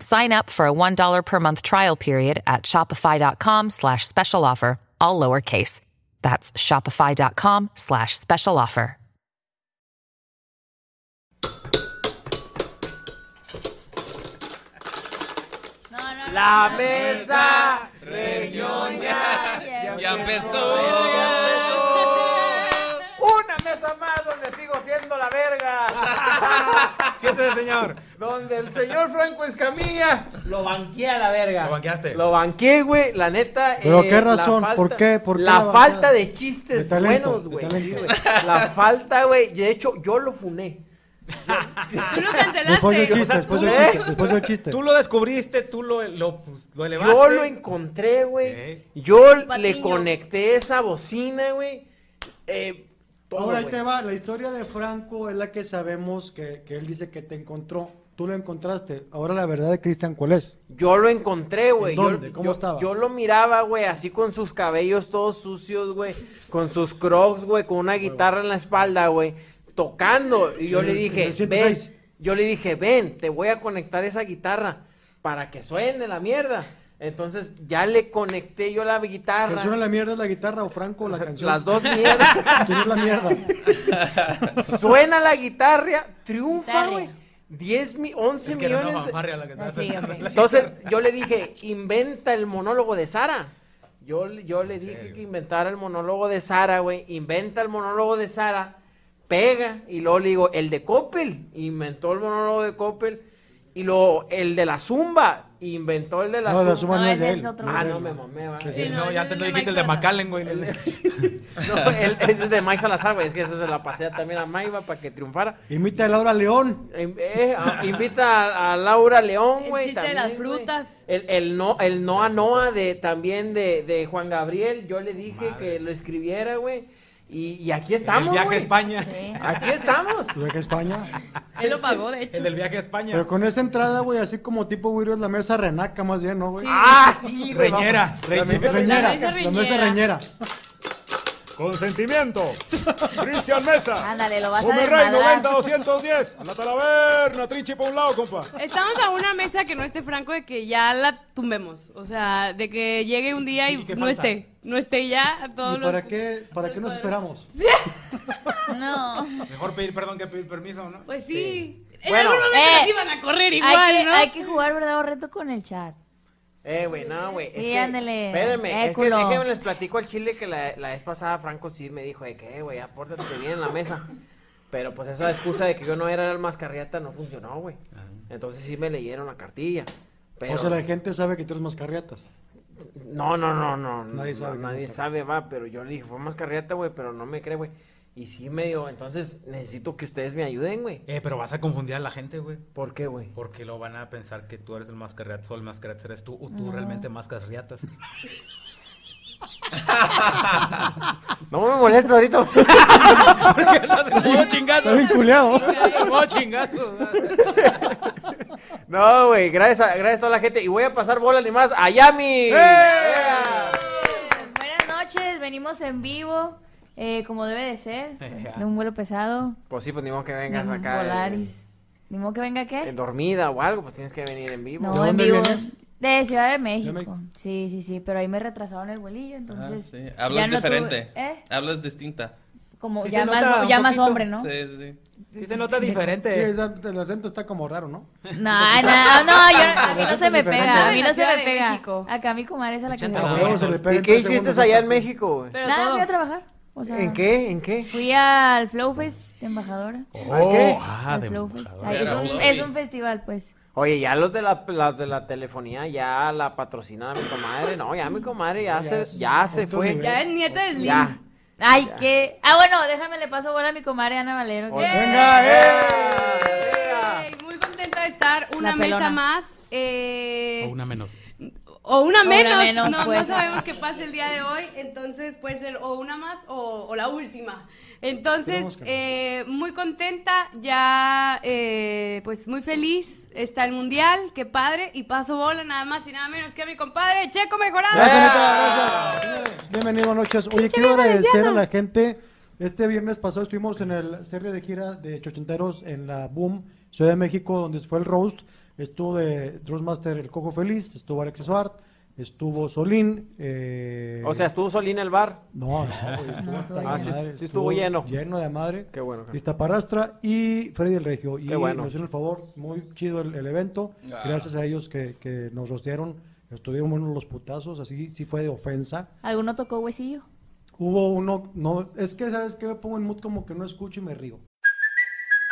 Sign up for a $1 per month trial period at Shopify.com slash special offer, all lowercase. That's Shopify.com slash special offer. La mesa reñoña ya, Ya empezó. empezó. Una mesa más donde sigo siendo la verga. Siéntese, señor. Donde el señor Franco Escamilla lo banqué a la verga. Lo banqueaste. Lo banqué, güey, la neta. ¿Pero eh, qué razón? la ¿Por qué? ¿Por qué la la falta bancada? de chistes De talento, buenos, de güey. talento. sí, güey. la falta, güey. De hecho, yo lo funé. ¡Tú lo Después cancelaste! del chiste, después del ¿eh? chiste, después del chiste. Tú lo descubriste, tú lo, lo, pues, lo elevaste. Yo lo encontré, güey. Ok. Yo le Patiño. conecté esa bocina, güey. Eh, todo, Ahora ahí güey. te va, la historia de Franco es la que sabemos que, que él dice que te encontró. Tú lo encontraste. Ahora la verdad de Cristian, ¿cuál es? Yo lo encontré, güey. ¿En Yo- dónde? ¿Cómo yo, estaba? Yo lo miraba, güey, así con sus cabellos todos sucios, güey. Con sus crocs, güey, con una guitarra en la espalda, güey. Tocando. Y yo En le el- en dije, el ven. 106. Yo le dije, ven, te voy a conectar esa guitarra para que suene la mierda. Entonces ya le conecté yo la ¿Que guitarra. suena la mierda la guitarra o Franco la canción? Las dos mierdas. ¿Quién es la mierda? Suena la guitarra, triunfa, Dale. güey. 10 mi, 11 Es que era una millones. de- fanfarria la que estaba Ah, Sí, ok. tocando. Entonces yo le dije, inventa el monólogo de Sara. Yo, le- yo le dije que inventara el monólogo de Sara, güey. Inventa el monólogo de Sara, pega, y luego le digo, el de Coppel. Inventó el monólogo de Coppel. Y luego el de la Zumba, inventó el de la No, Zumba. la suma no, No, es ese de él. es otro. no es Ah, de no él. me mamé, va. Sí, Sí, no, no, ya ese te es lo de dijiste el Mike de McAllen, güey. No, el- ese es de Mike Salazar, güey. Es que ese se la pasé también a Mike, va, para que triunfara. Imita a Laura León. Eh, eh, a- invita a, a Laura León, El güey. chiste de las también, güey. frutas. El, el no, el Noa Noa de, también de, de Juan Gabriel. Yo le dije que lo escribiera, güey. Y, y aquí El estamos. viaje a güey. España. Aquí estamos. Tú ves que España. Él lo pagó, de hecho. El del viaje a España. Pero con esa entrada, güey, así como tipo güiro es la mesa renaca más bien, ¿no, güey? Ah, sí, güey. Reñera, La mesa reñera. reñera. mesa La mesa reñera. Consentimiento. Cristian Mesa. Ándale, lo vas a Monterrey desmadrar. 90-210. A la talaverna, Trichi por un lado, compa. Estamos a una mesa que no esté franco de que ya la tumbemos. O sea, de que llegue un día y, ¿Y qué no falta? esté. No esté ya a todos ¿Y los. para qué, para qué nos esperamos? No. Mejor pedir perdón que pedir permiso, ¿no? Pues sí. En Bueno, algún momento eh, nos iban a correr igual, hay, que, ¿no? hay que jugar verdad o reto con el chat. Eh, güey, no, güey. es Sí, que, ándale, Espérenme, eh, es que culo. déjenme les platico al chile que la, la vez pasada Franco sí me dijo de que, eh, güey, apórtate bien en la mesa. Pero pues esa excusa de que yo no era el mascarriata no funcionó, güey. Entonces sí me leyeron la cartilla. Pero... O sea, la gente sabe que tú eres mascarriatas. No, no, no, no. Nadie sabe que Mm, no, nadie fue mascarriata. sabe, va, pero yo le dije, fue mascarriata, güey, pero no me cree, güey. Y sí medio, entonces necesito que ustedes me ayuden, güey. Eh, pero vas a confundir a la gente, güey. ¿Por qué, güey? Porque lo van a pensar que tú eres el mascarriatas o el mascarriatas eres tú, o tú realmente mascarriatas. No me molestes ahorita. Porque estás en modo chingazo. Está bien culeado. Oh, modo chingazo. no, güey, gracias a, gracias a toda la gente. Y voy a pasar bola ni más a Yami. ¡Eh! Buenas noches, venimos en vivo. eh, como debe de ser, de un vuelo pesado, Pues sí, pues ni modo que de vengas un acá. eh, Volaris. ¿Ni modo que venga eh, qué? dormida o algo, pues tienes que venir en vivo. No, ¿De en dónde vivo. vienes? De Ciudad de México. México. Sí, sí, sí, pero ahí me retrasaron el vuelillo, Ah, entonces. sí. ya Hablas no tuve- diferente. ¿Eh? Hablas distinta. Como Sí se ya, nota más, un ya más poquito. hombre, ¿no? Sí, sí, sí. Sí se nota Sí, diferente. está- el acento está como raro, ¿no? No, no, no, yo, a mí no se me pega, a mí no se Ciudad me de pega. México. Acá a mi comadre es a la que Ochenta me la Luego pega. hora. se le pega ¿Y en qué tres hiciste segundos allá esa en parte. México, güey? Pero Nada, todo. fui a trabajar. O sea, ¿En qué? ¿En qué? Oh, Fui al Flowfest de embajadora. ¿Al qué? ah, al de Flowfest. embajador. Ahí es, Era un, un- es un festival, pues. Oye, ya los de la, los de la telefonía ya la patrocinan a mi comadre. No, ya mi comadre ya, Ya se, es ya se otro fue. nivel. Ya es nieta del Ya. Ay, qué. Ah, bueno, déjame le paso bola a mi comadre Ana Valero. que- ¡Venga, eh. eh. Ey, Muy contenta de estar una La pelona. mesa más. eh, O una menos. o una una menos. menos, no, no pues. sabemos qué pasa el día de hoy. Entonces puede ser o una más o, o la última. Entonces, Esperemos que no. eh, muy contenta, ya eh, pues muy feliz. Está el mundial, qué padre. Y paso bola nada más y nada menos que a mi compadre Checo Mejorado. Gracias, neta, gracias. Bienvenido, noches. Oye, quiero agradecer a la gente. Este viernes pasado estuvimos en el serie de gira de Chochenteros en la Boom, Ciudad de México, donde fue el roast. Estuvo de Drummaster El Coco Feliz, estuvo Alex Suart, estuvo Solín. eh, O sea, estuvo Solín en el bar. No, no, güey, estuvo hasta estuvo la lleno. Ah, sí- madre, sí estuvo lleno. Lleno de madre. Qué bueno, qué bueno. Iztaparastra y Freddy el Regio. Y Qué bueno. nos hicieron el favor, muy chido el, el evento. Gracias a ellos que, que nos rostearon. Estuvieron buenos los putazos, así sí fue de ofensa. ¿Alguno tocó huesillo? Hubo uno, no, es que sabes que me pongo en mood como que no escucho y me río.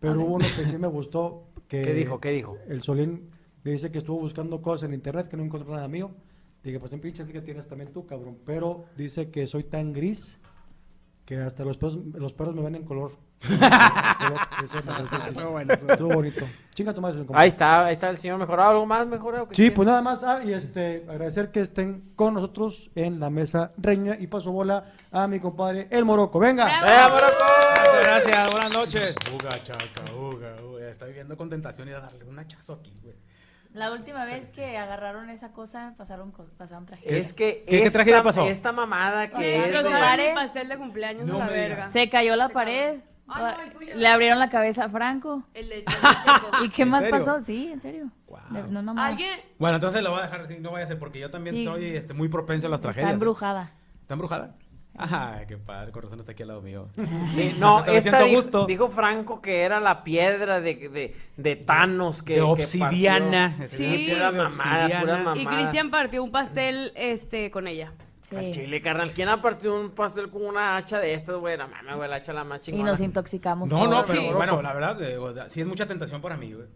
Pero hubo uno que sí me gustó. Que ¿Qué dijo? ¿Qué dijo? El Solín me dice que estuvo buscando cosas en internet que no encontró nada mío. Dije, pues en pinche que tienes también tú, cabrón. Pero dice que soy tan gris que hasta los perros, los perros me ven en color. Color, ese me gustó. Ah, Estuvo bonito. Chinga tu madre, Solín, compadre. Ahí está, ahí está el señor mejorado. ¿Algo más mejorado? que Sí, quieras? pues nada más. Ah, y este, agradecer que estén con nosotros en la mesa reña y paso bola a mi compadre El Moroco. Venga. ¡Venga, Morocco! Gracias, buenas noches. Eh, Uga, chaca, uga, uga. Estoy viendo con tentación y a darle un hachazo aquí, güey. La última vez que agarraron esa cosa, pasaron, cos- pasaron tragedias. Es que ¿Qué- qué esta, tragedia pasó? esta mamada que es de- Rosario. Rosaron mi pastel de cumpleaños No a la me verga. Se cayó la pared. Ah, no, el tuyo. Le abrieron la cabeza a Franco. El de- el de Checo. ¿Y qué ¿En más serio? pasó? Sí, en serio. De- No, no, más. ¿Alguien? Bueno, entonces lo voy a dejar así, no vaya a ser, porque yo también Sí. estoy este, muy propenso a las Está tragedias. embrujada. ¿Está embrujada? Ajá, qué padre, corazón está aquí al lado mío. Ah, Sí, no, Te lo esta siento dijo, gusto. dijo Franco que era la piedra de, de, de Thanos. Que, de que obsidiana. partió. Sí. de Pura mamada, obsidiana. pura mamada. Y Cristian partió un pastel este con ella. Al Sí. chile, carnal. ¿Quién ha partido un pastel con una hacha de estas, güey? No mames, güey, la hacha la más Y chingona. nos intoxicamos. No, no, todos. pero Sí. bueno, la verdad, eh, o sea, sí es mucha tentación para mí, güey.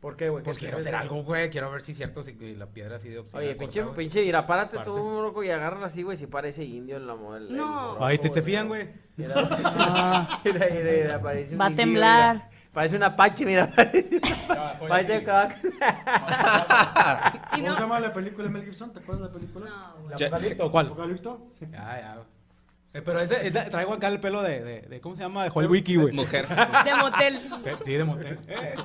¿Por qué, güey? Pues ¿Qué quiero te- hacer algo, güey. Quiero ver si es cierto si que la piedra así de obsidiana. Oye, pinche, cortada, güey. pinche, dirá, párate Parte. tú, loco, y agárrala así, güey, si parece indio en la modelo. No. Ay, te, te fían, güey. Mira, mira, mira, mira, parece un Ah, Va a indio, temblar. mira. Parece un apache, mira, parece un apache. estoy Parece aquí. que va- Y ¿Cómo no, se llama la película de Mel Gibson? ¿Te acuerdas de la película? ¿El apocalipto cuál? ¿Apocalipto? Sí. Ya, ya. güey. Eh, pero ese, eh, traigo acá el pelo de, de, de- ¿cómo se llama? De Joel Wiki, güey. Mujer. de motel. Eh, Sí, de motel. Eh,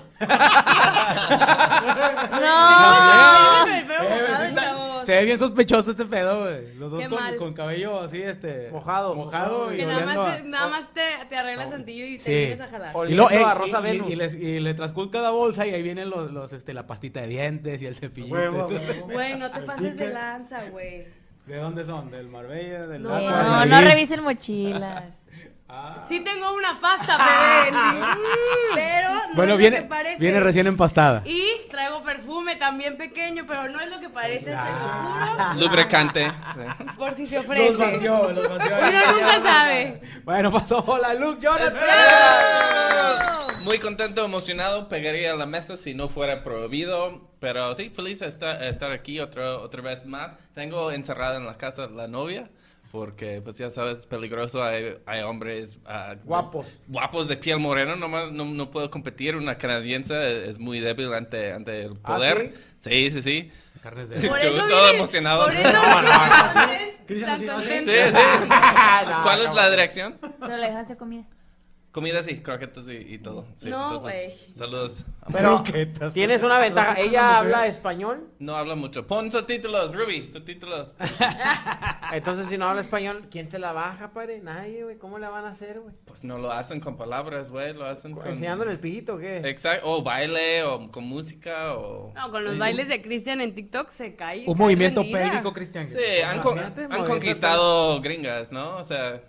No. Con el pelo eh, mojado, sí está- chavos. se ve bien sospechoso este pedo, güey. Los dos Qué con, mal. con cabello así, este... Mojado. Mojado y Que nada oliendo más, a- te, nada más te, te arreglas antillo y te Sí. vienes a jalar. Ol- Y, luego, Oliendo eh, a Rosa y- y- Venus. y les- y le transculca la bolsa y ahí vienen los, los, este, la pastita de dientes y el cepillito. Huevo, Entonces, huevo. Güey, no te El pases de tique. lanza, güey. ¿De dónde son? ¿Del Marbella? ¿Del No, Atlas? no, Ahí. no revisen mochilas. Ah. Sí tengo una pasta, bebé. Mm, pero no Bueno, es viene, lo que parece. viene recién empastada. Y traigo perfume también pequeño, pero no es lo que parece, se lo juro, Lubricante. por si se Los ofrece. vació, los vació. Uno nunca sabe. Bueno, pasó hola, Luke Jonathan. Sí. Muy contento, emocionado, pegaría a la mesa si no fuera prohibido. Pero sí, feliz de esta- estar aquí otra, otra vez más. Tengo encerrada en la casa la novia. Porque, pues ya sabes, es peligroso. Hay, hay hombres. ah, Guapos. Guapos de piel morena. Nomás no, no puedo competir. Una canadiense es- es muy débil ante, ante el ¿Ah, poder. sí? sí, sí, Carnes de Todo, Por eso todo viene- emocionado. por eso No, no, no, no, sí. Cristian así, Sí, así. sí. No, ¿Cuál es no. la dirección? Pero le dejaste comida. Comidas y croquetas y, y todo. Sí, No, entonces, Saludos. Pero tienes una ventaja. Ella habla español. No habla mucho. Pon subtítulos, Ruby, subtítulos. Entonces, si no habla español, ¿quién te la baja, padre? Nadie, güey. ¿Cómo la van a hacer, güey? Pues no lo hacen con palabras, güey, lo hacen con... ¿Enseñándole el pito o qué? Exacto, o baile, o con música, o... No, con los Sí. bailes de Cristian en TikTok se cae. Un movimiento pélvico, Cristian. Sí, han, con- han conquistado gringas, ¿no? O sea,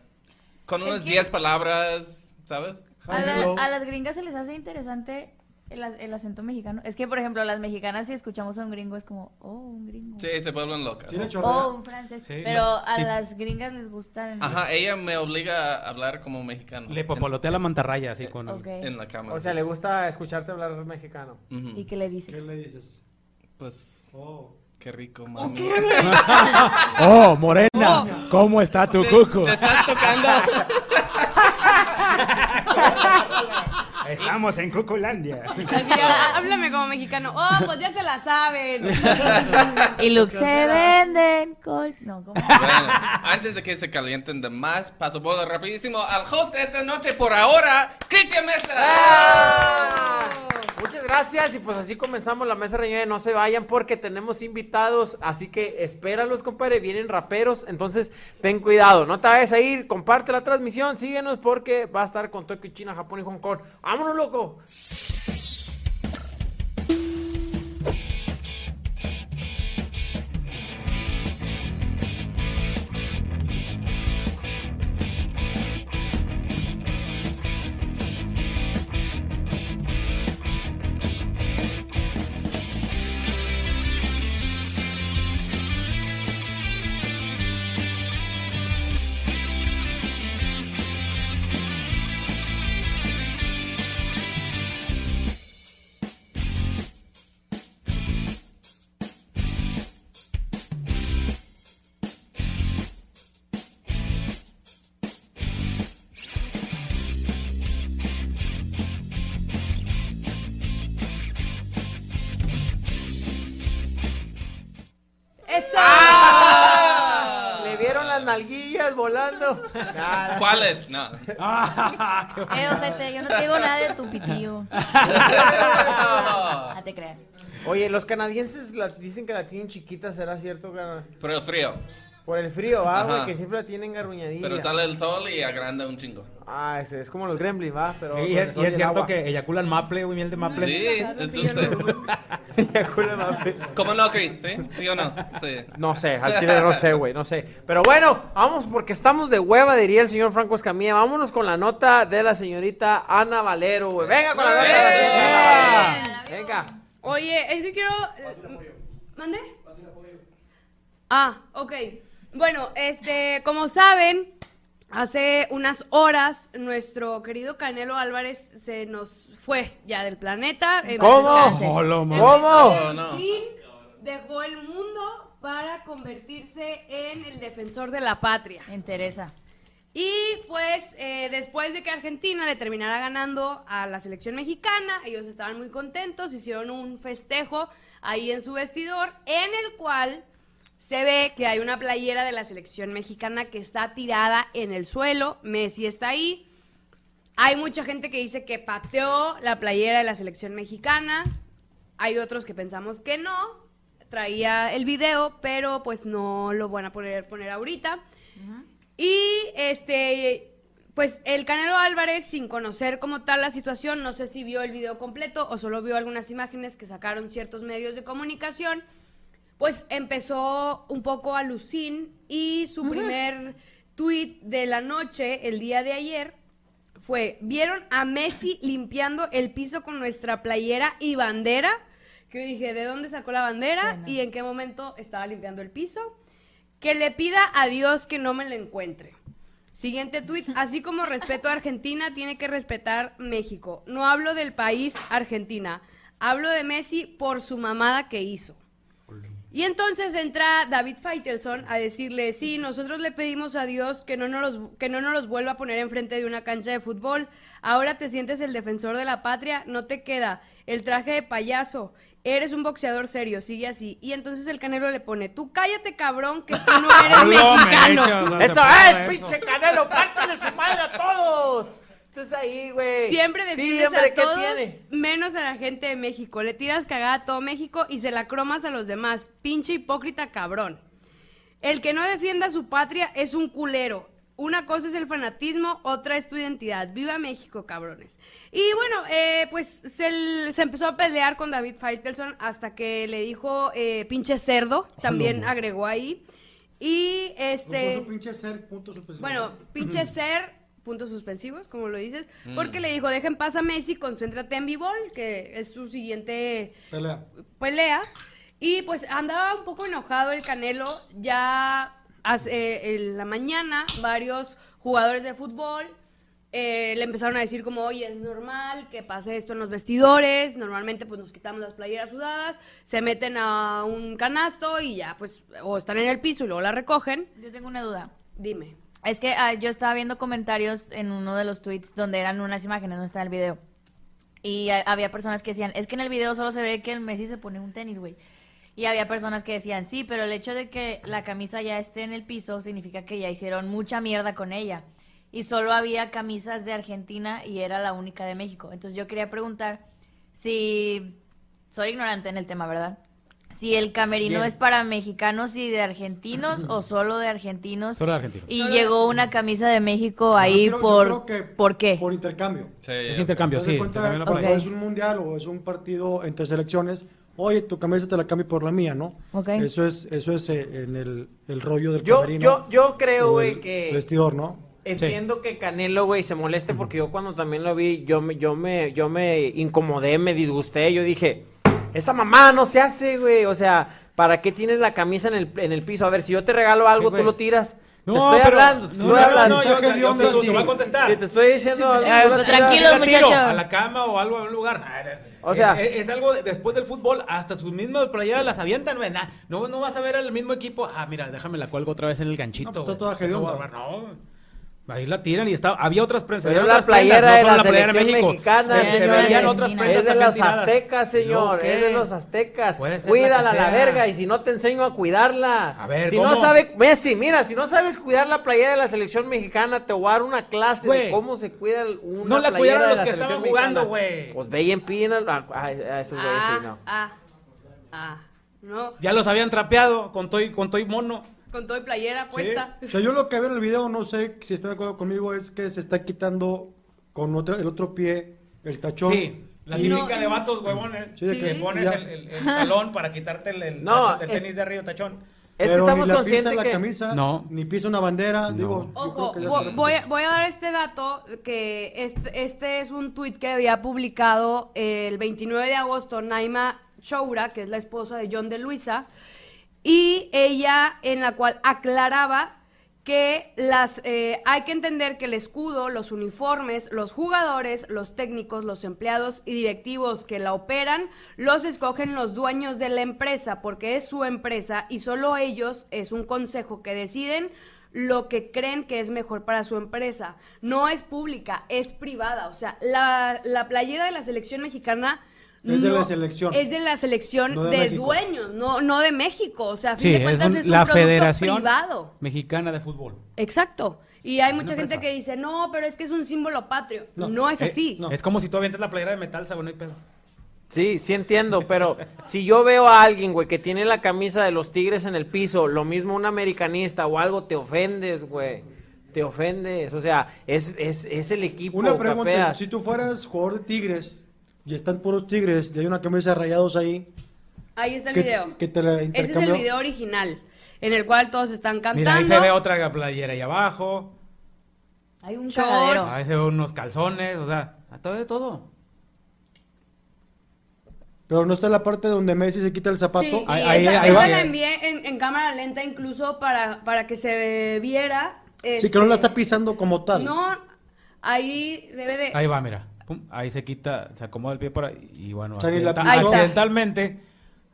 con Es unas que- 10 palabras, ¿sabes? A, la- a las gringas se les hace interesante el, ac- el acento mexicano. Es que, por ejemplo, las mexicanas si escuchamos a un gringo es como, oh, un gringo. Sí, se vuelven locas. oh, un francés. Sí, Pero ma- a sí. las gringas les gustan. Ajá, ella me obliga a hablar como mexicano. Le papalotea la mantarraya así con. Ok. En la cámara. O sea, le gusta escucharte hablar mexicano. Ujú. ¿Y qué le dices? ¿Qué le dices? Pues, Oh. qué rico, mami. Oh, morena, ¿cómo está tu cuco? Te estás tocando. Estamos en Cuculandia. Así, ah, háblame como mexicano. Oh, pues ya se la saben. Y Luke, se venden col... No, ¿cómo? Bueno, antes de que se calienten de más, paso bola rapidísimo al host de esta noche por ahora, Cristian Mesa. Muchas gracias y pues así comenzamos la mesa reñida. de No se vayan porque tenemos invitados, así que espéralos, compadre. Vienen raperos, entonces ten cuidado. No te vayas a ir, comparte la transmisión, síguenos porque va a estar con Tokio, China, Japón y Hong Kong. ¡Vámonos, loco! ¡Eso! ¡Ah! Le vieron las nalguillas volando. ¿Cuáles? No. Eh, ojete, yo no te digo nada de tu pitillo. Ah, te creas. Oye, los canadienses la- dicen que la tienen chiquita, ¿será cierto, cara? Por el frío. Por el frío, ah, güey, Ajá. que siempre la tienen garruñadilla. Pero sale el sol y agranda un chingo. Ah, ese es como los gremlins, va, pero... Y con el es, y sol es el cierto agua. que eyaculan maple, güey, miel de maple. Sí, es dulce. ¿Cómo no, Chris? ¿Sí? ¿Sí o no? Sí. No sé, al chile no sé, güey, no sé. Pero bueno, vamos porque estamos de hueva, diría el señor Franco Escamilla. Vámonos con la nota de la señorita Ana Valero, güey. Venga con la nota de la señorita Ana Valero. Venga. Oye, es que quiero. ¿Mande? Ah, ok. Bueno, este, como saben, hace unas horas nuestro querido Canelo Álvarez se nos fue ya del planeta. En paz descanse. ¿Cómo? El fin dejó el mundo para convertirse en el defensor de la patria. Me interesa. Y pues eh, después de que Argentina le terminara ganando a la selección mexicana, ellos estaban muy contentos, hicieron un festejo ahí en su vestidor, en el cual se ve que hay una playera de la selección mexicana que está tirada en el suelo, Messi está ahí. Hay mucha gente que dice que pateó la playera de la selección mexicana, hay otros que pensamos que no, traía el video, pero pues no lo van a poder poner ahorita. Y este, pues el Canelo Álvarez, sin conocer como tal la situación, no sé si vio el video completo o solo vio algunas imágenes que sacaron ciertos medios de comunicación, pues empezó un poco a lucín y su primer tuit de la noche, el día de ayer, fue, ¿vieron a Messi limpiando el piso con nuestra playera y bandera? Que dije, ¿de dónde sacó la bandera y en qué momento estaba limpiando el piso? Que le pida a Dios que no me lo encuentre. Siguiente tuit, así como respeto a Argentina, tiene que respetar México. No hablo del país Argentina, hablo de Messi por su mamada que hizo. Y entonces entra David Feitelson a decirle, sí, nosotros le pedimos a Dios que no, nos los, que no nos los vuelva a poner enfrente de una cancha de fútbol. Ahora te sientes el defensor de la patria, no te queda el traje de payaso. Eres un boxeador serio, sigue así. Y entonces el canelo le pone, tú cállate cabrón, que tú no eres Habló, mexicano. Eso es, pinche canelo, pártale su madre a todos. Estás ahí, güey. Siempre defiendes Siempre, a ¿qué todos, tiene? menos a la gente de México. Le tiras cagada a todo México y se la cromas a los demás. Pinche hipócrita cabrón. El que no defienda su patria es un culero. Una cosa es el fanatismo, otra es tu identidad. ¡Viva México, cabrones! Y bueno, eh, pues se, l- se empezó a pelear con David Feitelson hasta que le dijo eh, pinche cerdo. También Ojalá. agregó ahí. Y este... Puso Pues, pinche ser, punto suspensivo. Bueno, pinche ser, puntos suspensivos, como lo dices, Mm. porque le dijo, dejen paz a Messi, concéntrate en B-Ball, que es su siguiente Pelea. pelea. Y pues andaba un poco enojado el Canelo. Ya hace- eh, en la mañana varios jugadores de fútbol eh, le empezaron a decir como, oye, es normal que pase esto en los vestidores. Normalmente pues nos quitamos las playeras sudadas, se meten a un canasto y ya pues o están en el piso y luego la recogen. Yo tengo una duda. Dime. Es que ah, yo estaba viendo comentarios en uno de los tweets donde eran unas imágenes, no está el video. Y ah, había personas que decían, es que en el video solo se ve que el Messi se pone un tenis, güey. Y había personas que decían, sí, pero el hecho de que la camisa ya esté en el piso significa que ya hicieron mucha mierda con ella. Y solo había camisas de Argentina y era la única de México. Entonces yo quería preguntar si... Soy ignorante en el tema, ¿verdad? Si el camerino Bien. es para mexicanos y de argentinos o solo de argentinos. Solo de argentinos. Y llegó una camisa de México ahí Ah, Yo creo- yo por... creo que ¿Por qué? Por intercambio. Es intercambio, Haz de sí. cuenta, intercambio cuando por ahí. es un mundial o es un partido entre selecciones, oye, tu camisa te la cambio por la mía, ¿no? Ok. Eso es, eso es eh, en el, el rollo del Yo, camerino. yo, yo creo, o güey, del que. Vestidor, ¿no? Entiendo que Canelo, güey, se moleste porque yo cuando también lo vi, yo me, yo me, yo me incomodé, me disgusté, yo dije, esa mamá no se hace, güey, o sea, ¿para qué tienes la camisa en el, en el piso? A ver, si yo te regalo algo, tú lo tiras. te estoy pero- hablando, te no, estoy no, hablando. no, yo- yo- yo- yo- te voy a contestar. Si te estoy diciendo algo, Ah, tú lo pues, tiras. tranquilo, Tira tiro. muchacho. A la cama o algo a un lugar. Nah, eres- O sea- es, es- es algo de- después del fútbol, hasta sus mismas playeras las avientan, güey. Nah, no, no vas a ver al mismo equipo. Ah, mira, déjame la cuelgo otra vez en el ganchito. No, pues, está toda güey. No, hedionda. no. Ahí la tiran y está, había otras prensas. Pero había la otras prendas, playera no de solo la playera de selección México. mexicana, Se- se señor, veían es- otras es prendas de también los tiradas. aztecas, señor, ¿Lo es qué? de los aztecas. Puede ser la Cuídala que la sea. verga y si no te enseño a cuidarla. A ver, si no ¿cómo? sabe Messi, mira, si no sabes cuidar la playera de la selección mexicana, te voy a dar una clase de Güey. cómo se cuida el- una No la playera cuidaron de los la que selección estaban jugando, mexicana. güey. Pues ve y empina a, a- a esos güeyes, ah, sí, no. ah, ah, no. Ya los habían trapeado con Toy, con toy Mono. Con todo y playera puesta. O sea, yo lo que veo en el video, no sé si están de acuerdo conmigo, es que se está quitando con otra, el otro pie el tachón. Sí, la Y- típica de vatos huevones. Sí, de que que le pones ya- el, el- el talón para quitarte el, el No, tachón, el es- tenis de arriba, tachón. Es que Pero estamos ni la pisa conscientes la que- camisa, No. ni pisa una bandera, digo, yo creo Ojo, que ya vo- se lo- voy, a- voy a dar este dato, que este, este es un tuit que había publicado el 29 de agosto Naima Choura, que es la esposa de John de Luisa, y ella en la cual aclaraba que las eh, hay que entender que el escudo, los uniformes, los jugadores, los técnicos, los empleados y directivos que la operan, los escogen los dueños de la empresa, porque es su empresa y solo ellos es un consejo que deciden lo que creen que es mejor para su empresa. No es pública, es privada. O sea, la, la playera de la selección mexicana Es de no- la selección. Es de la selección No de de, México. dueños, no, no de México. O sea, a fin Sí, de es cuentas es un- un, la producto federación. privado. Mexicana de fútbol. Exacto. Y hay mucha Una gente empresa. que dice, no, pero es que es un símbolo patrio. No, es Eh, así. Es como si tú avientas la playera de metal, sabón, no hay pedo. Sí, sí entiendo, pero si yo veo a alguien, güey, que tiene la camisa de los Tigres en el piso, lo mismo un americanista o algo, te ofendes, güey. Te ofendes, o sea, es, es, es el equipo. Una pregunta, capeas. si tú fueras jugador de Tigres y están puros Tigres y hay una camisa de rayados ahí, Ahí está el que, video. que te la Ese es el intercambio. video original, en el cual todos están cantando. Mira, ahí se ve otra playera ahí abajo. Hay un Shorts. cagadero. Ahí se ve unos calzones, o sea, a todo de todo. Pero no está la parte donde Messi se quita el zapato. Sí, sí, esa, esa la envié en, en cámara lenta incluso para, para que se viera. Sí, que no la está pisando como tal. Este, No, eh, ahí debe de... Ahí va, mira. Pum, ahí se quita, se acomoda el pie para y bueno, sea, ni la accidenta- pisó. accidentalmente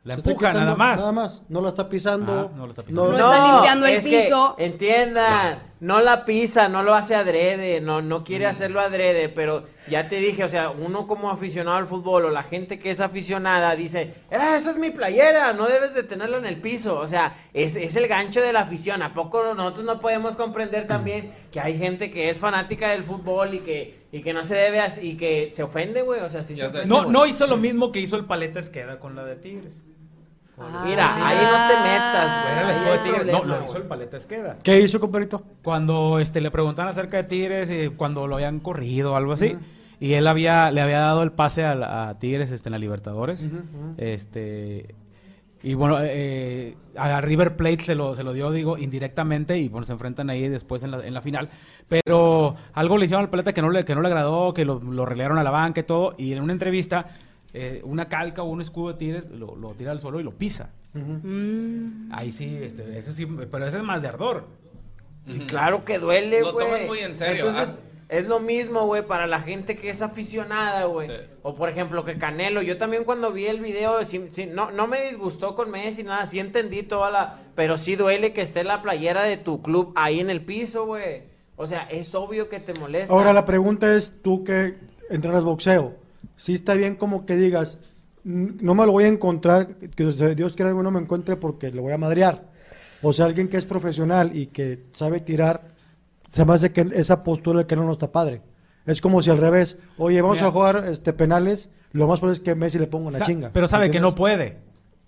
La Se está empuja, quitando Ah, nada más. Nada más. No la está pisando. Ah, no la está pisando. es que, entiendan, no la pisa, no lo hace adrede, no, no Mm. quiere hacerlo adrede, pero ya te dije, o sea, uno como aficionado al fútbol o la gente que es aficionada dice, "Ah, esa es mi playera, no debes de tenerla en el piso, o sea, es, es el gancho de la afición, ¿a poco nosotros no podemos comprender también Mm. que hay gente que es fanática del fútbol y que, y que no se debe, as- y que se ofende, güey, o sea, sí se ofende, No, güey. no hizo lo mismo que hizo el paleta Esqueda con la de Tigres. Con el Mira, escudo de ahí Tigres. no te metas, Era güey, el Ah, ahí escudo hay de Tigres. No, problema, lo hizo el paleta Esqueda. ¿Qué hizo, compadrito? Cuando este, le preguntaban acerca de Tigres eh, cuando lo habían corrido o algo así. Y él había, le había dado el pase al- a, Tigres este, en la Libertadores. Ujú, ujú. Este. Y bueno, eh, a River Plate se lo, se lo dio, digo, indirectamente, y bueno, se enfrentan ahí después en la, en la final. Pero algo le hicieron al Paleta que no le, que no le agradó, que lo, lo relegaron a la banca y todo. Y en una entrevista, eh, una calca o un escudo de Tigres lo, lo tira al suelo y lo pisa. Mm. Ahí sí, este, eso sí, pero ese es más de ardor. Sí, claro que duele, Lo güey. toman muy en serio, ah. Entonces, es lo mismo, güey, para la gente que es aficionada, güey. O por ejemplo, que Canelo. Yo también cuando vi el video, sí- sí, no, no me disgustó con Messi, nada, sí entendí toda la. Pero sí duele que esté la playera de tu club ahí en el piso, güey. O sea, es obvio que te molesta. Ahora la pregunta es, tú que entrenas boxeo, si está bien como que digas, "N- no me lo voy a encontrar, que o sea, Dios quiera que no me encuentre porque lo voy a madrear. O sea, alguien que es profesional y que sabe tirar, se me hace que esa postura que no nos está padre. Es como si al revés, oye, vamos Mira. a jugar este penales, lo más probable es que Messi le ponga una Sa- chinga. Pero sabe que ¿entiendes? no puede.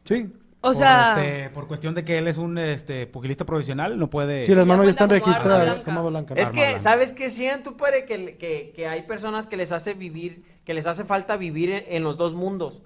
Sí. O sea- por cuestión de que él es un este, pugilista profesional, no puede. Sí, las manos ya están como arma registradas. blanca. como blanca. Es que, ¿sabes qué siento, pare? Que, le- que, que hay personas que les hace vivir, que les hace falta vivir en, en los dos mundos.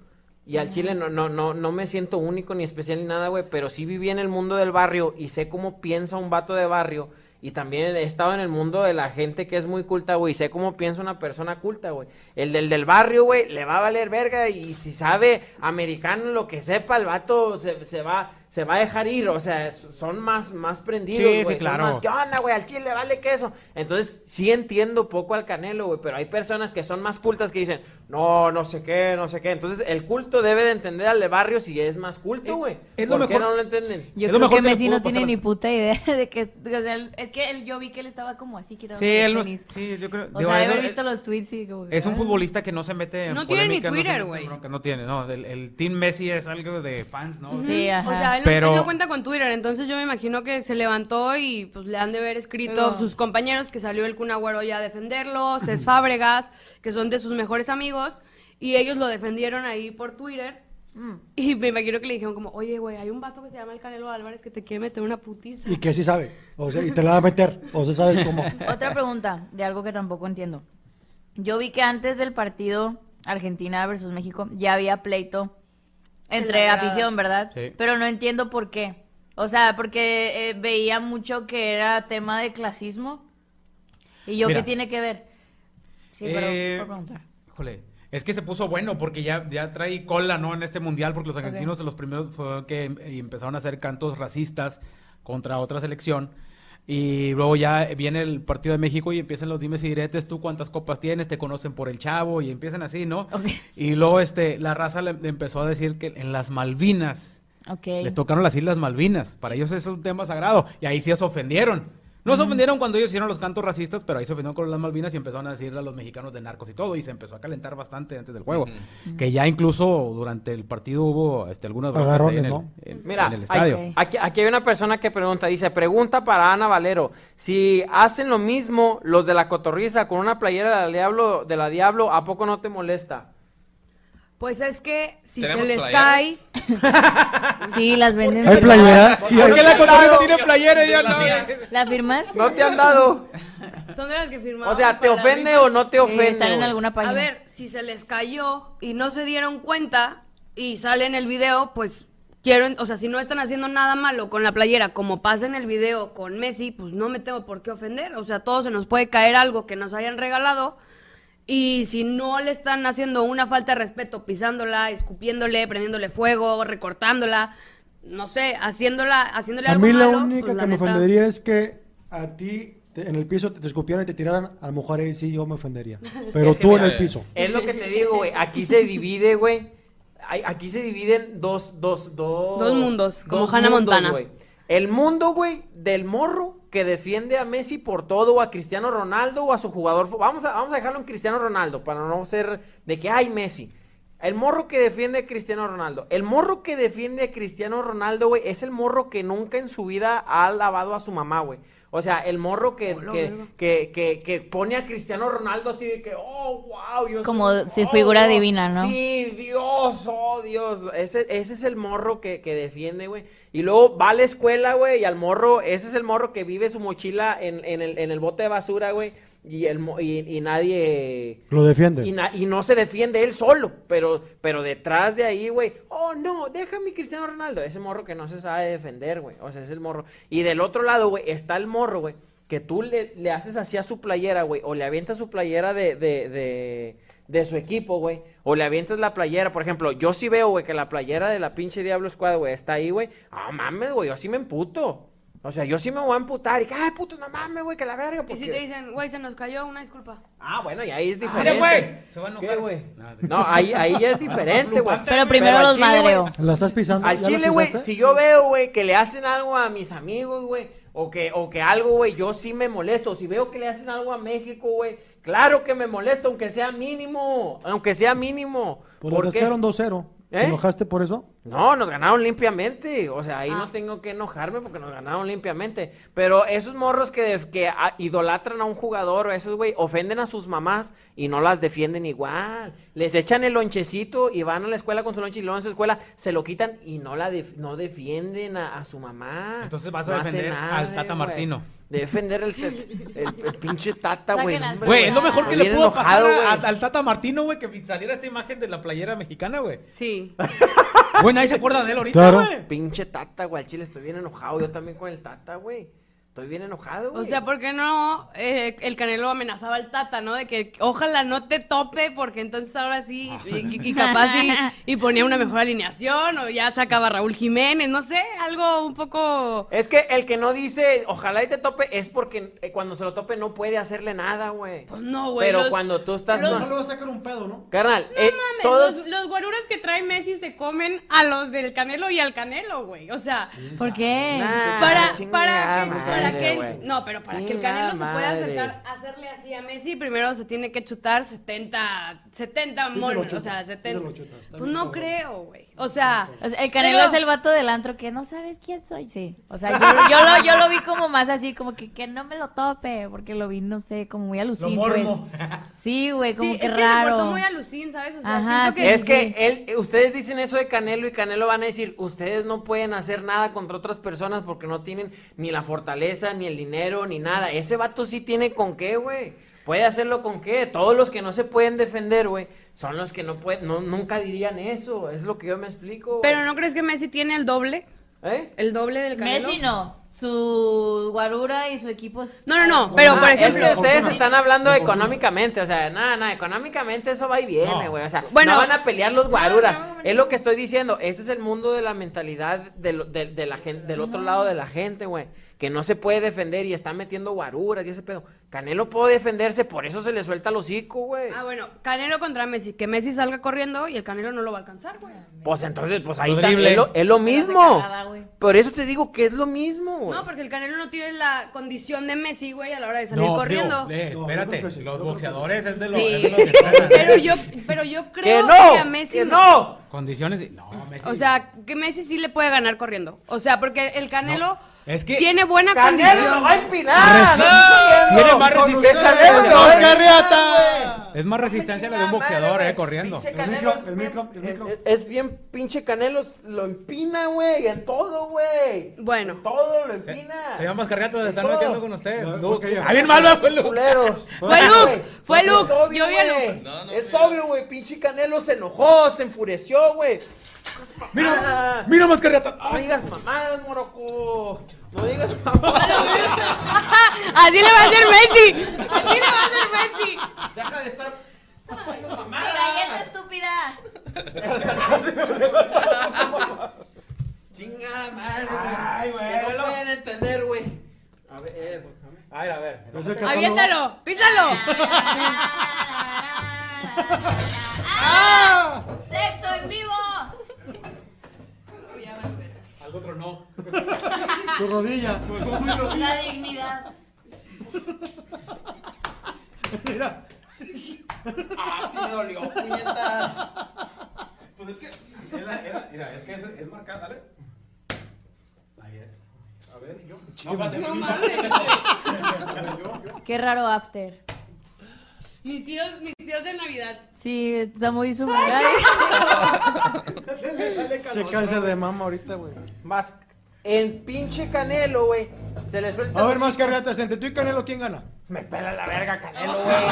Y al Chile no, no, no, no me siento único ni especial ni nada, güey. Pero sí viví en el mundo del barrio y sé cómo piensa un vato de barrio. Y también he estado en el mundo de la gente que es muy culta, güey. y Sé cómo piensa una persona culta, güey. El del del barrio, güey, le va a valer verga. Y si sabe americano lo que sepa, el vato se, se va, se va a dejar ir. O sea, son más, más prendidos, Sí, güey. sí, son claro. más, ¿Qué onda, güey? Al chile vale queso. Entonces, sí entiendo poco al Canelo, güey, pero hay personas que son más cultas que dicen, no, no sé qué, no sé qué. Entonces, el culto debe de entender al de barrio si es más culto, güey. es lo ¿Por qué mejor- no lo entienden? Yo creo que, Messi no tiene ni puta idea de que. O sea, él- es que él, yo vi que él estaba como así, quitando Sí, el él no- tenis. sí, yo creo- O digo, sea, eso- haber visto los tweets y como. que, Es un ah. futbolista que no se mete en No tiene ni polémica, no se Twitter, mete en güey. bronca, No tiene, no. El, el Team Messi es algo de fans, ¿no? Ujú. O sea, él, no- él Pero, no, cuenta con Twitter, entonces yo me imagino que se levantó y pues le han de haber escrito Pero- sus compañeros que salió el Kun Agüero ya a defenderlo, Cés Fábregas, que son de sus mejores amigos, y ellos lo defendieron ahí por Twitter. Y me imagino que le dijeron como, oye, güey, hay un vato que se llama el Canelo Álvarez que te quiere meter una putiza. Y que sí sabe. O sea, y te la va a meter. O sea, sabes cómo. Otra pregunta de algo que tampoco entiendo. Yo vi que antes del partido Argentina versus México ya había pleito En entre las gradas. afición, ¿verdad? Sí. Pero no entiendo por qué. O sea, porque eh, veía mucho que era tema de clasismo. ¿Y yo Mira. qué tiene que ver? Sí, Eh, pero por preguntar. híjole, es que se puso bueno porque ya, ya trae cola, ¿no? En este mundial, porque los argentinos Ok. los primeros fue que em- empezaron a hacer cantos racistas contra otra selección. Y luego ya viene el partido de México y empiezan los dimes y diretes, tú cuántas copas tienes, te conocen por el chavo y empiezan así, ¿no? Y luego este, la raza le le empezó a decir que en las Malvinas, Ok. les tocaron las Islas Malvinas, para ellos es un tema sagrado y ahí sí se ofendieron. No se ofendieron cuando ellos hicieron los cantos racistas, pero ahí se ofendieron con las Malvinas y empezaron a decirle a los mexicanos de narcos y todo y se empezó a calentar bastante antes del juego. Que ya incluso durante el partido hubo este, algunas broncas ahí Agarrones, en el, ¿no? en- Mira, en el hay- estadio. aquí, aquí hay una persona que pregunta, dice, pregunta para Ana Valero, si hacen lo mismo los de la cotorriza con una playera de la Diablo, de la Diablo ¿a poco no te molesta? Pues es que si se ¿Tenemos les playeras? cae... sí, las venden. Hay playeras. firmadas. y hay- ¿La firmas? No te han dado. Son de las que firmamos. O sea, ¿te para la ofende risa. o no te Sí, ofende, están en güey? alguna A página. ver, si se les cayó y no se dieron cuenta y sale en el video, pues quiero, en- o sea, si no están haciendo nada malo con la playera, como pasa en el video con Messi, pues no me tengo por qué ofender. O sea, a todos se nos puede caer algo que nos hayan regalado. Y si no le están haciendo una falta de respeto, pisándola, escupiéndole, prendiéndole fuego, recortándola, no sé, haciéndola, haciéndole A algo mí la malo, única pues, que me neta. ofendería es que a ti te- en el piso te, te escupieran y te tiraran. A lo mejor ahí sí yo me ofendería. Pero Es que tú en mira, el piso. Es lo que te digo, güey. Aquí se divide, güey. hay- aquí se dividen dos, dos, dos. Dos mundos, como dos Hannah mundos, Montana. güey. El mundo, güey, del morro que defiende a Messi por todo, o a Cristiano Ronaldo, o a su jugador. fa- Vamos a, vamos a dejarlo en Cristiano Ronaldo, para no ser de que hay Messi. El morro que defiende a Cristiano Ronaldo. El morro que defiende a Cristiano Ronaldo, güey, es el morro que nunca en su vida ha alabado a su mamá, güey. O sea, el morro que, Hola, que- verga. que- que- que pone a Cristiano Ronaldo así de que, oh, wow, yo soy Como un si figura gordo". divina, ¿no? Sí, Dios, oh, Dios. Ese, ese es el morro que, que defiende, güey. Y luego va a la escuela, güey, y al morro, ese es el morro que vive su mochila en, en el, en el bote de basura, güey. Y, el, mo- y, y nadie... Lo defiende. Y, na- y no se defiende él solo, pero, pero detrás de ahí, güey, oh no, deja a mi Cristiano Ronaldo, ese morro que no se sabe defender, güey, o sea, es el morro. Y del otro lado, güey, está el morro, güey, que tú le, le haces así a su playera, güey, o le avientas su playera de, de, de, de su equipo, güey, o le avientas la playera, por ejemplo, yo sí veo, güey, que la playera de la pinche Diablo Squad, güey, está ahí, güey, ah, mames, güey, yo sí me emputo. O sea, yo sí me voy a emputar y ah, que, ay, puto, no mames, güey, que la verga. Y porque- si te dicen, güey, se nos cayó, una disculpa. Ah, bueno, y ahí es Mira, diferente. ¿Qué, güey? No, ahí, ahí ya es diferente, güey. Pero primero al los chile, güey, madreo. ¿La estás pisando? Al ¿Ya la chile, güey, pisaste? si yo veo, güey, que le hacen algo a mis amigos, güey, o que, o que algo, güey, yo sí me molesto. Si veo que le hacen algo a México, güey, claro que me molesto, aunque sea mínimo, aunque sea mínimo. Pues lo ¿Por qué? dejaron 2-0. ¿Te ¿Eh? enojaste por eso? No, nos ganaron limpiamente. O sea, ahí Ah. no tengo que enojarme porque nos ganaron limpiamente. Pero esos morros que, que a- idolatran a un jugador o esos, güey, ofenden a sus mamás y no las defienden igual. Les echan el lonchecito y van a la escuela con su lonche y luego en su escuela se lo quitan y no la def- no defienden a, a su mamá. Entonces vas a No hace defender nada, al Tata güey. Martino. Defender el, el- el pinche Tata, güey. Saquen al Hombre, Güey, es lo mejor que le Bien pudo enojado, pasar a- güey. al Tata Martino, güey, que saliera esta imagen de la playera mexicana, güey. Sí. Güey, nadie se acuerda de él ahorita, Claro. güey. Pinche Tata, güey. Al chile estoy bien enojado. Yo también con el Tata, güey. Estoy bien enojado, güey. O sea, ¿por qué no eh, el Canelo amenazaba al Tata, no? De que ojalá no te tope, porque entonces ahora sí, Ah. y, y capaz y, y ponía una mejor alineación, o ya sacaba a Raúl Jiménez, no sé, algo un poco... Es que el que no dice, ojalá y te tope, es porque eh, cuando se lo tope no puede hacerle nada, güey. Pues no, güey. Pero los- cuando tú estás... No, ma- le vas a sacar un pedo, ¿no? Carnal, eh, mames, todos... Los, los guaruras que trae Messi se comen a los del Canelo y al Canelo, güey. O sea, ¿Por qué? Nah, para, para chingada que, madre, para que el- güey. no, pero para que el Chingada Canelo se pueda madre. acercar, hacerle así a Messi, primero se tiene que chutar 70, 70 Sí se lo monos, chuta, o sea, sí se 70. lo chuta, está pues bien no cabrón. creo, güey. O sea, Ah, O sea, el Canelo Pero- es el vato del antro que no sabes quién soy, sí. O sea, yo, yo lo, yo lo vi como más así, como que, que no me lo tope, porque lo vi, no sé, como muy alucinado. pues. mormo. Sí, güey, como sí, que es que me portó raro. muy a Lucín, ¿sabes? O sea, Ajá, siento que Es que él, eh, ustedes dicen eso de Canelo y Canelo van a decir, ustedes no pueden hacer nada contra otras personas porque no tienen ni la fortaleza, ni el dinero, ni nada. Ese vato sí tiene con qué, güey. Puede hacerlo con qué. Todos los que no se pueden defender, güey, son los que no pueden, no, nunca dirían eso. Es lo que yo me explico. güey. Pero ¿no crees que Messi tiene el doble? ¿Eh? El doble del Canelo. Messi no. Su guarura y su equipo. es- No, no, no, pero Ah, por es ejemplo... que ustedes fortuna. están hablando La fortuna. económicamente, o sea, nada, nada, económicamente eso va y viene, No. güey. O sea, Bueno. no van a pelear los guaruras. No, no, no. Es lo que estoy diciendo. Este es el mundo de la mentalidad de, lo- de- de la gen- del otro lado de la gente, güey. Que no se puede defender y están metiendo guaruras y ese pedo. Canelo puede defenderse, por eso se le suelta el hocico, güey. Ah, bueno, Canelo contra Messi, que Messi salga corriendo y el Canelo no lo va a alcanzar, güey. Pues entonces, pues ahí Lo está, drible. es lo, es lo Pero de mismo. cagada, güey. Por eso te digo que es lo mismo, güey. No, porque el Canelo no tiene la condición de Messi, güey, a la hora de salir No, corriendo. digo, eh, No, yo espérate, creo que sí, yo los creo que boxeadores es de los, Sí. es de los que ganan. Pero yo, pero yo ¡Que creo no! que a Messi ¡Que no! Condiciones. de- No, Messi. O sea, que Messi sí le puede ganar corriendo. O sea, porque el Canelo No, es que- tiene buena ¡Canelo lo va a condición. empinar! Resi- ¡No! Tiene más Con resistencia ustedes, que Canelo lo va a empinar, Carriata! güey. es más resistencia la de un Chingada boxeador, madre, eh, corriendo. pinche El Canelo micro, el micro, es el bien- micro. es- Es bien pinche Canelo, lo empina, güey, en todo, güey. Bueno. En todo lo empina. Se llama Carriatas, En están todo. metiendo con ustedes. No, No, porque yo- Ah, bien mal, va, fue Luke. Culeros. Fue Luke, Güey, fue es Luke, obvio, yo vi a güey. Luke. No, no es fue obvio, güey. Pinche Canelo se enojó, se enfureció, güey. Ah. Mira, mira más Carriatas. No digas mamadas, moroco. No digas mamadas. Así le va a hacer Messi. Así le va a hacer Messi. Deja de estar. haciendo ¡Mi mamadas. galleta estúpida! Chinga madre, güey. Que no pueden entender, güey. A ver, eh, A ver, a ver. Es el catálogo. Aviéntalo, písalo. ¡Sexo en vivo! Tu rodilla. Pues, La dignidad. Mira. Ah, sí me dolió, puñetas. Pues es que. es la- es la- mira, es que es, es marcada, dale. Ahí es. A ver, yo. No, espérate. No mames. Yo, yo. Qué raro after. Mis tíos, mis tíos en Navidad. Sí, está muy super. Che cáncer de mama ahorita, güey. Más. En pinche Canelo, güey. Se le suelta. A ver, más carretas. Entre tú y Canelo, ¿quién gana? Me pela la verga, Canelo, güey.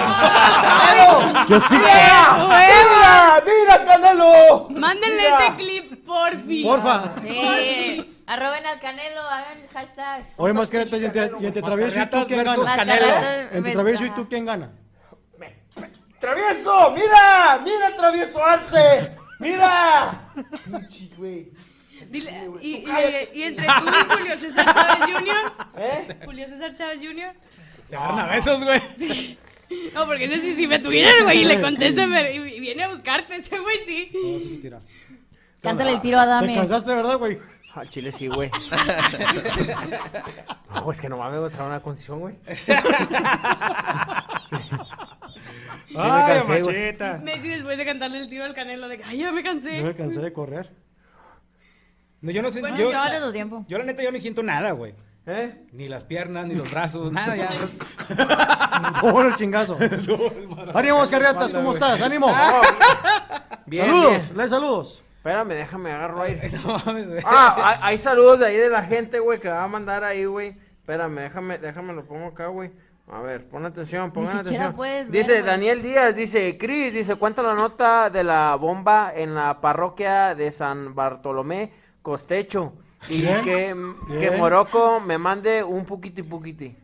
¡Canelo! Yo sí. ¡Mira! ¡Mira, Canelo! Mándenle Mira. este clip, porfi. Porfa. Sí. Arroben al canelo, hagan hashtags. Oye, más carretas. Y entre, y entre Travieso y tú, ¿quién versus gana? Canelo. Mascaretas Entre versus- Travieso y tú, ¿quién gana? ¡Travieso! ¡Mira! ¡Mira, travieso Arce! ¡Mira! Pinche, güey. Dile- y, y- cállate. y entre tú y Julio César Chávez Jr. ¿Eh? Julio César Chávez Jr. Se agarran a besos, güey. No, porque ese sí, si me tuvieran, güey, y le contestan, me- y y viene a buscarte ese güey, sí. No, sí, tira. Cántale el tiro a Te Dami. cansaste, ¿verdad, güey? Al chile sí, güey. No, es que no mames, me trae una concesión, güey. Sí me cansé, güey. Messi después de cantarle el tiro al canelo, de que, ay, ya me Yo cansé. me cansé de correr. No, yo no sé. Bueno, yo, Yo ahora tu tiempo. yo, la neta, yo no siento nada, güey. ¿Eh? Ni las piernas, ni los brazos, nada ya. Tuvo el chingazo. Ánimo, más carretas. ¿Cómo estás? Ánimo. Bien, saludos. bien. Lee saludos. Espérame, déjame agarro aire. No mames, güey. Ah, hay, hay saludos de ahí de la gente, güey, que va a mandar ahí, güey. Espérame, déjame, déjame lo pongo acá, güey. A ver, pon atención, pongan siquiera atención. puedes ver, dice güey. Daniel Díaz, dice Cris, dice, cuenta la nota de la bomba en la parroquia de San Bartolomé Costecho. Y que, que bien. Morocco me mande un puquiti puquiti.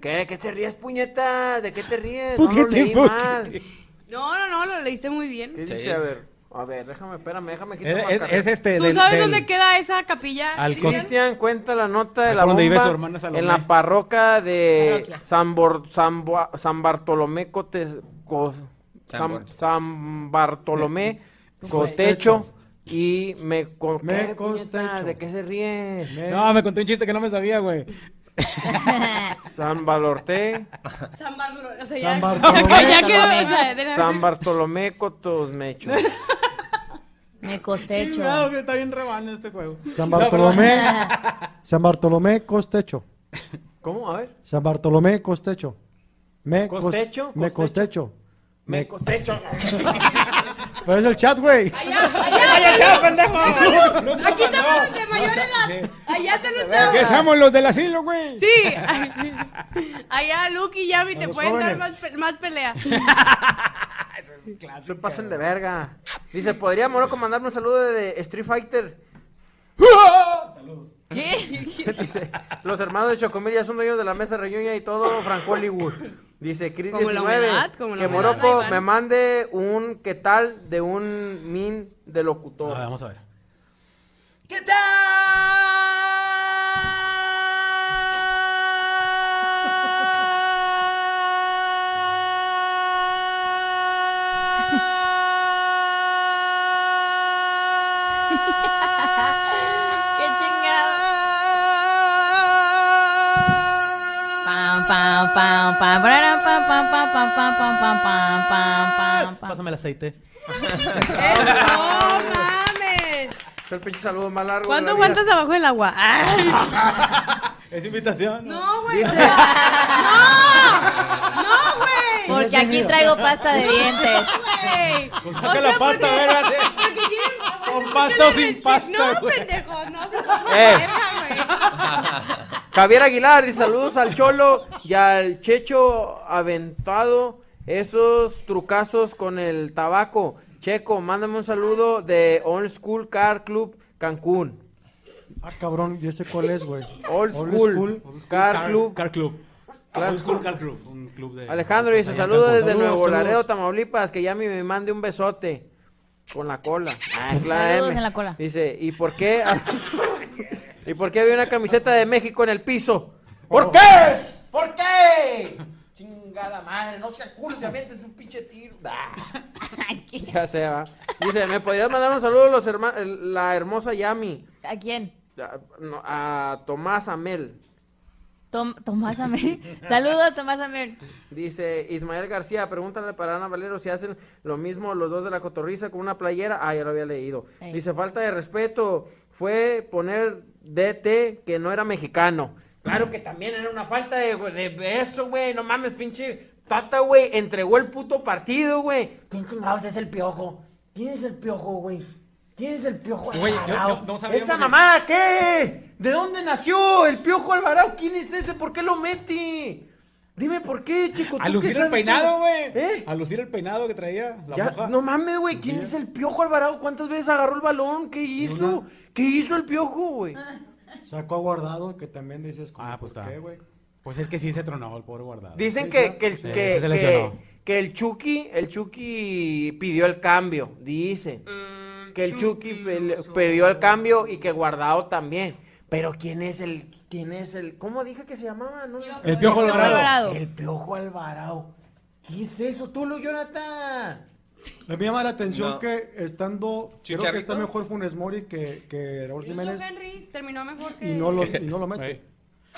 ¿Qué? ¿Qué te ríes, puñeta? ¿De qué te ríes? no lo Puquiti, leí puquiti. mal. No, no, no, lo leíste muy bien. ¿Qué Sí. dice? A ver, a ver, déjame, espérame, déjame quitar Es, la es- carreta. es este. ¿Tú del- sabes del- dónde queda esa capilla? Al Cristian? cos- Cristian cuenta la nota de Ahí la por donde vive bomba su hermana Salomé. en la parroquia de Parroquia. San, Bor- San, Bua- San Bartolomé Cotes- Cos- San San, Bor- San Bartolomé Costecho y me, co- Me ¿Qué, puñeta? costecho. ¿De qué se ríe? Me- No, me conté un chiste que no me sabía, güey. San Valorte, San Bartolomé. O sea, San ya, Bartolomé. Acá ya quedó. O sea, de la- San Bartolomé Cotosmecho. Me costecho. Cuidado, que está bien rebano este juego. San Bartolomé. San Bartolomé Costecho. ¿Cómo? A ver. San Bartolomé Costecho. Me cos- Costecho, Me costecho. costecho. Me Me costecho. Pero es el chat, güey. Allá, allá, Aquí estamos los de mayor edad. Allá están los Que chavos. somos los del asilo, güey. Sí. Allá Luke y Yami te los pueden dar jóvenes. más, pe- más pelea. Ah, Se pasan de verga. Dice, ¿podría Morocco mandarme un saludo de Street Fighter? ¿Qué? Dice, los hermanos de Chocomil ya son dueños de la mesa reñuña y todo Franco Hollywood. Dice Chris Como la 19, humedad, como la que humedad, Morocco ahí van. me mande un qué tal de un min de A locutor. ver, vamos a ver. ¿Qué Qué chingado. Pam, pam, pam, pam, pararam, pam, pam, pam, pam, pam, pam, pam, pam, pam, pam, pam. Pásame el aceite. ¡No mames! Es el pinche saludo más largo. de ¿Cuánto la vida. aguantas abajo del agua? Ay, Es invitación. no, güey. o sea, no, no, güey. Porque aquí traigo pasta de dientes. Güey. Pues O saca sea, la pasta, porque- vérate. porque tienen- aguanta Con mucho pasta o la sin respe- pasta, No, güey. pendejos, no se Eh. pasan Javier Aguilar, dice saludos al Cholo y al Checho Aventado. Esos trucazos con el tabaco. Checo, mándame un saludo de Old School Car Club Cancún. Ah, cabrón, yo sé cuál es, güey. Old School, Car, Club. Car Club. Car Old School Club. Car Club. Un club de. Alejandro dice Allá en saludos Cancún. desde Saludos, Nuevo saludos. Laredo, Tamaulipas. Que Yami me mande un besote con la cola. Ah, es la Saludos M. en la cola. Dice, ¿y por qué? ¿Y por qué había una camiseta de México en el piso? ¿Por qué? ¿Por qué? Chingada madre, no se culo, se avienten un pinche tiro. Ah. Ay, ¿qué? Ya se va. Dice, ¿me podrías mandar un saludo a los herma- el- la hermosa Yami? ¿A quién? a, no, a Tomás Amel. Tom- Tomás Amel. Saludos, Tomás Amel. Dice Ismael García, pregúntale para Ana Valero si hacen lo mismo los dos de la cotorriza con una playera. Ah, ya lo había leído. Ey. Dice, falta de respeto, fue poner DT que no era mexicano. Claro que también era una falta de, de eso, güey, no mames, pinche Tata, güey, entregó el puto partido, güey. ¿Quién chingados es el piojo? ¿Quién es el piojo, güey? ¿Quién es el piojo Güey, yo- Alvarado? no- no sabíamos ¿Esa el- mamá qué? ¿De dónde nació el piojo Alvarado? ¿Quién es ese? ¿Por qué lo mete? Dime por qué, chico. A ¿tú lucir qué el sabes? peinado, güey. ¿Eh? A lucir el peinado que traía. La Ya, moja. no mames, güey. ¿Quién es el piojo Alvarado? ¿Cuántas veces agarró el balón? ¿Qué hizo? ¿Qué hizo el piojo, güey? Sacó a guardado, que también dices, como, Ah, pues ¿por está. qué, güey? Pues es que sí se tronó el pobre guardado. Dicen que, que, el- Sí, que, sí se que- lesionó. que el Chucky, el Chucky pidió el cambio, dicen. Que el Chucky pe- pidió el cambio y que guardado también. Pero quién es el, quién es el, ¿cómo dije que se llamaba? No, no sé. El Piojo Alvarado. El Piojo Alvarado. ¿Qué es eso? Tú lo, Jonathan. A mí me llama la atención No. que estando, creo ¿Chicharito? que está mejor Funes Mori que, que Raúl Jiménez Henry terminó mejor que... y no lo, y no lo mete.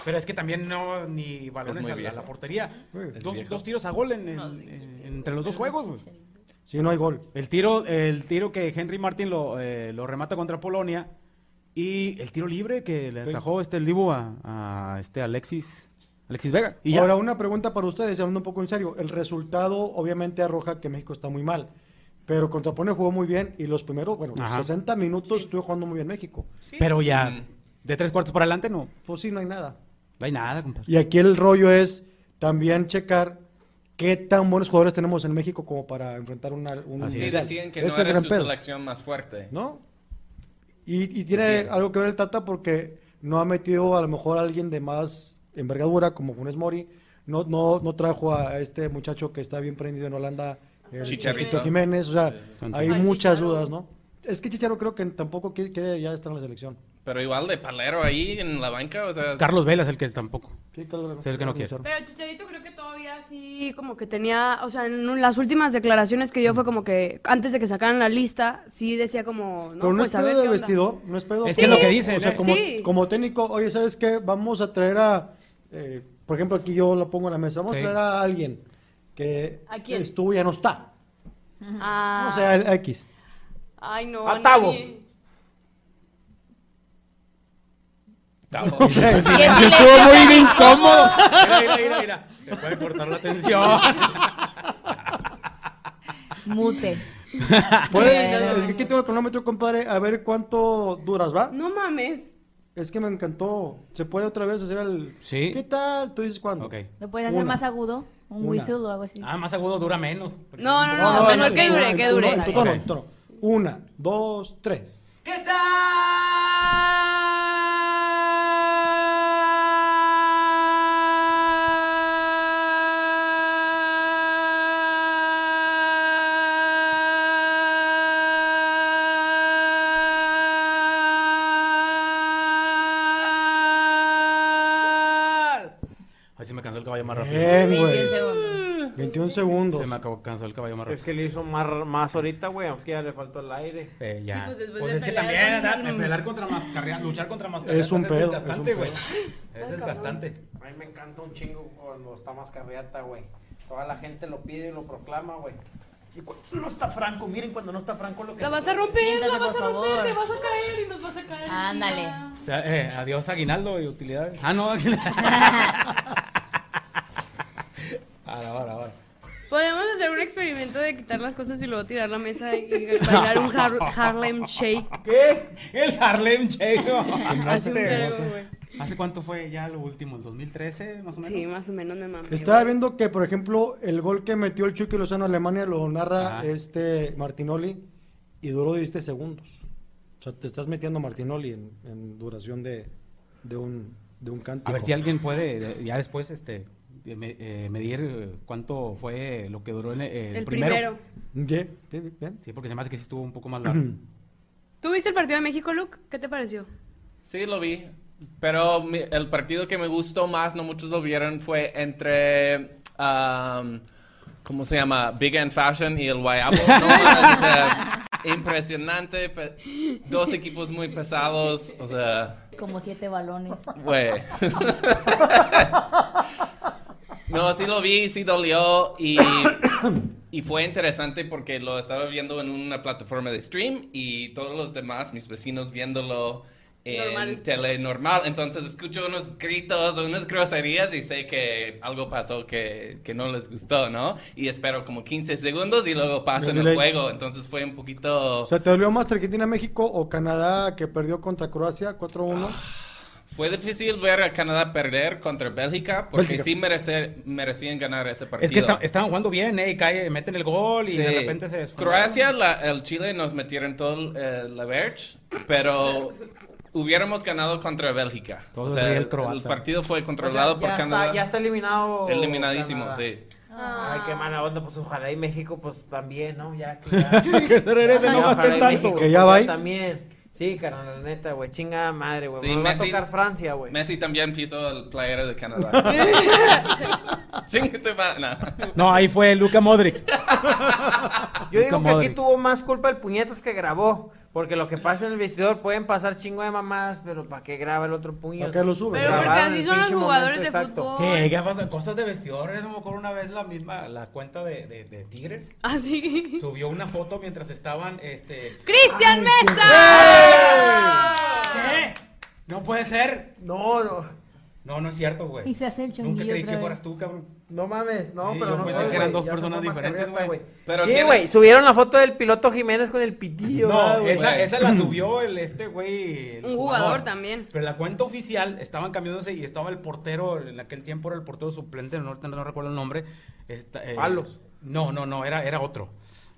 Pero es que también no, ni balones muy a, la- a viejo. la portería. Es Dos, viejo. dos tiros a gol en- en- en- entre los dos juegos, güey. Sí, no hay gol. El tiro, el tiro que Henry Martin lo, eh, lo remata contra Polonia y el tiro libre que le Sí. atajó este el Dibu a, a este Alexis Alexis Vega. Y ya. Ahora, una pregunta para ustedes, hablando un poco en serio. El resultado obviamente arroja que México está muy mal, pero contra Polonia jugó muy bien y los primeros, bueno, los Ajá. 60 minutos estuvo jugando muy bien México. Pero ya de tres cuartos para adelante no. Pues sí, no hay nada. No hay nada, compadre. Y aquí el rollo es también checar qué tan buenos jugadores tenemos en México como para enfrentar una, un Sí, mundial. decían que Ese es no el era gran su pedo. selección más fuerte. ¿No? Y, y tiene Decían. algo que ver el Tata porque no ha metido a lo mejor a alguien de más envergadura como Funes Mori. No, no, no trajo a este muchacho que está bien prendido en Holanda, el Chicharito. Chiquito Jiménez. O sea, Santi. hay Ay, muchas dudas, ¿no? Es que Chicharo creo que tampoco quiere, quiere ya estar en la selección. Pero igual de palero ahí en la banca, o sea... Carlos Vela es el que tampoco. Es el que no quiere. Pero Chicharito creo que todavía sí como que tenía, o sea, en un- las últimas declaraciones que dio fue como que antes de que sacaran la lista, sí decía como, no, Pero no pues, es a ver pedo de qué onda. vestidor, no es pedo. Es que Sí. lo que dicen, O sea, ¿eh? como, Sí. como técnico, oye, ¿sabes qué? Vamos a traer a, eh, por ejemplo, aquí yo lo pongo en la mesa, vamos Sí. a traer a alguien que ¿A quién? estuvo y ya no está. Ah, O sea, el X. ay no, a Tavo. nadie. Tampoco. Sí, sí, sí, estuvo muy bien incómodo. Mira, mira, mira, mira. Se puede cortar la atención. Mute. Puede- es que aquí tengo el cronómetro, compadre, a ver cuánto duras, ¿va? No mames. Es que me encantó. ¿Se puede otra vez hacer el... Sí. ¿Qué tal? ¿Tú dices cuándo? ¿Lo puedes hacer Una. más agudo? Un Una. whistle o algo así. Ah, más agudo dura menos. No, no, no, Ah, mejor que dure, que dure. En tu tono, en tu tono. Una, dos, tres. ¿Qué tal? Así me cansó el caballo más rápido. Bien, güey. 21 segundos. 21 segundos. Se me acabó, cansó el caballo más Es rápido. que le hizo más, más ahorita, güey, es que ya le faltó el aire. Eh, ya. pues, después pues de es que pelear también con ¿verdad? alguien- pelear contra mascarreas, luchar contra mascarreas Es un pedo. es un desgastante, güey. pedo. Es desgastante. A mí me encanta un chingo cuando está más carriata, güey. Toda la gente lo pide y lo proclama, güey. Y cuando no está Franco, miren cuando no está Franco lo que La se vas a puede. romper, la Siéntate, vas a por romper, favor. te vas a caer y nos vas a caer. Ándale. encima. O sea, eh, adiós aguinaldo y utilidades. Ah, no. ahora, ahora, ahora. Podemos hacer un experimento de quitar las cosas y luego tirar la mesa y bailar un Har- Harlem Shake. ¿Qué? El Harlem Shake. No Hace sé, un no vergo, sé. güey. ¿Hace cuánto fue ya lo último? ¿El 2013 más o menos? Sí, más o menos me mamé. Estaba viendo que, por ejemplo, el gol que metió el Chucky Lozano a Alemania lo narra Ajá. este Martinoli y duró 17 segundos. O sea, te estás metiendo Martinoli en, en duración de, de un, de un cántico. A ver si alguien puede eh, ya después este de me- eh, medir eh, cuánto fue lo que duró el, el El primero. primero. ¿Qué? ¿Sí? ¿Bien? Sí, porque se me hace que sí estuvo un poco más largo. ¿Tú viste el partido de México, Luke? ¿Qué te pareció? Sí, lo vi. Pero mi- el partido que me gustó más, no muchos lo vieron, fue entre. um, ¿Cómo se llama? Big and Fashion y el Guayabo. No, o sea, impresionante. pe- Dos equipos muy pesados. O sea, Como siete balones. güey. No, sí lo vi, sí dolió y, y fue interesante porque lo estaba viendo en una plataforma de stream y todos los demás, mis vecinos viéndolo en Normal. tele normal. Entonces escucho unos gritos, unas groserías y sé que algo pasó que, que no les gustó, ¿no? Y espero como 15 segundos y luego pasa El el delay. juego. Entonces fue un poquito... O sea, ¿te dolió más Argentina, México o Canadá que perdió contra Croacia 4-1? Ah, Fue difícil ver a Canadá perder contra Bélgica porque Bélgica. sí merecer- merecían ganar ese partido. Es que está- estaban jugando bien, ¿eh? Y cae- meten el gol y de repente se desfondó. Croacia, la- el Chile nos metieron todo el, el average, pero hubiéramos ganado contra Bélgica. Todo el riel croata. partido fue controlado O sea, por ya Canadá. Está, ya está eliminado. Eliminadísimo, Canadá. sí. Ay, qué mala onda, pues ojalá y México pues también, ¿no? Ya que Que se regrese, no gasten gasten tanto. Que ya va ahí. También. Sí, carnal, la neta, güey, chingada madre, güey. Sí, Me va a Messi- tocar Francia, güey. Messi también pisó el playero de Canadá. Chingate, ma- no. No, ahí fue Luka Modric. Yo Luka digo que aquí Modric. tuvo más culpa el puñetas que grabó. Porque lo que pasa en el vestidor pueden pasar chingo de mamadas, pero ¿para qué graba el otro puño? ¿Para qué lo sube? Pero porque Grabaron así el son los pinche jugadores de momento exacto. fútbol. ¿Qué? ¿Qué pasa? Cosas de vestidores. No me acuerdo una vez la misma, la cuenta de, de- de Tigres. Ah, Así. Subió una foto mientras estaban, este... ¡Cristian Mesa! ¿Qué? No puede ser. No, no, No, no es cierto, güey. Y se hace el Nunca chonguillo creí otra que vez. fueras tú, cabrón. no mames, no, Sí, pero yo no pensé soy, que eran dos güey, ya se fue personas más diferentes, carreta, güey. Pero Sí, tiene- güey, subieron la foto del piloto Jiménez con el pitillo. ¿verdad, No, güey? esa, esa la subió el este güey. el Un jugador también. Pero la cuenta oficial estaban cambiándose y estaba el portero, en aquel tiempo era el portero suplente, no, no recuerdo el nombre. Esta, eh, Palos. No, no, no, era, era otro.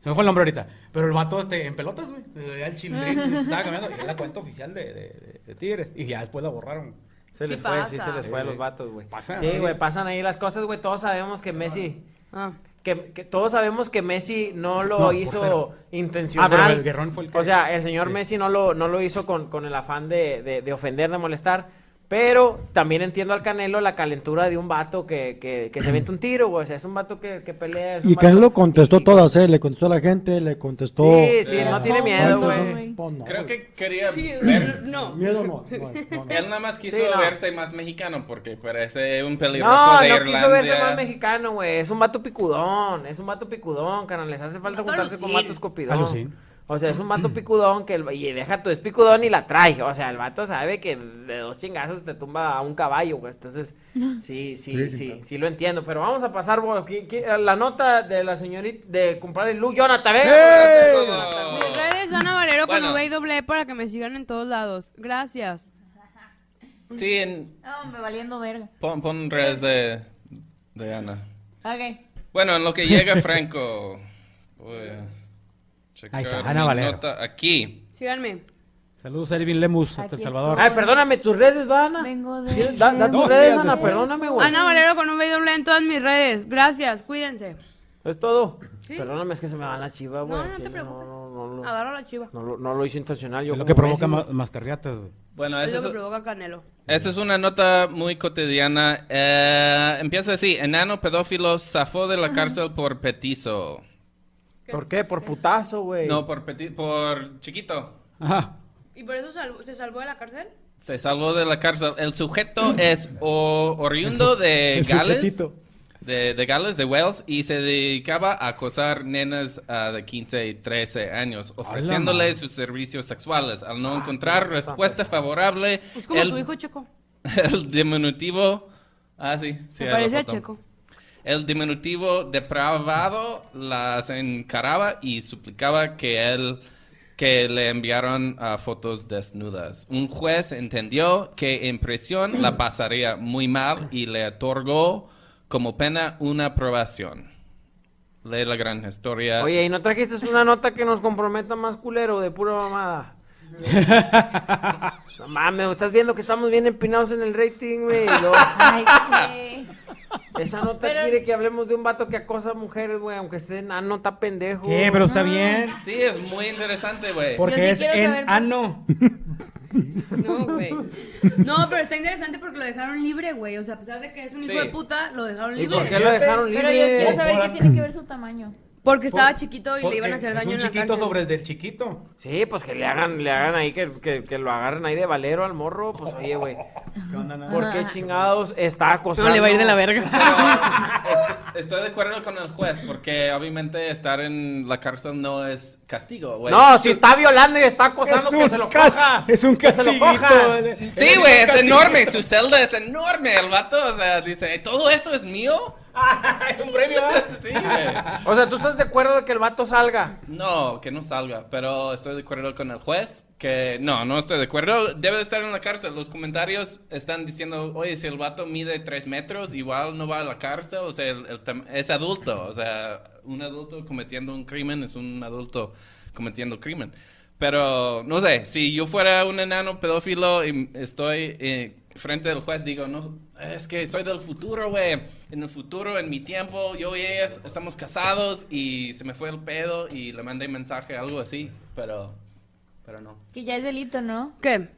Se me fue el nombre ahorita. Pero el vato este, en pelotas, güey. se veía El chilindrín estaba cambiando. Y era la cuenta oficial de, de- de- de Tigres. Y ya después la borraron. Se les Sí fue, sí, pasa. se les fue a los vatos, güey. Pasan, sí, sí. güey, pasan ahí las cosas, güey. Todos sabemos que Messi. Ah. Que, que todos sabemos que Messi no lo No, hizo portero. intencional. Ah, pero el Guerrón fue el que- O sea, el señor Sí. Messi no lo, no lo hizo con, con el afán de, de- de ofender, de molestar. Pero también entiendo al Canelo la calentura de un vato que, que, que se mete un tiro, güey. O sea, es un vato que, que pelea. es un Y vato- Canelo contestó y- y- todas, ¿eh? Le contestó a la gente, le contestó... Sí, sí, no Eh, a- tiene a- miedo, entonces, güey. pues, no, Creo güey. que quería Sí, ver no. Miedo no, no es, no, no. Él nada más quiso Sí, no. verse más mexicano porque parece un pelirrojo No, de no Irlanda. quiso verse más mexicano, güey. Es un vato picudón. Es un vato picudón, carnal. Les hace falta Vato juntarse con alucín. vatos copidón. Alucín. O sea, es un vato picudón que el... y deja tu es picudón y la trae. O sea, el vato sabe que de dos chingazos te tumba a un caballo, güey. Entonces, sí, sí, sí, sí, lo entiendo. Pero vamos a pasar, güey, aquí- aquí, a la nota de la señorita de comprar el look. Jonathan, ¿eh? venga, ¡Ey! güey, gracias, Jonathan. Mis redes, Ana Valero Bueno. con V y doble E para que me sigan en todos lados. Gracias. Sí, en, No, me valiendo verga. pon, pon redes de, de Ana. Ok. Bueno, en lo que llega Franco. voy a checar está, Ana mi Valero. nota Aquí. Síganme. Saludos a Ervin Lemus, hasta El Aquí Salvador. Ay, perdóname, tus redes, Dana. Vengo de. ¿Quieres- Da, da tus No, redes, días Ana, después. perdóname, güey. Ana Valero con V y doble E en todas mis redes. Gracias, cuídense. Es todo. Perdóname, es que se me va la chiva, güey. No, no te Chile, preocupes. no, no, no, no. Agarro la chiva. No lo, no lo hizo intencional. Yo Es lo como que provoca Messi, ma- güey. mascarriatas, güey. Bueno, Es esa lo Ah, es, que provoca Canelo. esa es una nota muy cotidiana. Eh, empieza así. Enano pedófilo zafó de la cárcel por petizo. ¿Por qué? Por putazo, güey. No, por peti- por chiquito. Ajá. ¿Y por eso salvo- se salvó de la cárcel? Se salvó de la cárcel. El sujeto es o- oriundo de el Gales. sujetito. De, de Gales, de Wales, y se dedicaba a acosar nenas ah, de 15 y 13 años, ofreciéndole madre. sus servicios sexuales. Al Ah, no encontrar respuesta favorable, Es Pues como el- tu hijo Checo. el diminutivo. Ah, sí. sí, Se ahí la parece a foto. Checo. El diminutivo depravado las encaraba y suplicaba que él que le enviaron ah, fotos desnudas. Un juez entendió que en prisión la pasaría muy mal y le otorgó como pena una aprobación. Lee la gran historia. Oye, ¿y no trajiste una nota que nos comprometa más culero de pura mamada? no mames, estás viendo que estamos bien empinados en el rating, güey. Lo- Ay, qué. Esa nota Pero- quiere que hablemos de un vato que acosa mujeres, güey, aunque esté enano, está pendejo. ¿Qué? Pero Ah, está bien. Sí, es muy interesante, güey. Porque sí es quiero saber- en... Ah, no. No, güey. No, pero está interesante porque lo dejaron libre, güey. O sea, a pesar de que es un Sí. hijo de puta, lo dejaron ¿Y libre. por qué lo dejaron Pero yo quiero libre? saber qué tiene que ver su tamaño. Porque estaba chiquito y Porque le iban a hacer es daño un en la chiquito cárcel. sobre el del chiquito. Sí, pues que le hagan, le hagan ahí, que, que- que lo agarren ahí de valero al morro. Pues oye, güey. ¿Por qué chingados está acosando? No le va a ir de la verga. Estoy de acuerdo con el juez, porque obviamente estar en la cárcel no es castigo, güey. No, si está violando y está acosando, Es que un se lo cas- coja. es un Que se lo castiguito, coja. vale. Sí, güey, es enorme, su celda es enorme. El vato, o sea, dice, ¿todo eso es mío? es un premio, Sí, güey. O sea, ¿tú estás de acuerdo de que el vato salga? No, que no salga, pero estoy de acuerdo con el juez, que no, no estoy de acuerdo, debe de estar en la cárcel. Los comentarios están diciendo, oye, si el vato mide tres metros, igual no va a la cárcel, o sea, el- el tam- es adulto, o sea, un adulto cometiendo un crimen es un adulto cometiendo crimen. Pero, no sé, si yo fuera un enano pedófilo y estoy eh, frente del juez, digo, no, es que soy del futuro, güey. En el futuro, en mi tiempo, yo y ella es- estamos casados y se me fue el pedo y le mandé mensaje, algo así, pero, pero no. Que ya es delito, ¿no? ¿Qué?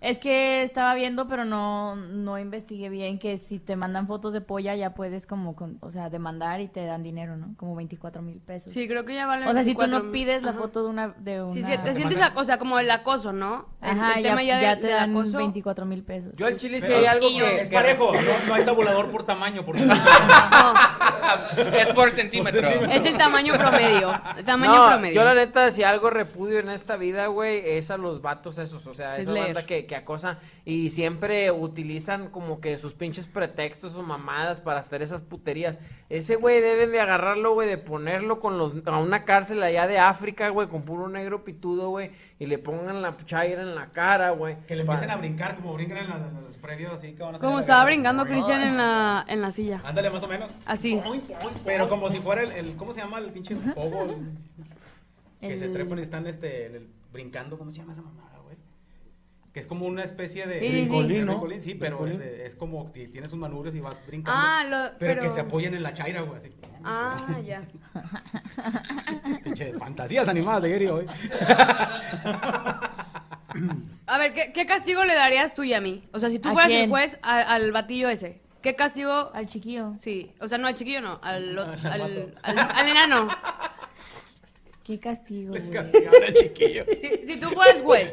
Es que estaba viendo, pero no, no investigué bien que si te mandan fotos de polla ya puedes como, con- o sea, demandar y te dan dinero, ¿no? Como 24 mil pesos. Sí, creo que ya valen O sea, si tú 24,000. no pides la Ajá. foto de una... De una... Sí, sí, te sientes, ac- o sea, como el acoso, ¿no? El- Ah. Ajá, el ya, tema ya, de- ya te del dan acoso. 24 mil pesos. Yo al chile sí Pero- hay algo Y yo- que... Es que- Parejo, no, no hay tabulador por tamaño, por Es por centímetro. Es el tamaño promedio. El tamaño No, promedio. Yo la neta, si algo repudio en esta vida, güey, es a los vatos esos, o sea, Es esa leer. banda que, que acosa y siempre utilizan como que sus pinches pretextos o mamadas para hacer esas puterías. Ese güey deben de agarrarlo, güey, de ponerlo con los a una cárcel allá de África, güey, con puro negro pitudo, güey, y le pongan la chaira en la cara, güey. Que le empiecen a brincar como brincan en, la- en los previos, así que van a Como estaba brincando Cristian en la, en la silla. Ándale, más o menos. Así. Poing, poing, Pero como si fuera el, el- ¿cómo se llama el pinche pogo? El- Que se El- trepan y están este, en el- brincando, ¿cómo se llama esa mamada, güey? Que es como una especie de... Sí, sí, sí. Brincolín, ¿no? Brincolín, sí, pero Brincolín. este, es como que tienes sus manubrios y vas brincando. Ah, lo- pero, pero- que se apoyen en la chaira, güey, así. Ah, ya. Pinche fantasías animadas de Gary hoy. A ver, ¿qué, qué castigo le darías tú y a mí? O sea, si tú ¿A fueras el quién? juez a- al batillo ese, ¿qué castigo? Al chiquillo. Sí, o sea, no al chiquillo, no, al, ot- Al al, vato. al- al enano. Qué castigo, güey. chiquillo. Si, si tú fueras juez,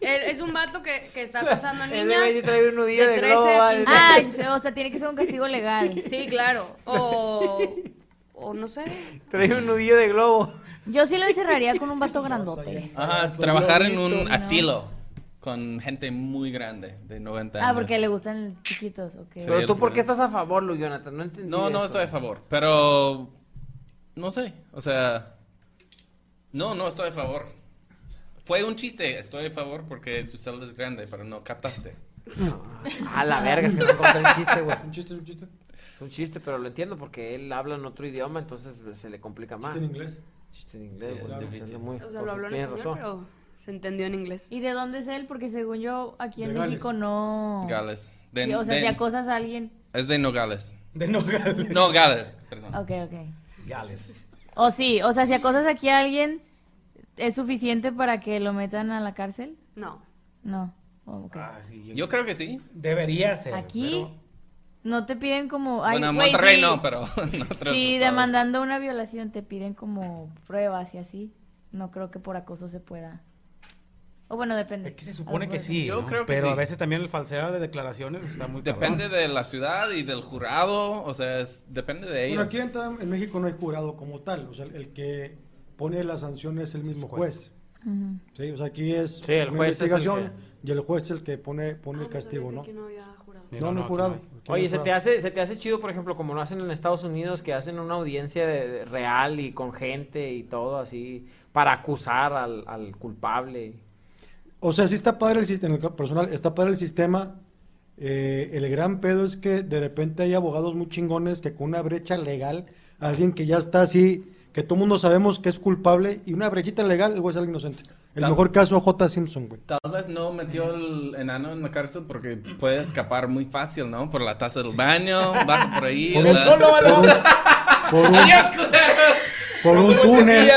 él- es un vato que, que está acosando a Ese niñas. güey sí trae un nudillo de globo, vale. 15 Ah, años. o sea, tiene que ser un castigo legal. Sí, claro. O, o no sé. Trae un nudillo de globo. Yo sí lo encerraría con un vato grandote. Ajá, trabajar en un asilo con gente muy grande, de 90 años. Ah, porque le gustan los chiquitos, ok. Sí. Pero tú, el- ¿por qué estás a favor, Lu, Jonathan? No entendí No, no eso. estoy a favor, pero no sé, o sea, no, no estoy a favor. Fue un chiste, estoy a favor porque su celda es grande, pero no captaste. A la verga, se me cortó el chiste, güey. Un chiste, un chiste. Es un chiste, pero lo entiendo porque él habla en otro idioma, entonces se le complica más. Chiste en inglés. Chiste en inglés, Sí, güey, es entonces difícil. es muy- O sea, lo entonces habló en Pues tienes español, razón. pero se entendió en inglés. ¿Y de dónde es él? Porque según yo, aquí en De Gales. México no. Gales. De- Sí, o sea, de- si acosas a alguien. Es de Nogales. De Nogales. Nogales, perdón. Ok, ok. Gales. O sí, o sea, si acosas aquí a alguien, ¿es suficiente para que lo metan a la cárcel? No. No. Oh, ok. Ah, sí, yo- Yo creo que sí. Debería ser. Aquí pero- no te piden como. Ay, bueno, en güey, Monterrey sí. no, pero en otros Sí, estados. demandando una violación te piden como pruebas y así. No creo que por acoso se pueda. O bueno, depende. Es que se supone A lo que mejor- sí. Yo ¿no? creo que Pero sí. a veces también el falseo de declaraciones está muy Depende cabrón. de la ciudad y del jurado, o sea, es- depende de Bueno, ellos. aquí en, tam- en México no hay jurado como tal. O sea, el, el que pone la sanción es el mismo juez. Ujú. Sí, o sea, aquí es Sí, el una juez es el investigación y el juez es el que pone, pone el castigo, ¿no? Aquí Ah, no había jurado. Sí, No, no, aquí jurado. hay. Aquí no hay Oye, ¿se te, jurado. hace, ¿se te hace chido, por ejemplo, como lo hacen en Estados Unidos, que hacen una audiencia de- de- real y con gente y todo así, para acusar al, al culpable? O sea, sí está padre el sistema, en el campo personal, está padre el sistema. Eh, el gran pedo es que de repente hay abogados muy chingones que con una brecha legal, alguien que ya está así, que todo mundo sabemos que es culpable, y una brechita legal, el güey es alguien inocente. El Tal- mejor caso, J. Simpson, güey. Tal vez no metió el enano en la cárcel porque puede escapar muy fácil, ¿no? Por la taza del baño, baja por ahí. Por la- un solo balón. Por un, ¡Adiós, culero! por un túnel.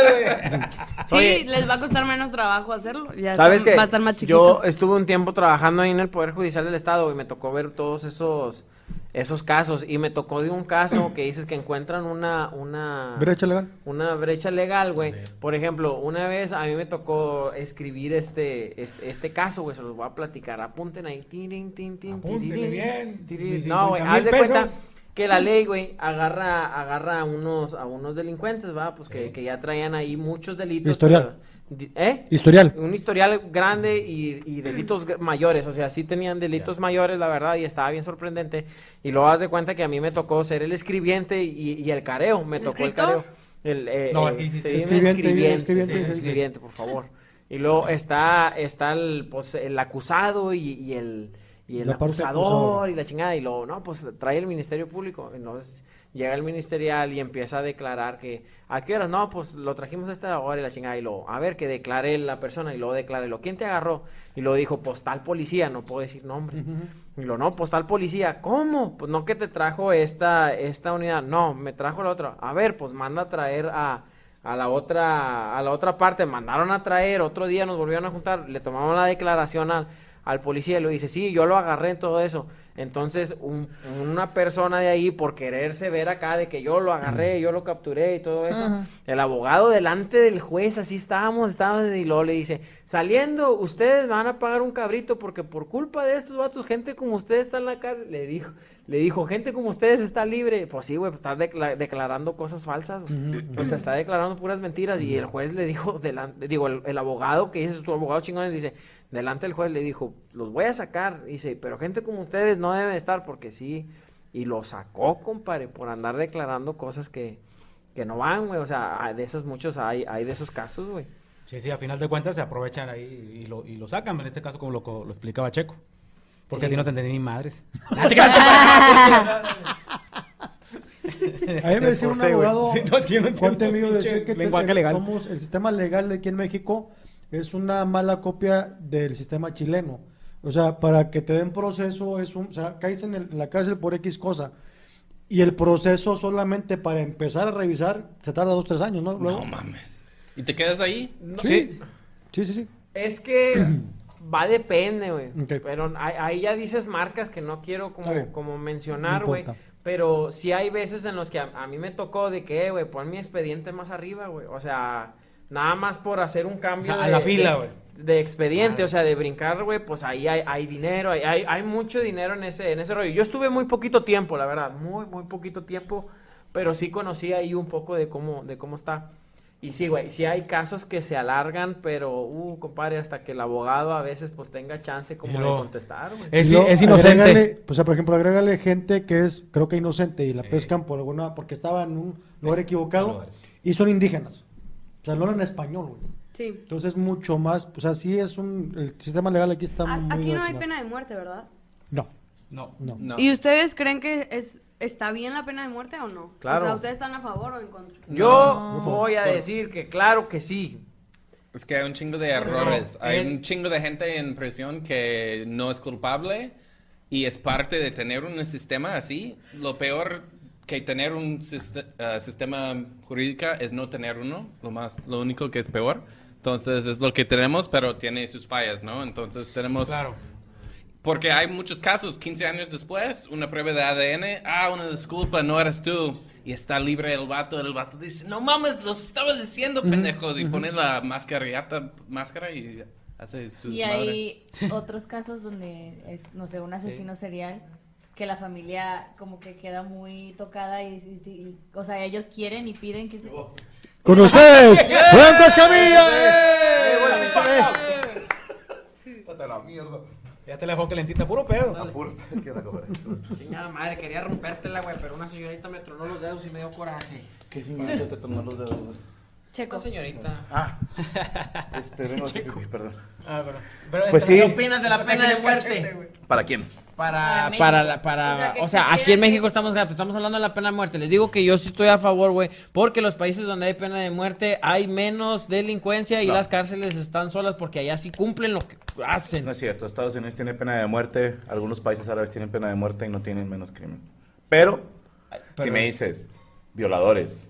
Sí, Oye. les va a costar menos trabajo hacerlo. Ya ¿Sabes está- qué? Va a estar más chiquito. Yo estuve un tiempo trabajando ahí en el Poder Judicial del Estado y me tocó ver todos esos esos casos. Y me tocó de un caso que dices que encuentran una, una Brecha legal. una brecha legal, güey. Por ejemplo, una vez a mí me tocó escribir este, este, este caso, güey, se los voy a platicar. Apunten ahí. Tirin, tin, tin, Apúntenle tirirín, bien, tirirín. mis No, güey, 50,000 haz de cuenta pesos. que la ley, güey, agarra, agarra a unos, a unos delincuentes, va, pues que, que ya traían ahí muchos delitos. Historial. pero- di- ¿Eh? Historial. Un historial grande y, y delitos gr- mayores, o sea, sí tenían delitos mayores, la verdad, y estaba bien sorprendente. Y luego haz de cuenta que a mí me tocó ser el escribiente y, y el careo, me ¿El tocó escritor? el careo. El, eh, No, eh, sí, sí, sí. se dice Escribiente, escribiente, escribiente, sí, sí, sí, sí. escribiente, por favor. Y luego está, está el, pues, el acusado y, y el, y el La parte acusador acusadora. y la chingada. Y luego, no, pues trae el Ministerio Público. Entonces llega el ministerial y empieza a declarar que, ¿a qué horas? No, pues lo trajimos a esta hora y la chingada. Y luego, a ver, que declare la persona y luego declare lo. ¿Quién te agarró? Y luego dijo, pues tal policía, no puedo decir nombre. Y lo no, pues tal policía, ¿cómo? Pues no que te trajo esta, esta unidad, no, me trajo la otra. A ver, pues manda a traer a, a la otra, a la otra parte, mandaron a traer, otro día nos volvieron a juntar, le tomamos la declaración al, al policía y le dice, sí, yo lo agarré en todo eso. Entonces, un- una persona de ahí, por quererse ver acá de que yo lo agarré, yo lo capturé y todo eso, Ajá. el abogado delante del juez, así estábamos, estábamos, y luego le dice, saliendo, ustedes van a pagar un cabrito porque por culpa de estos vatos, gente como ustedes está en la cárcel, le dijo, le dijo, gente como ustedes está libre. Pues sí, güey, pues está decla- declarando cosas falsas, güey. o sea, está declarando puras mentiras y el juez le dijo, delante, digo, el, el abogado que dice, tu abogado chingón, dice, delante del juez le dijo, los voy a sacar, dice, pero gente como ustedes no debe estar porque sí, y lo sacó, compadre, por andar declarando cosas que que no van, güey. O sea, hay de esos muchos hay, hay de esos casos, güey. Sí, sí, a final de cuentas se aprovechan ahí y lo, y lo sacan, en este caso como lo, co- lo explicaba Checo. Porque Sí. a ti no te entendí ni madres. A mí me decía un abogado, No, es que yo no entiendo cuate mío, pinche decía que te- lenguaje legal. somos el sistema legal de aquí en México es una mala copia del sistema chileno. O sea, para que te den proceso es un, o sea, caes en, el- en la cárcel por X cosa y el proceso solamente para empezar a revisar se tarda dos tres años, ¿no? Luego- No mames. ¿Y te quedas ahí? Sí. sí, sí, sí. Es que va depende, güey. Ok. Pero ahí- ahí ya dices marcas que no quiero Está bien. como, como mencionar, No güey. importa. Pero sí hay veces en los que a, a mí me tocó de que, eh, güey, pon mi expediente más arriba, güey. O sea, nada más por hacer un cambio. O sea, a de- la fila, de- güey. De expediente, o sea, Ah, de brincar, güey, pues ahí hay, hay dinero, hay, hay, hay mucho dinero en ese, en ese rollo. Yo estuve muy poquito tiempo, la verdad, muy, muy poquito tiempo, pero sí conocí ahí un poco de cómo, de cómo está. Y sí, güey, sí hay casos que se alargan, pero, uh, compadre, hasta que el abogado a veces pues tenga chance como Y luego- de contestar, güey. Es- Y luego es inocente. agrégale, o sea, por ejemplo, agrégale gente que es, creo que inocente y la pescan por alguna, porque estaba en un Eh, lugar equivocado y son indígenas. O sea, no eran español, güey. Sí. Entonces, mucho más, o sea, sí es un, el sistema legal aquí está A- muy Aquí no hay gacho, pena de muerte, ¿verdad? No. No. No. ¿Y ustedes creen que es está bien la pena de muerte o no? O Claro. sea, ¿ustedes están a favor o en contra? Yo No. voy a Pero- decir que claro que sí. Es que hay un chingo de errores. Hay un chingo de gente en prisión que no es culpable y es parte de tener un sistema así. Lo peor que tener un siste- ah, sistema jurídico es no tener uno. Lo más, lo único que es peor. Entonces es lo que tenemos, pero tiene sus fallas, ¿no? Entonces tenemos. Claro. Porque hay muchos casos, 15 años después, una prueba de ADN, ah, una disculpa, no eres tú. Y está libre el vato, el vato dice, no mames, los estabas diciendo, Ujú, pendejos. Y ujú. pone la mascarillata, máscara y hace su Y desmadre. hay otros casos donde es, no sé, un asesino serial que la familia como que queda muy tocada y, y- y- o sea, ellos quieren y piden que se- Con ustedes, ¡Eh! Franco Escamilla. Eh, Hasta la mierda. Ya te la dejó calentita, puro pedo. Chingada madre, quería rompértela, güey, pero una señorita me tronó los dedos y me dio coraje. ¿Qué significa te tomar los dedos? güey? Checo. señorita. Ah. Este, vengo a decir pipí, perdón. Ah, bueno. Pues ¿Qué sí. opinas de la pena de muerte? ¿Para quién? Para, Para para, México. la- para, O sea, que o sea, aquí en existiera- México estamos, gato, estamos hablando de la pena de muerte. Les digo que yo sí estoy a favor, güey, porque los países donde hay pena de muerte hay menos delincuencia y No. las cárceles están solas porque allá sí cumplen lo que hacen. No es cierto, Estados Unidos tiene pena de muerte, algunos países árabes tienen pena de muerte y no tienen menos crimen. Pero, si me dices, violadores,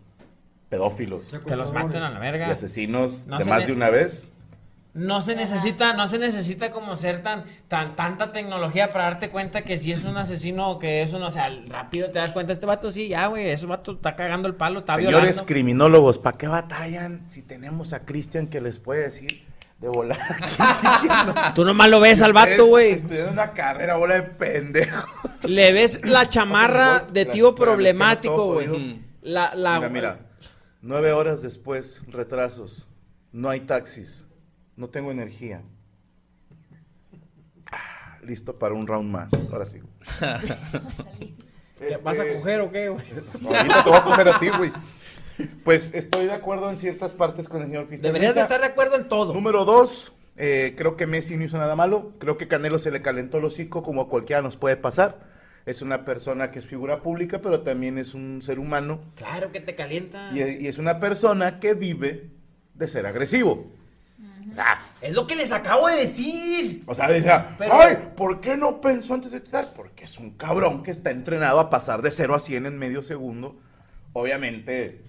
pedófilos, Que los maten a la verga. y asesinos No de se más le- de una vez, No se necesita, no se necesita como ser tan, tan, tanta tecnología para darte cuenta que si es un asesino o que es un, o sea, rápido te das cuenta, este vato sí, ya, güey, ese vato está cagando el palo, está Señores violando. criminólogos, ¿para qué batallan si tenemos a Cristian que les puede decir de volar? Tú nomás lo ves al vato, güey. Estudiando una carrera, bola de pendejo. Le ves la chamarra de Espérame, tío es que problemático, no güey. todo La, la, Mira, mira. Nueve horas después, retrasos. No hay taxis. No tengo energía. Ah, Listo para un round más. Ahora sí. Este, ¿Te ¿Vas a coger o qué, güey? Ahorita te voy a coger a ti, güey. Pues estoy de acuerdo en ciertas partes con el señor Cristian. Deberías de Mesa. estar de acuerdo en todo. Número dos, eh, creo que Messi no hizo nada malo. Creo que Canelo se le calentó el hocico, como a cualquiera nos puede pasar. Es una persona que es figura pública, pero también es un ser humano. Claro que te calienta. Y es, y es una persona que vive de ser agresivo. Ah, Es lo que les acabo de decir. o sea, dice, Pero- ay, ¿por qué no pensó antes de tirar? Porque es un cabrón que está entrenado a pasar de 0 a 100 en medio segundo. Obviamente,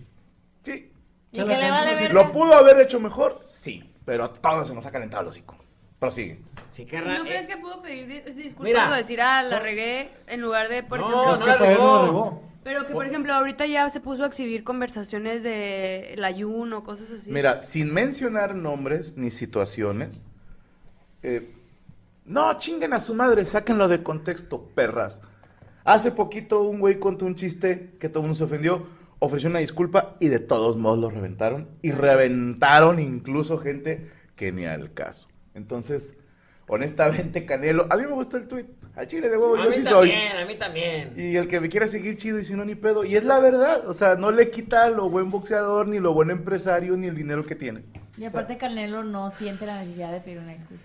sí. ¿Y que le vale verga? ¿Lo pudo haber hecho mejor? Sí, pero a todos se nos ha calentado el hocico. Prosigue. Sí, ¿No crees que pudo pedir di- disculpas eh, Mira, o decir, ah, la son- regué en lugar de, por No, ejemplo... Es no que la todavía no la regó. regó. Pero que, por ejemplo, ahorita ya se puso a exhibir conversaciones de el ayuno, cosas así. Mira, sin mencionar nombres ni situaciones, eh, no chinguen a su madre, sáquenlo de contexto, perras. Hace poquito un güey contó un chiste que todo el mundo se ofendió, ofreció una disculpa y de todos modos lo reventaron. Y reventaron incluso gente que ni al caso. Entonces, honestamente, Canelo, a mí me gustó el tweet, al chile de huevo, a yo mí sí soy. también, a mí también. Y el que me quiera seguir chido y si no, ni pedo. Y es la verdad, o sea, no le quita lo buen boxeador, ni lo buen empresario, ni el dinero que tiene. Y aparte Canelo no siente la necesidad de pedir una disculpa.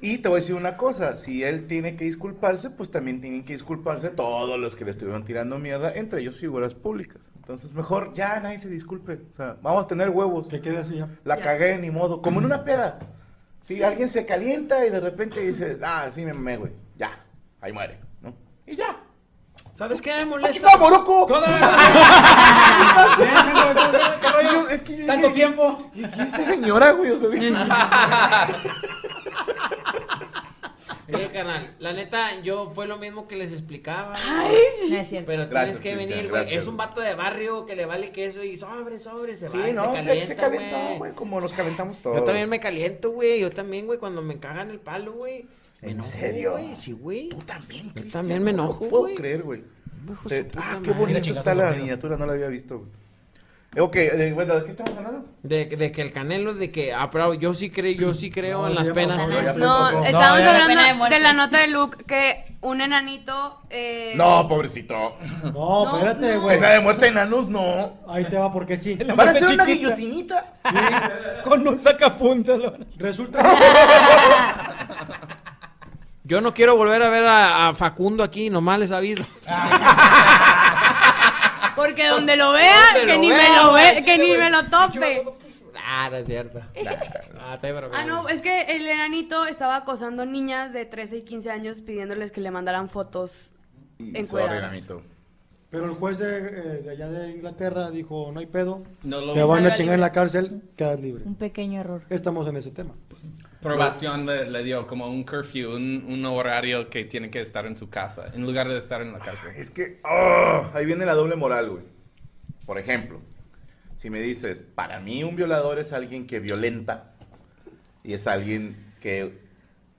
Y te voy a decir una cosa, si él tiene que disculparse, pues también tienen que disculparse todos los que le estuvieron tirando mierda, entre ellos figuras públicas. Entonces, mejor ya nadie se disculpe. O sea, vamos a tener huevos. Que quede así La Ya. cagué, ni modo. Como en una peda. Si alguien se calienta y de repente dices, ah, sí me mamé, güey. Ya, ahí muere. ¿no? Y ya. ¿Sabes qué me ¡Ah, chica, moroco! rollo? Es que yo Tanto dije, tiempo. ¿Y quién es esta señora, güey? O sea, dije, Sí, carnal. La neta, yo fue lo mismo que les explicaba. No es cierto. Pero Gracias, tienes que Cristian, venir, güey. gracias. Es un vato de barrio que le vale queso y sobre, sobre, se Sí, va. y no, se se- calienta, se calentó, güey, como nos calentamos todos. Yo también me caliento, güey. Yo también, güey, cuando me cagan el palo, güey. Me ¿En enojo, serio? güey, Sí, güey. Tú también, Cristian. También me no lo enojo, puedo güey. creer, güey. Hijo Te- de su ah, puta qué madre. bonito está la miniatura, no la había visto, güey. Eh, Ok, eh, bueno, ¿de qué estamos hablando? De, de que el canelo, de que, ah, pero yo sí creo, yo sí creo No, en sí, las ya penas. pasó, ya No, pasó. estábamos No, ya. hablando Pena de de, muerte. la nota de Luke que un enanito... eh, No, pobrecito. No, No, espérate, no. güey. Pena de muerte enanos, no. Ahí te va porque sí. ¿Van a hacer una guillotinita? Con un sacapuntas. Resulta Yo no quiero volver a ver a, a Facundo aquí, nomás les aviso. Porque donde lo vea, Donde que lo ni me vea, lo güey, ve, que ni güey. me lo tope. Ah, no es cierto. Ah, estoy bromeando. Ah, no, es que el enanito estaba acosando niñas de 13 y 15 años pidiéndoles que le mandaran fotos Sorry, encueradas. nanito. Pero el juez de, eh, de allá de Inglaterra dijo, no hay pedo, No lo te van a Salga chingar en libre. la cárcel, quedas libre. Un pequeño error. Estamos en ese tema. Probación le, le dio como un curfew, un, un horario que tiene que estar en su casa, en lugar de estar en la cárcel. Ah, Es que, oh, ahí viene la doble moral, güey. Por ejemplo, si me dices, para mí un violador es alguien que violenta y es alguien que,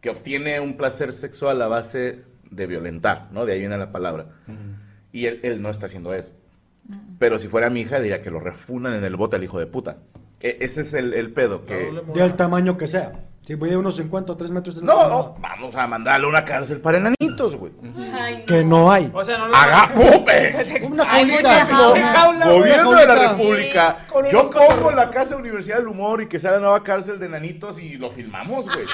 que obtiene un placer sexual a base de violentar, ¿no? De ahí viene la palabra. Y él, él no está haciendo eso. Pero si fuera mi hija, diría que lo refunan en el bote al hijo de puta. E- ese es el, el pedo. Que... Del tamaño que sea. Si voy a unos 50 o 3 metros... es No, la no, vamos a mandarlo a una cárcel para enanitos, güey. mamada. Que no hay. O sea, no lo- Haga, Una Hay jaulita, muchas sí. jaulas. Jaula, güey, Gobierno de la jaulita. República. Con Yo unos compro la Casa Universidad del Humor y que sea la nueva cárcel de nanitos y lo filmamos, güey.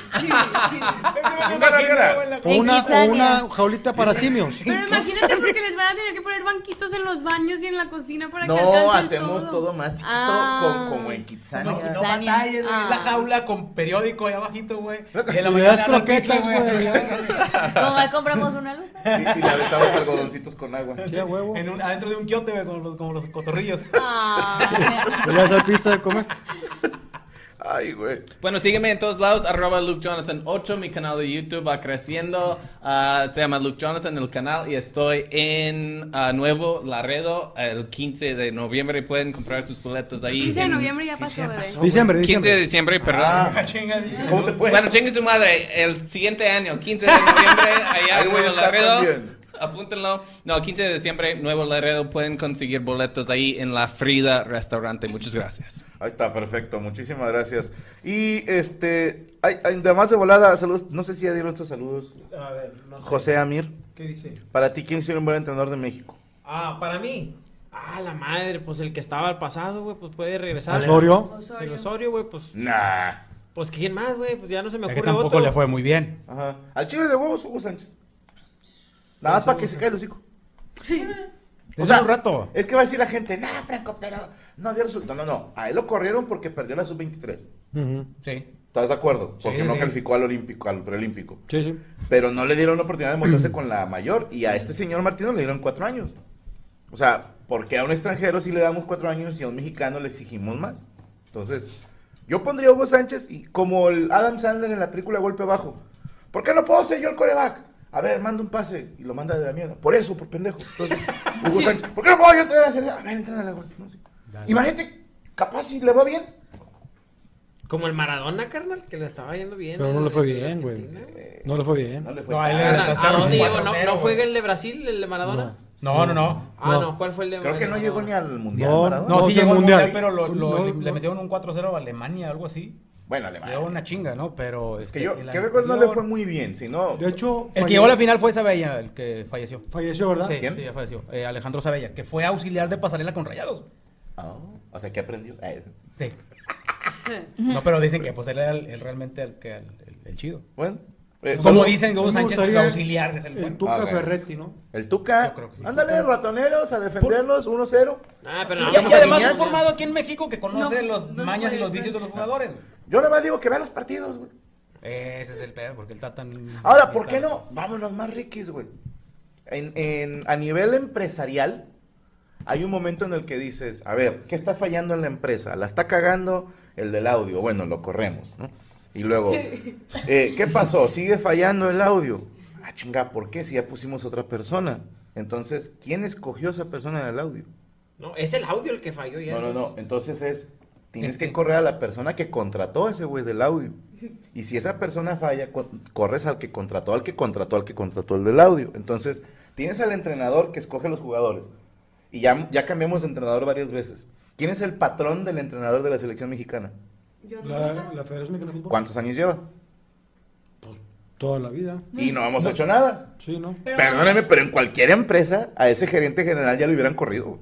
Chingada, Adriana. O una, o una jaulita para simios. Pero imagínate porque les van a tener que poner banquitos en los baños y en la cocina para que No, alcance hacemos todo, más chiquito, Ah. con, como en Kitsania. Como en No Kitsania. batalles, güey, Ah. la jaula con periódico ahí abajito, güey. Y en la Le mañana das a la pista, croquetas, güey. ¿Cómo va? compramos una luz? Y, y le aventamos algodoncitos con agua. En un- adentro de un pues quiote, güey, como los, como los cotorrillos. Le das al pista de comer. Ay, güey. Bueno, sígueme en todos lados, arroba LukeJonathan8, mi canal de YouTube va creciendo, ah, se llama Luke Jonathan el canal y estoy en ah, Nuevo Laredo el 15 de noviembre, pueden comprar sus boletos ahí. 15 de en- noviembre ya pasó, bebé. Diciembre, 15 de diciembre, perdón. Ah. ¿Cómo te fue? Bueno, chingue su madre, el siguiente año, 15 de noviembre, allá Ahí en voy a Nuevo estar Laredo. también. Apúntenlo. No, 15 de diciembre, Nuevo Laredo, pueden conseguir boletos ahí en la Frida Restaurante. Muchas gracias. Ahí está, perfecto. Muchísimas gracias. Y este, ay, ay, además de volada, saludos. No sé si ya dieron estos saludos. A ver, no sé. José Amir. ¿Qué dice? Para ti, ¿quién sería un buen entrenador de México? Ah, para mí. Ah, la madre, pues el que estaba al pasado, güey, pues puede regresar. ¿Osorio? El Osorio, güey, pues. Nah. Pues quién más, güey, pues ya no se me Ya ocurre que tampoco otro. le fue muy bien. Ajá. Al chile de huevos, Hugo Sánchez. Nada más para que se caiga el hocico. Es un rato. Es que va a decir la gente, nah, Franco, pero no dio resultado. No, no. A él lo corrieron porque perdió la sub-23. Sí. ¿Estás de acuerdo? Sí, Porque no sí. calificó al olímpico, al preolímpico. Sí, sí. Pero no le dieron la oportunidad de mostrarse con la mayor. Y a este señor Martino le dieron cuatro años. O sea, porque a un extranjero sí le damos cuatro años y a un mexicano le exigimos más. Entonces, yo pondría a Hugo Sánchez y como el Adam Sandler en la película Golpe Bajo. ¿Por qué no puedo ser yo el coreback? A ver, manda un pase y lo manda de la mierda. Por eso, por pendejo. Entonces, Hugo Sánchez, ¿por qué no puedo yo entrar a la selección? A ver, entra a la gol. No sé. Imagínate, capaz si le va bien. Como el Maradona, carnal, que le estaba yendo bien. Pero no le fue bien, güey. eh, No le fue bien. No le Ah, No, a él le Carnal, ¿A retastaron dónde un llegó? ¿No, 4-0, no fue güey. el de Brasil, el de Maradona? No, no, no. Ah, no, ¿cuál fue el de Creo que no Maradona? llegó ni al mundial. No, Maradona. No, No, sí sí, llegó al mundial. mundial, pero lo- lo- No, le, le no. metieron un 4-0 a Alemania, algo así. Bueno, Le dio Alemania. una chinga, ¿no? Pero. Este, Que yo el que recuerdo no le anterior- fue muy bien, sino. De hecho, El que falle- llegó a la final fue Sabella, el que falleció. falleció, ¿verdad? Sí, ¿Quién? sí, ya falleció. Eh, Alejandro Sabella, que fue auxiliar de pasarela con rayados. Ah, o sea, que aprendió? Eh, Sí. No, pero dicen que pues él era el, el realmente el, que- el- el- el chido. Bueno. eh, Como saludos. dicen, Hugo Me Sánchez es gustaría auxiliar, es el El bueno. Tuca Ah, bueno. Ferretti, ¿no? El Tuca. Yo creo que sí. Ándale, ratoneros, a defenderlos 1-0. Ah, pero Y, no, y vamos a además Guiñac, es formado aquí en México que conoce No, los no, no mañas y puede los ser. vicios de los jugadores. güey. Yo nada más digo que vean los partidos, güey. Ese es el pedo, porque él está tan. Ahora, ¿por qué no? Vámonos más riquis, güey. En- en- a nivel empresarial, hay un momento en el que dices, a ver, ¿qué está fallando en la empresa? La está cagando el del audio. Bueno, lo corremos, ¿no? Y luego, eh, ¿qué pasó? Sigue fallando el audio. Ah, chinga, ¿por qué? Si ya pusimos otra persona. Entonces, ¿quién escogió esa persona del audio? No, es el audio el que falló ya. No, no, no. Entonces es, tienes Es que que- correr a la persona que contrató a ese güey del audio. Y si esa persona falla, co- corres al que contrató, al que contrató, al que contrató el del audio. Entonces, tienes al entrenador que escoge los jugadores. Y ya, ya cambiamos de entrenador varias veces. ¿Quién es el patrón del entrenador de la selección mexicana? Yo no lo La, sé. la Federación Mexicana de Fútbol. ¿Cuántos años lleva? Pues, Toda la vida. Y no hemos hecho nada. Sí, ¿no? Pero- Perdóname, pero en cualquier empresa a ese gerente general ya lo hubieran corrido. güey.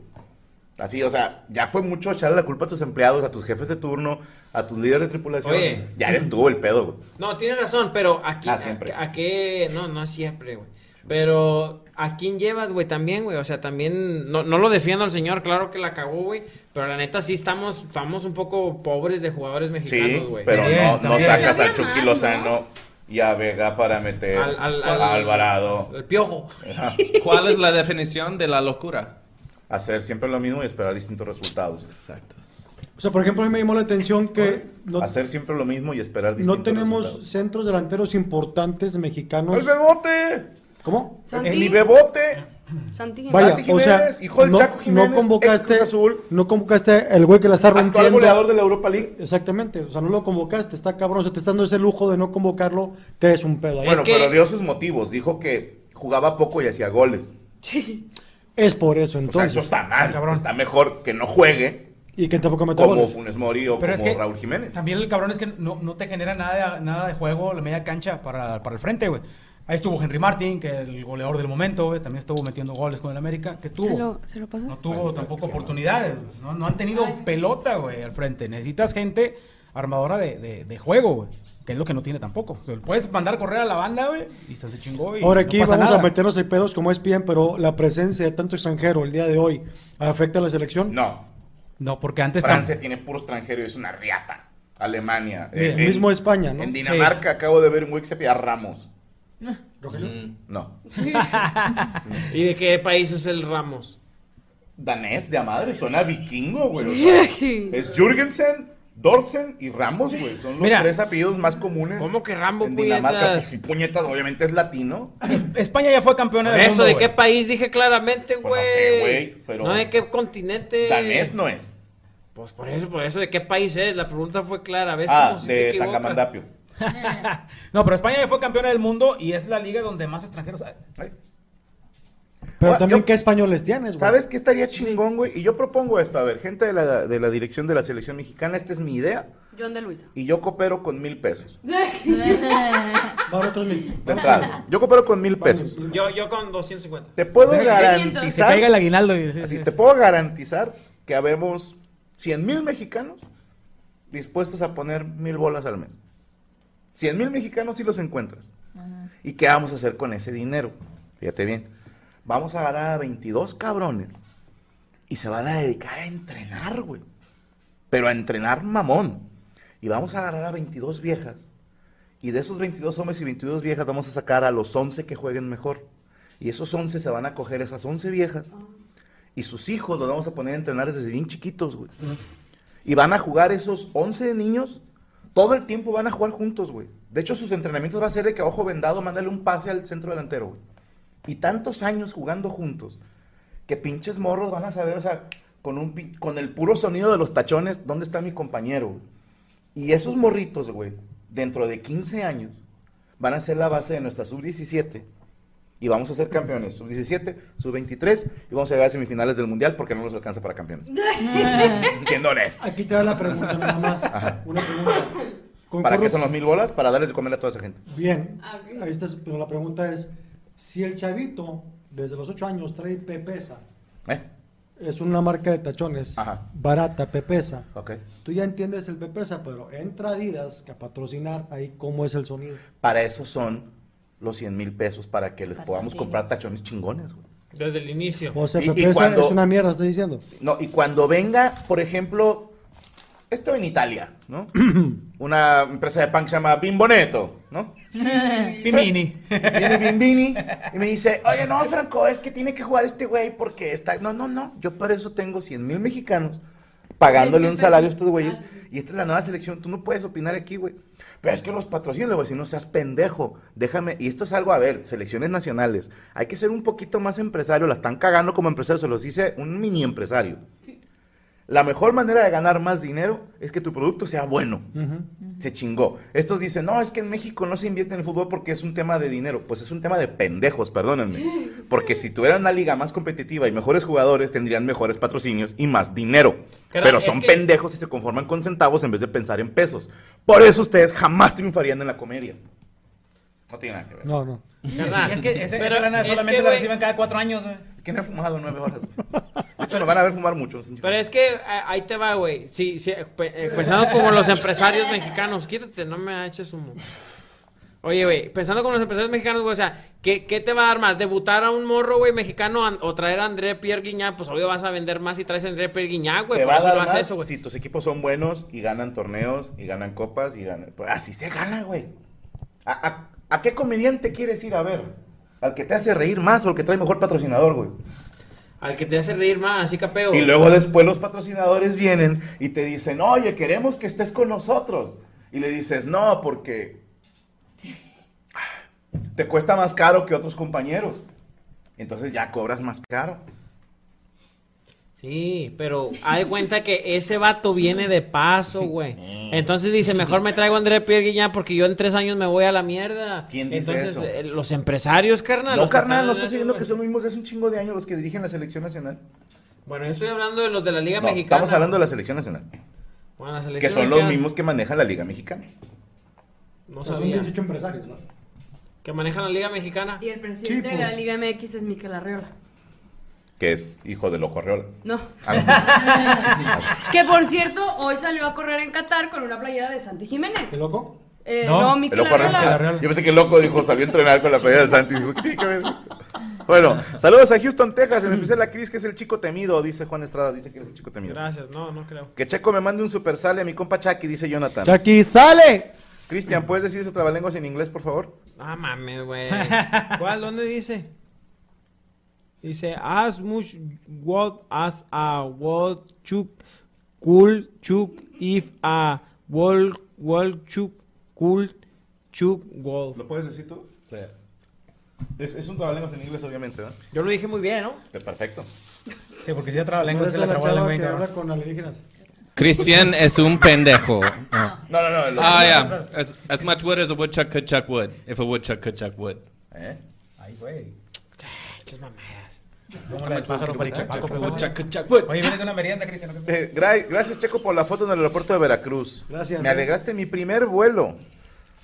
Así, o sea, ya fue mucho echarle la culpa a tus empleados, a tus jefes de turno, a tus líderes de tripulación. Oye. Ya eres tú el pedo, güey. No, tiene razón, pero aquí. Ah, a- siempre. A, qué. No, no siempre, güey. Pero. ¿A quién llevas, güey? También, güey. O sea, también. No, no lo defiendo al señor, claro que la cagó, güey. Pero la neta sí estamos, estamos un poco pobres de jugadores Sí, mexicanos, güey. pero También, no, no también. sacas a Está bien Chucky mal, Lozano y a Vega para meter Al- al- al- a Alvarado. El piojo. ¿Cuál es la definición de la locura? Hacer siempre lo mismo y esperar distintos resultados. Exacto. O sea, por ejemplo, a mí me llamó la atención que no, Hacer siempre lo mismo y esperar distintos no tenemos resultados. centros delanteros importantes mexicanos. ¡El bebote! ¿Cómo? Santi, ¡El mi bebote! Santi Jiménez. Vaya, Santi o sea, Jiménez, hijo del no, Chaco Jiménez, no convocaste, ex Cruz Azul. no convocaste el güey que la está Actual rompiendo. goleador de la Europa League. Exactamente, o sea, no lo convocaste, está cabrón, o sea, te está dando ese lujo de no convocarlo, te eres un pedo. ahí. Bueno, que- pero dio sus motivos. Dijo que jugaba poco y hacía goles. Es por eso, O sea, entonces. eso está mal. Está mejor que no juegue Y que tampoco meta como goles. Funes Mori o Pero es como que Raúl Jiménez. También el cabrón es que no, no te genera nada, nada de juego la media cancha para, para el frente, güey. Ahí estuvo Henry Martin, que el goleador del momento, güey, también estuvo metiendo goles con el América, que tuvo. ¿Se lo, se lo pasas? No tuvo tampoco oportunidades, güey. no, no han tenido pelota, güey, al frente. Necesitas gente armadora de, de- de juego, güey, que es lo que no tiene tampoco. O sea, puedes mandar a correr a la banda, güey, y se se chingó y Ahora no aquí pasa vamos nada. a meternos en pedos como es bien, pero la presencia de tanto extranjero el día de hoy afecta a la selección. No. No, porque antes Francia tam- tiene puro extranjero y es una riata. Alemania. eh, Mira, en- Mismo España, ¿no? En Dinamarca acabo de ver un güey que se pide a Ramos. Mm. No. ¿Y de qué país es el Ramos? Danés de a madre, suena vikingo, güey. o sea, es Jürgensen, Dorsen y Ramos, güey. Son los Mira. tres apellidos más comunes. ¿Cómo que Rambo, En Dinamarca, puñetas? pues sí, puñetas, obviamente es latino. España ya fue campeona del Eso, mundo, ¿de güey. qué país? Dije claramente, güey. Pues no sé, güey, pero- No, ¿de qué continente? Danés no es. Pues por eso, por eso, ¿de qué país es? La pregunta fue clara. ¿Ves Ah, cómo sí te de equivocas? Tangamandapio. No, pero España ya fue campeona del mundo y es la liga donde más extranjeros hay. Pero también, ¿qué españoles tienes, güey? ¿Sabes qué estaría chingón, güey? Y yo propongo esto, a ver, gente de la, de la dirección de la selección mexicana, esta es mi idea, John de Luisa. y yo coopero con mil pesos. Barato es mil. De entrada, yo coopero con mil pesos. Yo, yo con 250. Te puedo Deja que- garantizar. que caiga el aguinaldo. así, te puedo garantizar que habemos 100 mil mexicanos dispuestos a poner mil bolas al mes. 100 mil mexicanos si los encuentras. ¿Y qué vamos a hacer con ese dinero? Fíjate bien. Vamos a agarrar a 22 cabrones y se van a dedicar a entrenar, güey. Pero a entrenar mamón. Y vamos a agarrar a 22 viejas. Y de esos 22 hombres y 22 viejas vamos a sacar a los 11 que jueguen mejor. Y esos 11 se van a coger esas 11 viejas. Y sus hijos los vamos a poner a entrenar desde bien chiquitos, güey. Y van a jugar esos 11 niños. Todo el tiempo van a jugar juntos, güey. De hecho, sus entrenamientos va a ser de que a ojo vendado, mándale un pase al centro delantero, güey. Y tantos años jugando juntos, que pinches morros van a saber, o sea, con, un, pin- con el puro sonido de los tachones, ¿dónde está mi compañero? güey? Y esos morritos, güey, dentro de 15 años, van a ser la base de nuestra sub-17. Y vamos a ser campeones, sub-17, sub-23, y vamos a llegar a semifinales del Mundial porque no nos alcanza para campeones. Siendo honesto. Aquí te da la pregunta, nada más. Una pregunta. ¿Para qué son los mil bolas? Para darles de comer a toda esa gente. Bien, ahí está, pero la pregunta es, si el chavito desde los 8 años trae pepesa, ¿Eh? es una marca de tachones, ah. barata, pepesa, Ok. tú ya entiendes el pepesa, pero entra Adidas que a patrocinar ahí cómo es el sonido. Para eso son los 100 mil pesos, para que les podamos Patrocinio. comprar tachones chingones. güey. Desde el inicio. O sea, Y- y pepesa cuando- es una mierda, estás diciendo. No, y cuando venga, por ejemplo, esto en Italia, ¿no? Una empresa de pan que se llama Bimboneto, ¿no? Bimini. Viene Bimbini y me dice, oye, no, Franco, es que tiene que jugar este güey porque está... No, no, no, yo por eso tengo 100 mil mexicanos pagándole un salario a estos güeyes y esta es la nueva selección, tú no puedes opinar aquí, güey. Pero es que los patrocinan, le voy a decir, no seas pendejo, déjame, y esto es algo, a ver, selecciones nacionales, hay que ser un poquito más empresario, la están cagando como empresario, se los dice un mini empresario. La mejor manera de ganar más dinero es que tu producto sea bueno se chingó. Estos dicen, no, es que en México no se invierte en el fútbol porque es un tema de dinero. Pues es un tema de pendejos, perdónenme. Porque si tuvieran una liga más competitiva y mejores jugadores, tendrían mejores patrocinios y más dinero. Pero Pero es son que- pendejos y se conforman con centavos en vez de pensar en pesos. Por eso ustedes jamás triunfarían en la comedia. No tiene nada que ver. No, no. Carnal, Y es que ese- pero esa lana es solamente que, la güey, reciben cada cuatro años, güey. Que no he fumado nueve horas. De hecho, nos van a ver fumar mucho. Pero es que eh, ahí te va, güey. Sí, sí, eh, pe- eh, pensando como los empresarios mexicanos, quítate, no me eches humo. Oye, güey, pensando como los empresarios mexicanos, güey, o sea, ¿qué, qué te va a dar más? ¿Debutar a un morro, güey, mexicano an- o traer a André Pierre Guiñá? Pues obvio vas a vender más si traes a André Pierre Guiñá, güey. Te por va a eso dar lo haces más eso, güey. si tus equipos son buenos y ganan torneos y ganan copas y ganan. pues, así se gana, güey. ¿A, a- a qué comediante quieres ir a ver? ¿Al que te hace reír más o al que trae mejor patrocinador, güey? Al que te hace reír más, así capeo. Y luego después los patrocinadores vienen y te dicen, oye, queremos que estés con nosotros. Y le dices, no, porque te cuesta más caro que otros compañeros. Entonces ya cobras más caro. Sí, pero haz de cuenta que ese vato viene de paso, güey. Entonces dice, mejor me traigo a André Pierre Guiñá porque yo en tres años me voy a la mierda. ¿Quién dice Entonces, eso? eh, los empresarios, carnal. No, los que carnal, están no en estás eso, diciendo güey. que son mismos de hace un chingo de años los que dirigen la selección nacional. Bueno, yo estoy hablando de los de la Liga No, Mexicana. estamos hablando de la selección nacional. Bueno, la Que selección son los mexicana. mismos que manejan la Liga Mexicana. No O sea, son sabía. 18 empresarios, ¿no? Que manejan la Liga Mexicana. Y el presidente de la Liga MX es Miquel Arriola. Que es hijo de Loco Arreola. No. Ah, Que por cierto, hoy salió a correr en Qatar con una playera de Santi Jiménez. ¿Qué loco? Eh, no. no, No, Miquel el Loco Arriola. Arreola. Yo pensé que el loco dijo, salió a entrenar con la pelea del Santi. Dijo, ¿qué tiene que ver? Bueno, saludos a Houston, Texas, en especial a Cris, que es el chico temido, dice Juan Estrada, dice que es el chico temido. Gracias, no, no creo. Que Checo me mande un super sale a mi compa Chucky, dice Jonathan. Chucky, sale. Cristian, ¿puedes decir ese trabalenguas en inglés, por favor? Ah, mames, güey. ¿Cuál? ¿Dónde dice? Dice, as much what as a what chup Cool chuk if a wall wall chuk cool chuk wall. ¿Lo puedes decir tú? Sí. Es, es un trabalenguas en inglés, obviamente, ¿no? Yo lo dije muy bien, ¿no? Perfecto. Sí, porque si ya traba No lengua, eres se la la traba chava lengua. que bien cabrón. habla con alienígenas. Christian es un pendejo. No, No, no, no, Oh, lo- Ah, yeah. As, as much wood as a woodchuck could chuck wood, if a woodchuck could chuck wood. ¿Eh? Ay, güey. Muchas mamadas. ¿Cómo le pájaro para el chapaco, pero chac, chac, güey. Oye, viene de una merienda, Cristian. Eh, gra- gracias, Checo, por la foto en el aeropuerto de Veracruz. Gracias, Me eh. alegraste mi primer vuelo.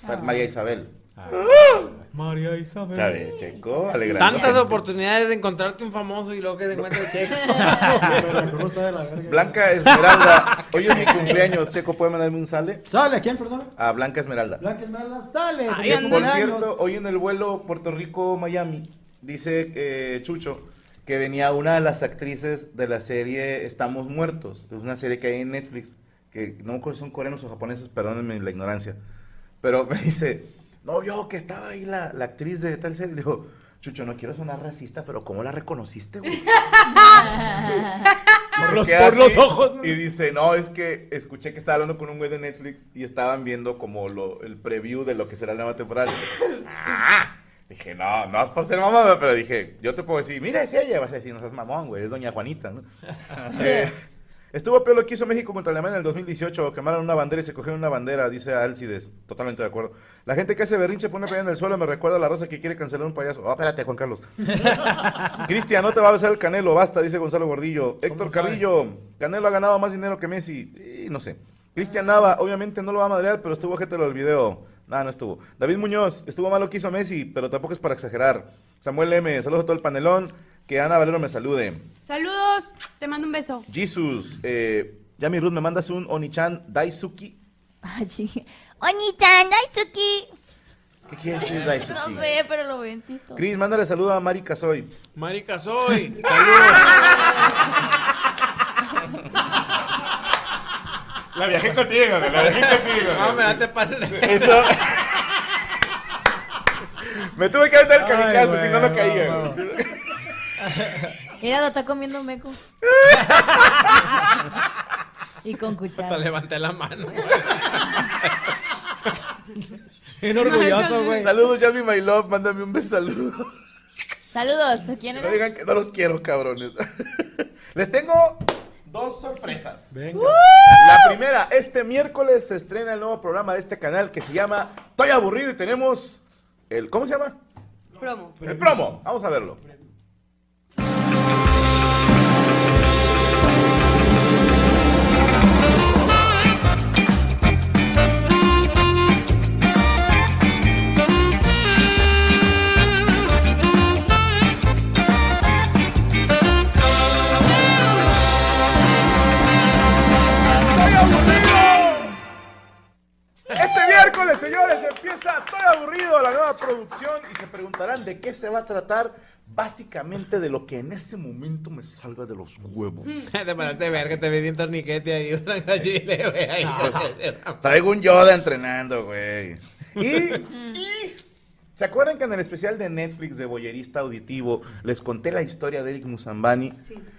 Fa- María Isabel. Ah. Ah. María Isabel. Chale, Checo, alegrando. Tantas oportunidades de encontrarte un famoso y luego que te encuentres checo. Blanca Esmeralda. Hoy es mi cumpleaños, Checo, ¿puede mandarme un sale? ¿Sale? ¿A quién, perdón? A Blanca Esmeralda. Blanca Esmeralda, sale. Que, feliz por cumpleaños. cierto, hoy en el vuelo Puerto Rico-Miami, dice eh, Chucho que venía una de las actrices de la serie Estamos Muertos. Es una serie que hay en Netflix, que no me acuerdo si son coreanos o japoneses, perdónenme la ignorancia. Pero me dice, no, yo que estaba ahí la, la actriz de tal serie. Le digo, Chucho, no quiero sonar racista, pero ¿cómo la reconociste, güey? Por Se los- queda por los así ojos, Y dice, no, es que escuché que estaba hablando con un güey de Netflix y estaban viendo como lo- el preview de lo que será la nueva temporada. Ah, Dije, no, no es por ser mamón, güey", pero dije, yo te puedo decir, mira, es ella. Vas a decir, no seas mamón, güey, es doña Juanita, ¿no? Eh, estuvo peor lo que hizo México contra Alemania en el 2018. Quemaron una bandera y se cogieron una bandera, dice Alcides. Totalmente de acuerdo. La gente que hace berrinche pone pelea en el suelo. Me recuerda a la rosa que quiere cancelar un payaso. Ah, espérate, Juan Carlos. Cristian, no te va a besar el canelo, basta, dice Gonzalo Gordillo. Héctor Carrillo, Canelo ha ganado más dinero que Messi. Y no sé. Cristian Nava, obviamente no lo va a madrear, pero estuvo gente lo del video. Nada, no estuvo. David Muñoz, estuvo malo que hizo Messi, pero tampoco es para exagerar. Samuel M, saludos a todo el panelón. Que Ana Valero me salude. Saludos, te mando un beso. Jesus, eh, Yami Ruth, me mandas un Onichan Daisuki. Oni-chan, Daisuki. ¿Qué quiere decir Daisuki? No sé, pero lo veo en TikTok. Cris, mándale saludo a Mari Casoy. Marica soy. La viajé contigo, la viajé contigo. No, me no te pases de Eso. me tuve que aventar el kamikaze, si no, no caía. güey. Mira, lo está comiendo meco. y con Te cuchara. levanté la mano. Bien orgulloso, güey. Saludos, Yami My Love. Mándame un beso saludo. Saludos, ¿a quién No era? digan que no los quiero, cabrones. Les tengo dos sorpresas. La primera, este miércoles se estrena el nuevo programa de este canal que se llama Estoy aburrido y tenemos el. ¿Cómo se llama? Promo. El promo. Vamos a verlo. Este miércoles, señores, empieza Estoy aburrido la nueva producción y se preguntarán de qué se va a tratar. Básicamente de lo que en ese momento me salga de los huevos. Te paraste de ver que te vi bien torniquete Eh, ahí, una gallina, güey. ahí. Ah. Traigo un Yoda entrenando, güey. Y, y- ¿se acuerdan que en el especial de Netflix de Boyerista Auditivo les conté la historia de Eric Musambani?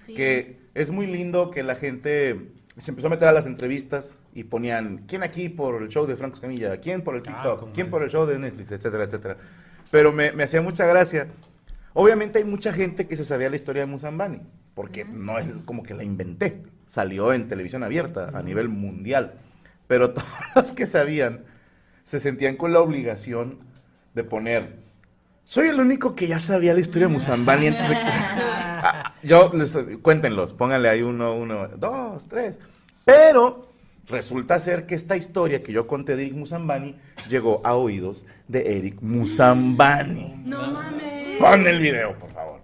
Que es muy lindo que la gente se empezó a meter a las entrevistas y ponían, ¿quién aquí por el show de Franco Camilla? ¿Quién por el TikTok? ¿Quién por el show de Netflix? Etcétera, etcétera. Pero me, me hacía mucha gracia. Obviamente hay mucha gente que se sabía la historia de Musambani, porque no es como que la inventé. Salió en televisión abierta a nivel mundial pero todos los que sabían se sentían con la obligación de poner. Soy el único que ya sabía la historia de Musambani antes de que... Ah, Yo, les, cuéntenlos, pónganle ahí uno, uno, dos, tres. Pero resulta ser que esta historia que yo conté de Eric Musambani llegó a oídos de Eric Musambani. No mames. Pon el video, por favor.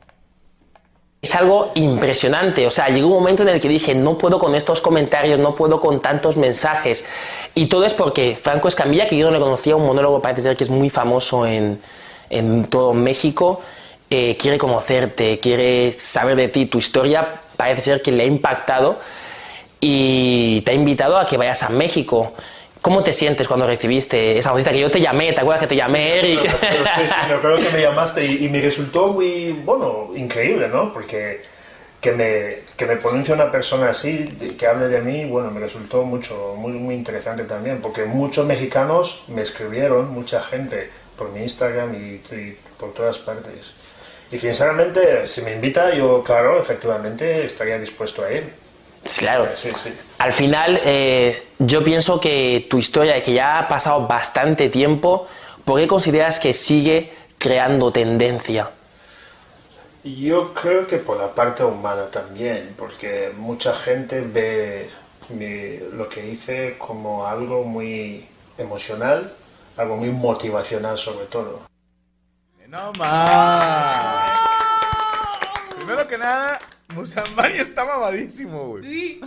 Es algo impresionante, o sea, llegó un momento en el que dije, no puedo con estos comentarios, no puedo con tantos mensajes. Y todo es porque Franco Escamilla, que yo no le conocía, un monólogo parece ser que es muy famoso en, en todo México, eh, quiere conocerte, quiere saber de ti, tu historia parece ser que le ha impactado y te ha invitado a que vayas a México. ¿Cómo te sientes cuando recibiste esa noticia que yo te llamé? ¿Te acuerdas que te llamé, Eric? Pero sí, sí, me acuerdo que me llamaste y, y me resultó muy, bueno, increíble, ¿no? Porque que me, que me pronuncie una persona así, de- que hable de mí, bueno, me resultó mucho, muy, muy interesante también, porque muchos mexicanos me escribieron, mucha gente, por mi Instagram y, y por todas partes. Y sinceramente, si me invita, yo, claro, efectivamente, estaría dispuesto a ir. Claro. Sí, sí. Al final, eh, yo pienso que tu historia, que ya ha pasado bastante tiempo, ¿por qué consideras que sigue creando tendencia? Yo creo que por la parte humana también, porque mucha gente ve mi- lo que hice como algo muy emocional, algo muy motivacional sobre todo. No más. Primero que nada, Musambani está mamadísimo, güey. Sí.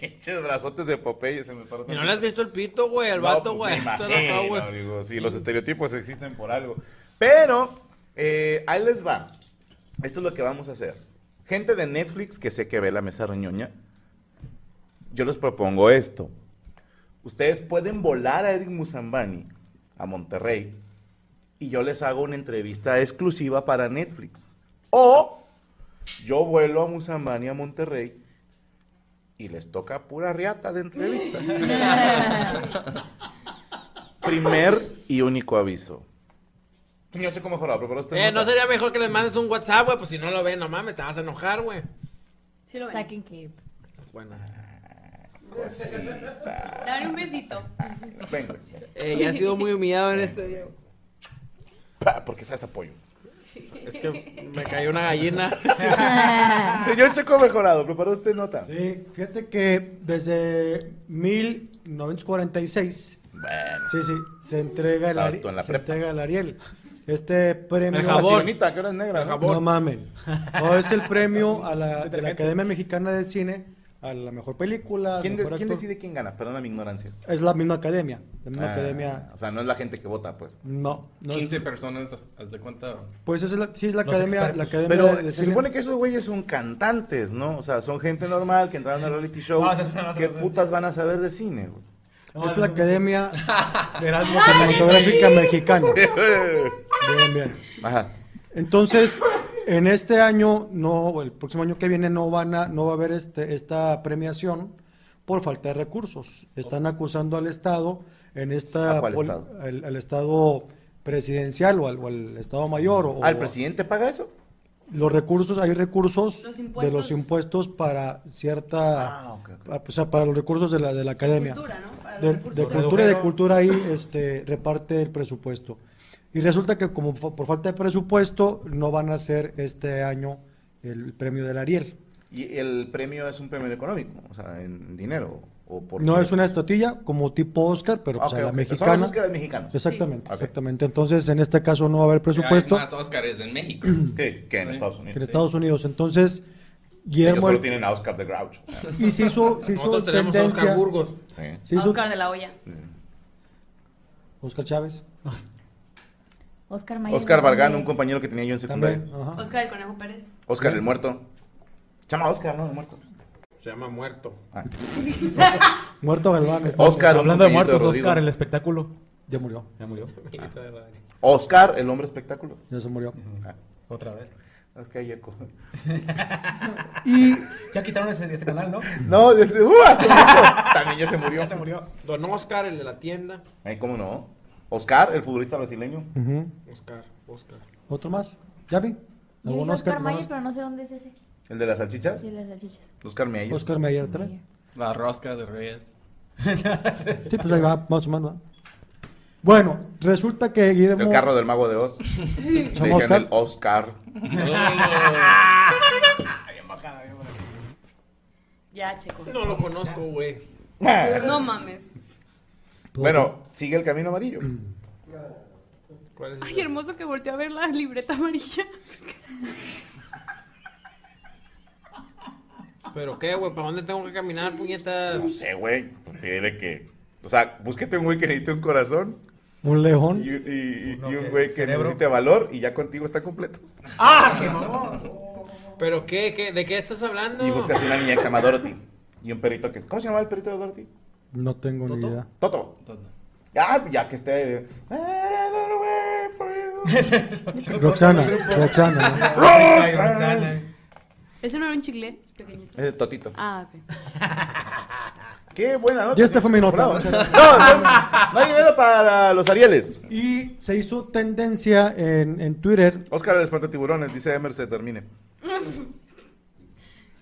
Pinches brazotes de Popeye se me paró. Y no le has visto el pito, güey, al No, vato, pues, güey. me Está enojado, imagino, güey. digo, sí, los estereotipos existen por algo. Pero, eh, ahí les va. Esto es lo que vamos a hacer. Gente de Netflix que sé que ve la mesa reñoña, yo les propongo esto. Ustedes pueden volar a Eric Musambani a Monterrey y yo les hago una entrevista exclusiva para Netflix. O yo vuelo a Musambani a Monterrey y les toca pura riata de entrevista. Primer y único aviso. Señor Checo Mejorado, preparó usted Eh, no nota? sería mejor que les mandes un WhatsApp, güey, pues si no lo ven, no mames, te vas a enojar, güey. Saquen clip. Bueno. Pues, Dale un besito. Venga. Eh, ya ha sido muy humillado en este día. Pa, porque sabes apoyo. Es que me cayó una gallina. Señor Checo Mejorado, preparó usted nota. Sí, fíjate que desde 1946 sí, sí, se entrega el, Estabas Ari- tú en la se prepa. entrega el Ariel. Este premio. El jabón. La sirenita, que ahora es negra, El ¿no? jabón. No mamen. No, es el premio a la, de la Academia Mexicana de Cine a la mejor película. al ¿Quién, de- mejor quién actor. decide quién gana? Perdona mi ignorancia. Es la misma academia. La misma Ah, academia. O sea, no es la gente que vota, pues. No, no es- 15 personas, haz de cuenta. Pues es la, sí, es la Los academia, la expertos. academia Pero de se cine. supone que esos güeyes son cantantes, ¿no? O sea, son gente normal que entraron al reality show. Ah, No, esa es la ¿Qué putas van a saber de cine, güey? es la Academia Cinematográfica Mexicana. Bien, bien. Ajá. Entonces, en este año, no, el próximo año que viene no van a, no va a haber este, esta premiación por falta de recursos. Están acusando al Estado en esta ¿A Ah, cuál pol- estado? Al, al Estado presidencial o al, o al Estado mayor. O, ¿Al Ah, presidente paga eso? Los recursos, hay recursos Los de impuestos. los impuestos para cierta, Ah, pa- o sea, para los recursos de la, de la academia. De, de recursos. cultura y de Redujero. cultura ahí este, reparte el presupuesto. Y resulta que como fo- por falta de presupuesto no van a hacer este año el premio del Ariel. Y el premio es un premio económico, o sea, en dinero. O por Ah, No es una estotilla como tipo Oscar, pero pues, Ok, a la ok. Son los mexicana. Óscares mexicanos. Exactamente, Sí. Ok. exactamente. Entonces en este caso no va a haber presupuesto Hay más Óscares en México. ¿Qué? Que en Estados que Unidos. en Estados Unidos. Entonces Ellos Guillermo... solo el- tienen a Oscar de Grouch. o sea. Y se hizo, se hizo Nosotros tenemos a tendencia. Oscar Burgos. Sí. Se hizo- Oscar de la olla. Oscar Chávez. Oscar Mayer. Oscar Vargano, un Gómez. compañero que tenía yo en secundaria. Oscar el Conejo Pérez. Oscar el muerto. Chama Oscar, ¿no? El muerto. Se llama muerto. Ah. Muerto Galván. está- Oscar, un Hablando de compañero muertos, Rodrigo. Oscar, el espectáculo. Ya murió. Ya murió. Oscar, el hombre espectáculo. Ah. Ya se murió. Otra vez. Es que hay eco. Y ya quitaron ese, ese canal, ¿no? No, desde. ¡Uh! hace mucho. También ya se murió. Ya se murió. Don Oscar, el de la tienda. Eh, ¿Cómo no? Oscar, el futbolista brasileño. Ujú. Oscar, Oscar. ¿Otro más? ¿Ya vi? Yo ¿Algún dije Oscar? Oscar Mayer, más? pero no sé dónde es ese. ¿El de las salchichas? Sí, las salchichas. Oscar Meyer. Oscar Mayer también. La rosca de Reyes. Sí, pues ahí va, más o menos. ¿va? Bueno, resulta que Guillermo. El carro del mago de Oz. Le ¿Chama decían Oscar? el Oscar. Ah. Ah, Ya, checo. No lo conozco, güey. No mames. bueno, sigue el camino amarillo. ¿Cuál es Ay, hermoso que volteó a ver la libreta amarilla. ¿Pero qué, güey? ¿Para dónde tengo que caminar, puñetas? No sé, güey. Pídele que. O sea, búsquete un güey que necesite un corazón Un león. y, un- y- y- y un güey que necesite valor y ya contigo está completo. ¡Ah! ¡Qué mamón! ¿Pero qué, qué? ¿De qué estás hablando? Y buscas una niña que se llama Dorothy. Y un perrito que. ¿Cómo se llama el perrito de Dorothy? No tengo ni idea. Toto. Ah, ya que esté. eh, Roxana. Roxana. ¿no? Roxana. ¿Ese no era un chicle pequeñito? Es de Totito. Ah, ok. Qué buena nota. Ya esta fue mi nota. No, no, no hay dinero para los Arieles. Y se hizo tendencia en, en Twitter. Oscar el espanta tiburones, dice Emer, se termine.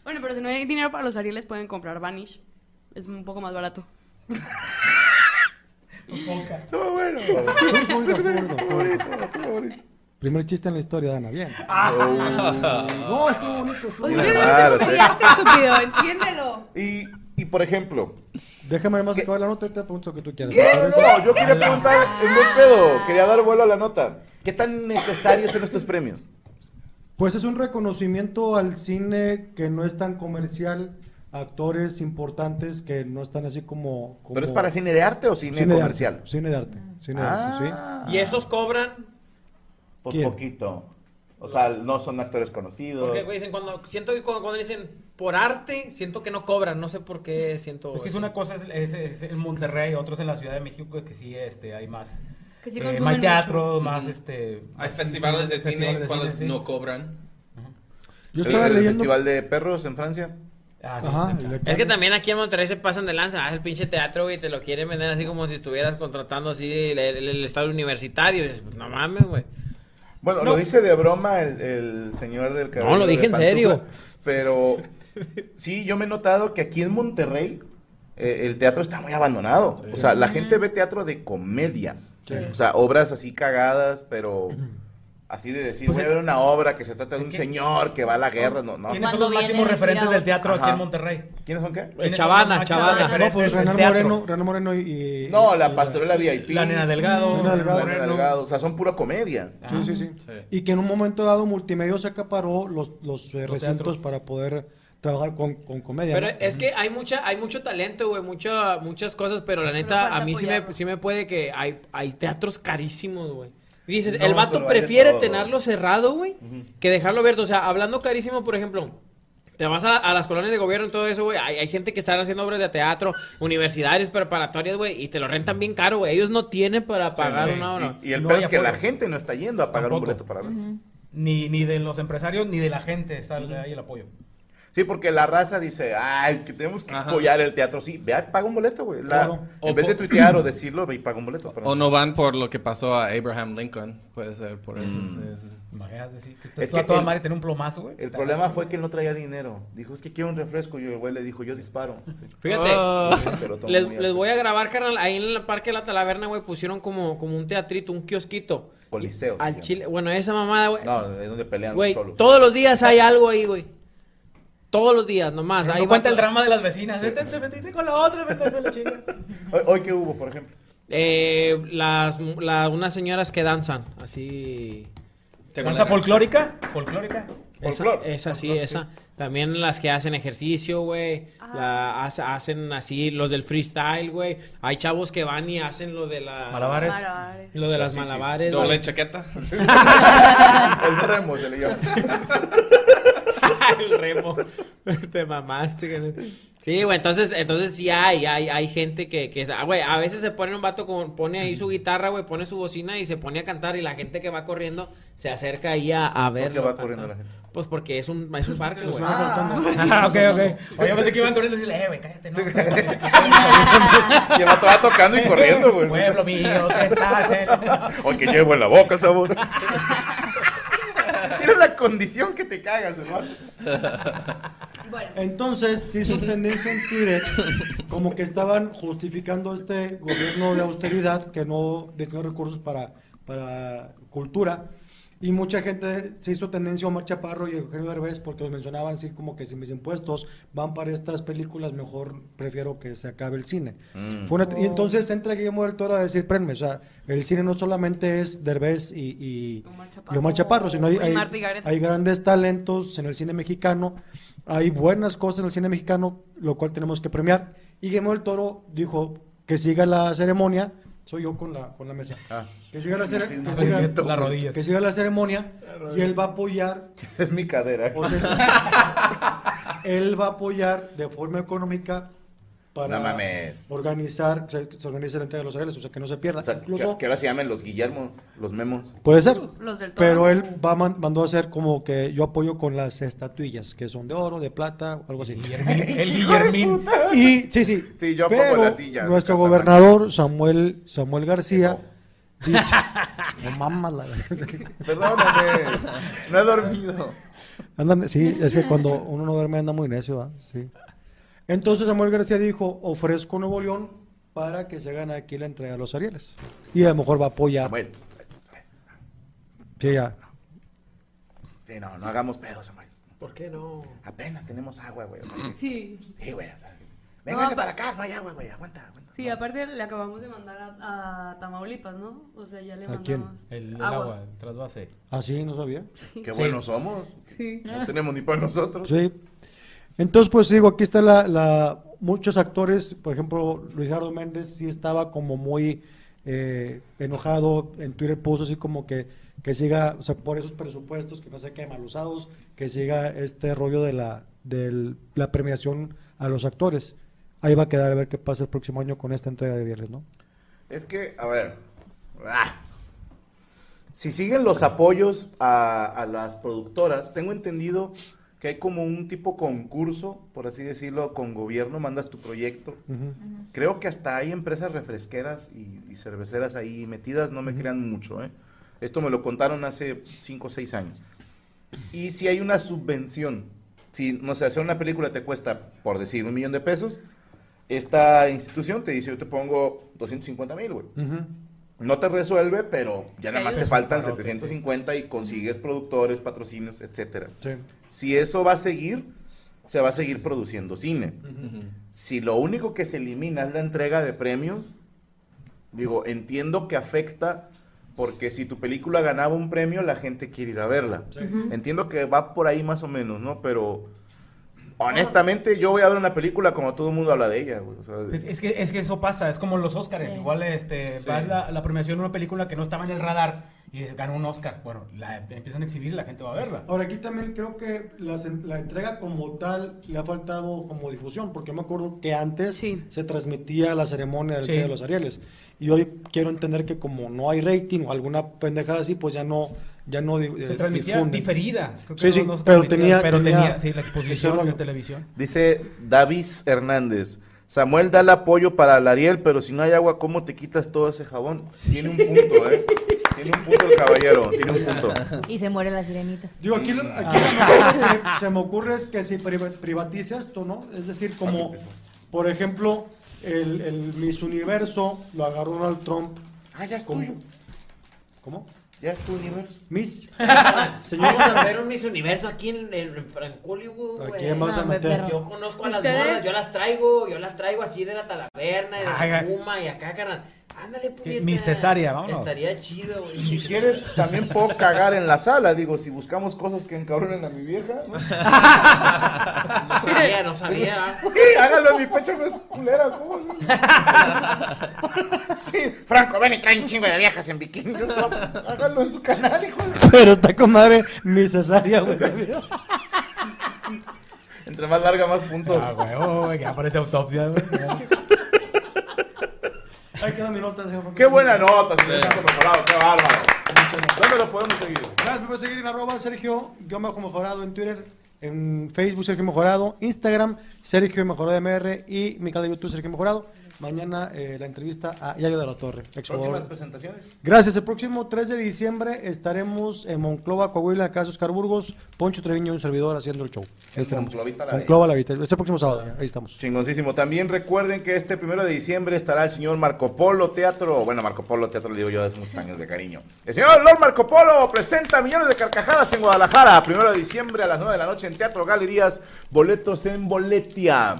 bueno, pero si no hay dinero para los Arieles, pueden comprar Vanish. Es un poco más barato. Estuvo bueno. Estuvo bonito, estuvo bonito. Primer chiste en la historia, Dana. Bien. Ah. Ah, No, estuvo bonito. estuvo Pues bonito. yo no Claro, tengo sí. Fíjate, estúpido, entiéndelo. Y, y por ejemplo, Déjame además acabar la nota, ahorita pregunto lo que tú quieras. no, no, no, yo quería preguntar, en buen pedo, quería dar vuelo a la nota. ¿Qué tan necesarios son estos premios? Pues es un reconocimiento al cine que no es tan comercial, a actores importantes que no están así como... como- ¿Pero es para cine de arte o cine arte, comercial? Ah. cine de arte, cine de arte, sí. Ah, ¿Y esos cobran? Pues ¿Quién? poquito. O sea, no son actores conocidos. Porque, güey, dicen, cuando, siento que cuando, cuando dicen por arte, siento que no cobran. No sé por qué siento. Es que es eso. una cosa es, es- es en Monterrey, otros en la Ciudad de México que sí este, hay más. Que sí eh, consumen más mucho. teatro, más Ujú. este. Hay más festivales de cine, festivales cuales sí. Pues no cobran. Yo ¿El- estaba el, leyendo- Festival de Perros en Francia? Ah, sí, Ajá, acá. el de acá. Es que también aquí en Monterrey se pasan de lanza. Ah, el pinche teatro, güey, te lo quieren vender así como si estuvieras contratando así el, el- el estado universitario. Y dices, pues, no mames, güey. Bueno, No. lo dice de broma el, el señor del cabello No, lo de dije en pantufla, serio. Pero sí, yo me he notado que aquí en Monterrey eh, el teatro está muy abandonado. O sea, la gente ve teatro de comedia. Sí. O sea, obras así cagadas, pero así de Pues decir, voy a ver una obra que se trata de un señor que va a la guerra. No, no. ¿Quiénes son los máximos referentes del teatro aquí Ajá. en Monterrey? ¿Quiénes son qué? ¿Quiénes Eh, Chavana, son los máximos Chavana. referentes No, pues del Renan teatro? Moreno, Renan Moreno y... y- No, y la pastorela VIP. La Nena Delgado, Ah, La Nena Nena Delgado. Delgado. O sea, son pura comedia. Sí, sí, Ah, sí. Y que en un momento dado Multimedia se acaparó los, los, eh, recintos para poder trabajar con, con comedia. Pero ¿no? es que hay mucha, hay mucho talento, güey, mucha, muchas cosas, pero la neta, falta a mí sí me, apoyarlo. sí me puede que hay, hay teatros carísimos, güey. Y dices, No, el pero vato hay de prefiere todo. tenerlo cerrado, güey, que dejarlo abierto. O sea, hablando carísimo, por ejemplo, te vas a, a las colonias de gobierno y todo eso, güey. Hay, hay gente que están haciendo obras de teatro, universidades, preparatorias, güey, y te lo rentan bien caro, güey. Ellos no tienen para pagar Sí, una hora. y, y el No peor hay es que la apoyo. gente no está yendo a pagar un boleto para ver. Ni, ni de los empresarios ni de la gente está ahí el apoyo. Sí, porque la raza dice, ay, que tenemos que apoyar el teatro. Sí, vea, paga un boleto, güey. La- Claro. En O vez de po- tuitear o decirlo, ve y paga un boleto. pero- O no van por lo que pasó a Abraham Lincoln. Puede ser por eso. Mm. sí, sí. Imagínate, sí. Que Es es que que toda el- madre tiene un plomazo, güey. El problema fue que él no traía dinero. Dijo, es que quiero un refresco. Y el güey le dijo, yo disparo. Sí. Fíjate, Y se lo tomó les, muy les voy a grabar, carnal. Ahí en el Parque de la Talaverna, güey, pusieron como, como un teatrito, un kiosquito. Coliseo. se Al llama. chile, bueno, esa mamada, güey. No, es donde pelean Güey, solos. todos los días hay algo ahí, güey. Todos los días, nomás. No Ahí cuenta va- el drama de las vecinas. Vete, te metiste con la otra, vete con la chica. Hoy, hoy qué hubo, por ejemplo. Eh, las, la- unas señoras que danzan, así. ¿Danza folclórica? ¿Folclórica? Esa, esa sí, esa. También las que hacen ejercicio, güey. La- hace- hacen así, los del freestyle, güey. Hay chavos que van y hacen lo de las... Malabares. Lo de las Las chichis. malabares. Doble güey. chaqueta. El remo se le llama. el remo. Te mamaste. güey. Sí, güey, entonces, entonces sí hay, hay, hay gente que, que ah, güey, a veces se pone un vato con, pone ahí su guitarra, güey, pone su bocina y se pone a cantar y la gente que va corriendo se acerca ahí a, a ¿Por ver. qué va corriendo la gente? Pues porque es un, es un parque, güey. van asaltando. Ah, ok, ok. Oye, yo pensé que iban corriendo y decirle, eh, güey, cállate, no. Y el vato va tocando y corriendo, güey. Pueblo mío, ¿qué estás? eh? O que llevo en la boca el sabor. Tienes la condición que te cagas, hermano. Entonces, sí hizo tendencia en Twitter como que estaban justificando este gobierno de austeridad que no destinó recursos para, para cultura. Y mucha gente se hizo tendencia a Omar Chaparro y Eugenio Derbez porque los mencionaban así como que si mis impuestos van para estas películas, mejor prefiero que se acabe el cine. Mm. Fue una- Y entonces entra Guillermo del Toro a decir, "Espérenme, o sea, el cine no solamente es Derbez y, y- y Omar, Chaparro. sino hay, Y hay- Marta y Gareda. hay grandes talentos en el cine mexicano, hay buenas cosas en el cine mexicano, lo cual tenemos que premiar. Y Guillermo del Toro dijo que siga la ceremonia, soy yo con la, con la mesa, que siga la, cere- Sí, que sí, siga- sí, las rodillas. que siga la ceremonia y él va a apoyar Esa es mi cadera. él va a apoyar de forma económica para No mames. organizar, que se, que se organice la entrega de los regalos, o sea, que no se pierda. O sea, Incluso que, que ahora se llamen los Guillermo, los Memos. Puede ser. Los del Pero Toro. él va, man- mandó a hacer como que yo apoyo con las estatuillas, que son de oro, de plata, algo así. El Guillermín. Y sí, sí. Sí, yo Pero pongo las sillas. nuestro gobernador Samuel Samuel García dice, no mamas la verdad". Perdóname, no he dormido. Andan- sí, es que cuando uno no duerme anda muy necio, ¿va? Sí. Entonces Samuel García dijo, ofrezco Nuevo León para que se hagan aquí la entrega de los Arieles. Y a lo mejor va a apoyar. Samuel. Sí, ya. Sí, no, no hagamos pedos, Samuel. ¿Por qué no? Apenas tenemos agua, güey. o sea, sí. Sí. Sí, güey. o sea, véngase No, para acá, no hay agua, güey. Aguanta, aguanta. Sí, aparte le acabamos de mandar a, a Tamaulipas, ¿no? O sea, ya le ¿A mandamos. quién? El, el Agua. agua, el trasvase. ¿Ah, sí? ¿No sabía? Qué buenos somos. Sí. No tenemos ni para nosotros. Sí. Entonces, pues digo, aquí está la, la- muchos actores, por ejemplo, Luis Gerardo Méndez sí estaba como muy eh, enojado, en Twitter puso así como que, que siga, o sea, por esos presupuestos que no se quedan mal usados, que siga este rollo de la, de la premiación a los actores. Ahí va a quedar a ver qué pasa el próximo año con esta entrega de viernes, ¿no? Es que, a ver. ah, Si siguen los apoyos a, a las productoras, tengo entendido que hay como un tipo concurso, por así decirlo, con gobierno, mandas tu proyecto. Creo que hasta hay empresas refresqueras y, y cerveceras ahí metidas, no me crean mucho, ¿eh? Esto me lo contaron hace 5 o 6 años. Y si hay una subvención, si, no sé, hacer una película te cuesta, por decir, un millón de pesos, esta institución te dice, yo te pongo 250 mil, güey. No te resuelve, pero ya nada más te faltan 750 y consigues productores, patrocinios, etcétera. Sí. Si eso va a seguir, se va a seguir produciendo cine. Si lo único que se elimina es la entrega de premios, digo, entiendo que afecta porque si tu película ganaba un premio, la gente quiere ir a verla. Ujú. Entiendo que va por ahí más o menos, ¿no? Pero honestamente yo voy a ver una película como todo el mundo habla de ella, güey. o sea, Es, es que, es que eso pasa, es como los Óscares. Igual este, Sí. va la, la premiación de una película que no estaba en el radar y ganó un Óscar. Bueno, la empiezan a exhibir y la gente va a verla. Ahora, aquí también creo que las en- la entrega como tal le ha faltado como difusión, porque me acuerdo que antes se transmitía la ceremonia del Sí. Día de los Arieles. Y hoy quiero entender que como no hay rating o alguna pendejada así, pues ya no ya no di- Se eh, transmitía difunden. diferida. Creo que Sí, sí, no- no se pero transmitía, tenía, pero tenía, tenía, sí, la exposición ese en rollo. televisión. Dice Davis Hernández. Samuel da el apoyo para el Ariel, pero si no hay agua, ¿cómo te quitas todo ese jabón? Tiene un punto, ¿eh? Tiene un punto el caballero, tiene un punto. Y se muere la sirenita. Digo, aquí, lo- Ah. aquí lo primero que se me ocurre es que si priva- privatiza esto, ¿no? Es decir, como, pues. por ejemplo, el, el Miss Universo lo agarró Donald Trump. Ah, ya es tuyo. ¿Cómo? Ya es tu universo. Miss. Señor, vamos a Señora, hacer un Miss Universo aquí en, en, en Frank Hollywood, ¿A güey. quién vas a No, hombre, meter? perro. Yo conozco a las ¿Ustedes? morras, yo las traigo, yo las traigo así de la Talaverna, y de Haga- la Puma y acá, carnal. Ándale, puñeta. Miss Cesárea, vámonos. Estaría chido, güey. Si quieres, también puedo cagar en la sala. Digo, si buscamos cosas que encabronen a mi vieja. No, No sabía, no sabía. Uy, hágalo en mi pecho, no es culera, ¿cómo? Sí, Franco, ven y caen un chingo de viejas en bikini. No, hágalo en su canal, hijo. Pero está con madre mi cesárea, güey. Entre más larga, más puntos. Ah, güey, oh, güey, que aparece autopsia, güey. Ahí quedan mis notas, señor. Qué buena nota, señor Santo Mejorado, qué bárbaro. ¿Dónde lo podemos seguir? Gracias, me puedes seguir en arroba Sergio guión bajo Mejorado en Twitter, en Facebook Sergio Mejorado, Instagram Sergio Mejorado MR y mi canal de YouTube Sergio Mejorado. Mañana eh, la entrevista a Yayo de la Torre, ex Próximas jugador. presentaciones. Gracias, el próximo 3 de diciembre estaremos en Monclova, Coahuila, acá Oscar Burgos, Poncho Treviño, un servidor haciendo el show. Ahí estaremos. Monclovita la Monclova la Vita, este próximo sábado, ahí estamos. Chingoncísimo. También recuerden que este primero de diciembre estará el señor Marco Polo Teatro. Bueno, Marco Polo Teatro le digo yo hace muchos años de cariño. El señor Lord Marco Polo presenta Millones de Carcajadas en Guadalajara. Primero de diciembre a las 9 de la noche en Teatro Galerías. Boletos en Boletia.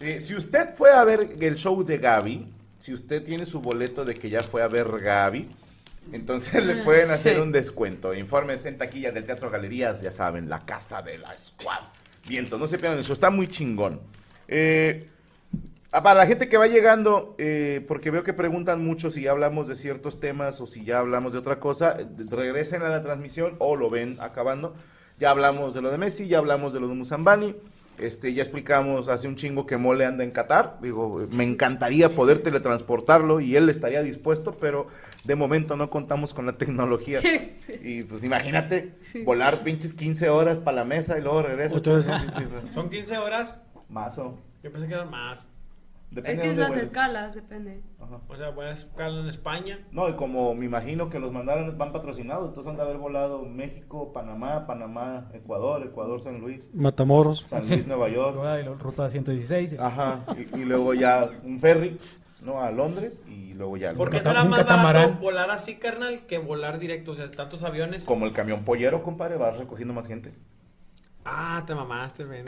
Eh, si usted fue a ver el show de Gaby, si usted tiene su boleto de que ya fue a ver Gaby, entonces le Ah, pueden hacer sí. un descuento. Informes en taquilla del Teatro Galerías, ya saben, la casa de la squad. Viento, no se pierdan el show, está muy chingón. Eh, ah, para la gente que va llegando, eh, porque veo que preguntan mucho si ya hablamos de ciertos temas o si ya hablamos de otra cosa, eh, regresen a la transmisión o lo ven acabando. Ya hablamos de lo de Messi, ya hablamos de lo de Musambani. Este, ya explicamos hace un chingo que Mole anda en Qatar. Digo, me encantaría poder teletransportarlo y él estaría dispuesto, pero de momento no contamos con la tecnología. Y pues imagínate volar pinches 15 horas para la mesa y luego regresas. Son 15 horas. Más o. Yo pensé que eran más. es que es las escalas, depende. O sea, puedes buscarlo en España. No, y como me imagino que los mandaron van patrocinados, entonces han de haber volado México, Panamá, Panamá, Ecuador, Ecuador, San Luis, Matamoros. San Luis, Nueva York. Ay, la Ruta 116. Ajá, y, y luego ya un ferry, ¿no? A Londres y luego ya. ¿Por qué Un será más barato catamarán. volar así, carnal, que volar directo? O sea, tantos aviones. Como el camión pollero, compadre, vas recogiendo más gente. Ah, te mamaste, güey.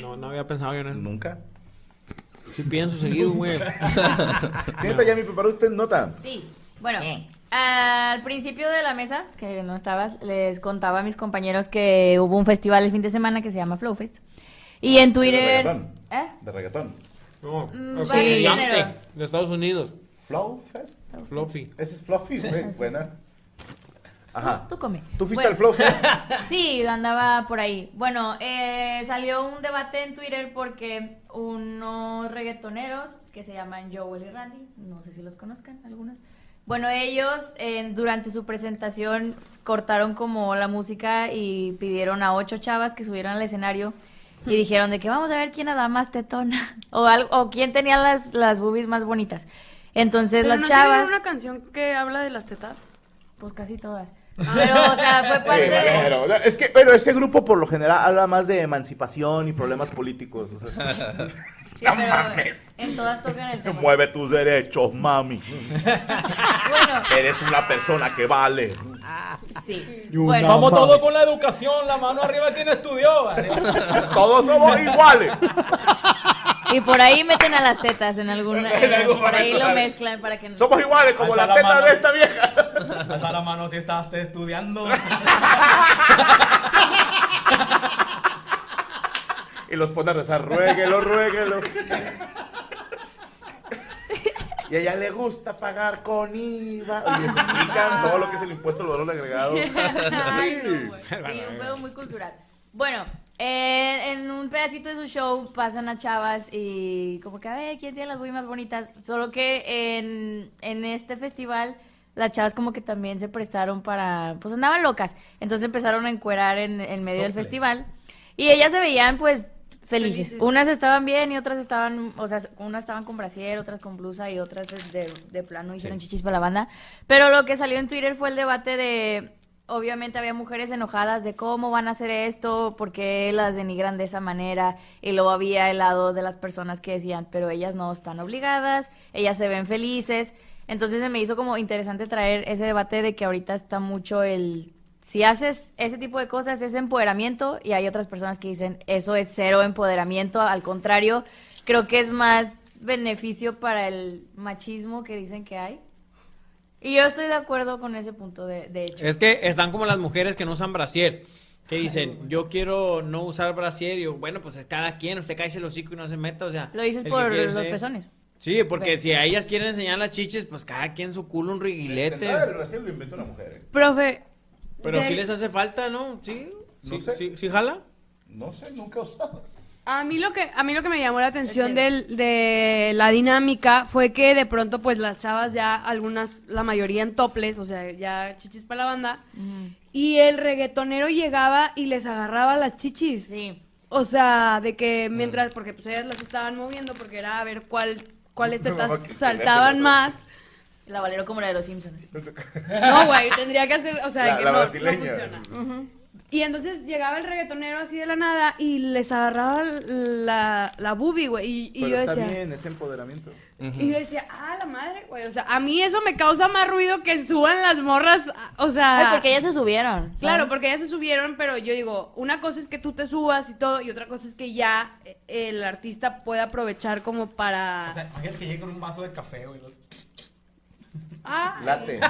No, no había pensado yo en eso. Nunca. Sí pienso seguido, güey. Señorita Yami, ¿preparó usted nota? Sí. Bueno, al principio de la mesa, que no estabas, les contaba a mis compañeros que hubo un festival el fin de semana que se llama Flowfest. Y en Twitter... reggaetón. ¿Eh? De reggaetón. No, Mm, es varios un gigante géneros. de Estados Unidos. Flow Fest. Fluffy. Ese es Fluffy, güey. Buena. Ajá. Tú come. ¿Tú Bueno. fuiste al Flow Fest? Sí, andaba por ahí. Bueno, eh, salió un debate en Twitter porque unos reggaetoneros que se llaman Joel y Randy, no sé si los conozcan algunos. Bueno, ellos eh, durante su presentación cortaron como la música y pidieron a ocho chavas que subieran al escenario y dijeron de que vamos a ver quién es la más tetona o, algo, o quién tenía las, las boobies más bonitas. Entonces Pero las no tiene chavas... una canción que habla de las tetas? Pues casi todas. Pero, o sea, fue parte... Eh, valero. Es que, bueno, ese grupo por lo general habla más de emancipación y problemas políticos. o sea. Sí, pero en todas tocan el tema. Mueve tus derechos, mami. Bueno, Eres una persona que vale. sí. Bueno. Vamos mames. todos con la educación, la mano arriba quien estudió. Todos somos iguales. Y por ahí meten a las tetas en algún En algún por ahí momento, lo dale. mezclan para que no Somos iguales como la teta de esta vieja. Alza la mano si estás estudiando. Y los pone a rezar, ruéguelo, ruéguelo. Y a ella le gusta pagar con IVA. Y les explican todo lo que es el impuesto al valor agregado. Ay, no, güey. Sí, un juego muy cultural. Bueno, eh, en un pedacito de su show pasan a chavas y como que a ver quién tiene las boobies más bonitas. Solo que en, en este festival las chavas como que también se prestaron para... Pues andaban locas. Entonces empezaron a encuerar en, en medio del Topless. festival. Y ellas se veían pues felices. Felices. Unas estaban bien y otras estaban... O sea, unas estaban con brasier, otras con blusa y otras de, de plano hicieron chichis para la banda. Pero lo que salió en Twitter fue el debate de, obviamente había mujeres enojadas de cómo van a hacer esto, por qué las denigran de esa manera, y luego había el lado de las personas que decían, pero ellas no están obligadas, ellas se ven felices. Entonces se me hizo como interesante traer ese debate de que ahorita está mucho el... Si haces ese tipo de cosas es empoderamiento y hay otras personas que dicen eso es cero empoderamiento, al contrario, creo que es más beneficio para el machismo que dicen que hay. Y yo estoy de acuerdo con ese punto de, de hecho. Es que están como las mujeres que no usan brasier. Que dicen, yo quiero no usar brasier. Y yo, bueno, pues es cada quien. Usted cae el hocico y no se meta. O sea, Lo dices el que por quiere los ser- pezones. Sí, porque Ok. si a ellas quieren enseñar las chiches, pues cada quien su culo un El riguilete. tema del brasier lo inventó una mujer. ¿eh? Profe. Pero del- sí les hace falta, ¿no? Sí. No sí, sé. sí, sí jala? No sé, nunca he usado. A mí lo que a mí lo que me llamó la atención del, de la dinámica fue que de pronto pues las chavas ya algunas la mayoría en toples, o sea, ya chichis para la banda y el reggaetonero llegaba y les agarraba las chichis. Sí. O sea, Ah, de que Ah. mientras porque pues ellas las estaban moviendo porque era a ver cuál cuáles No, tetas que- que le saltaban hacen más. La valero como la de los Simpsons. No, güey, tendría que hacer, o sea, La- que la no, no brasileña. funciona. Ujú. Y entonces llegaba el reggaetonero así de la nada y les agarraba la, la boobie, güey. Y, y Pero yo está decía. bien, ¿eh? es empoderamiento. Y yo decía, ah, la madre, güey. O sea, a mí eso me causa más ruido que suban las morras. a- O sea. Ay, porque ellas se subieron. ¿sabes? Claro, porque ya se subieron, pero yo digo, una cosa es que tú te subas y todo, y otra cosa es que ya eh, el artista pueda aprovechar como para. Imagínate que llegue con un vaso de café, güey. Ah, Late.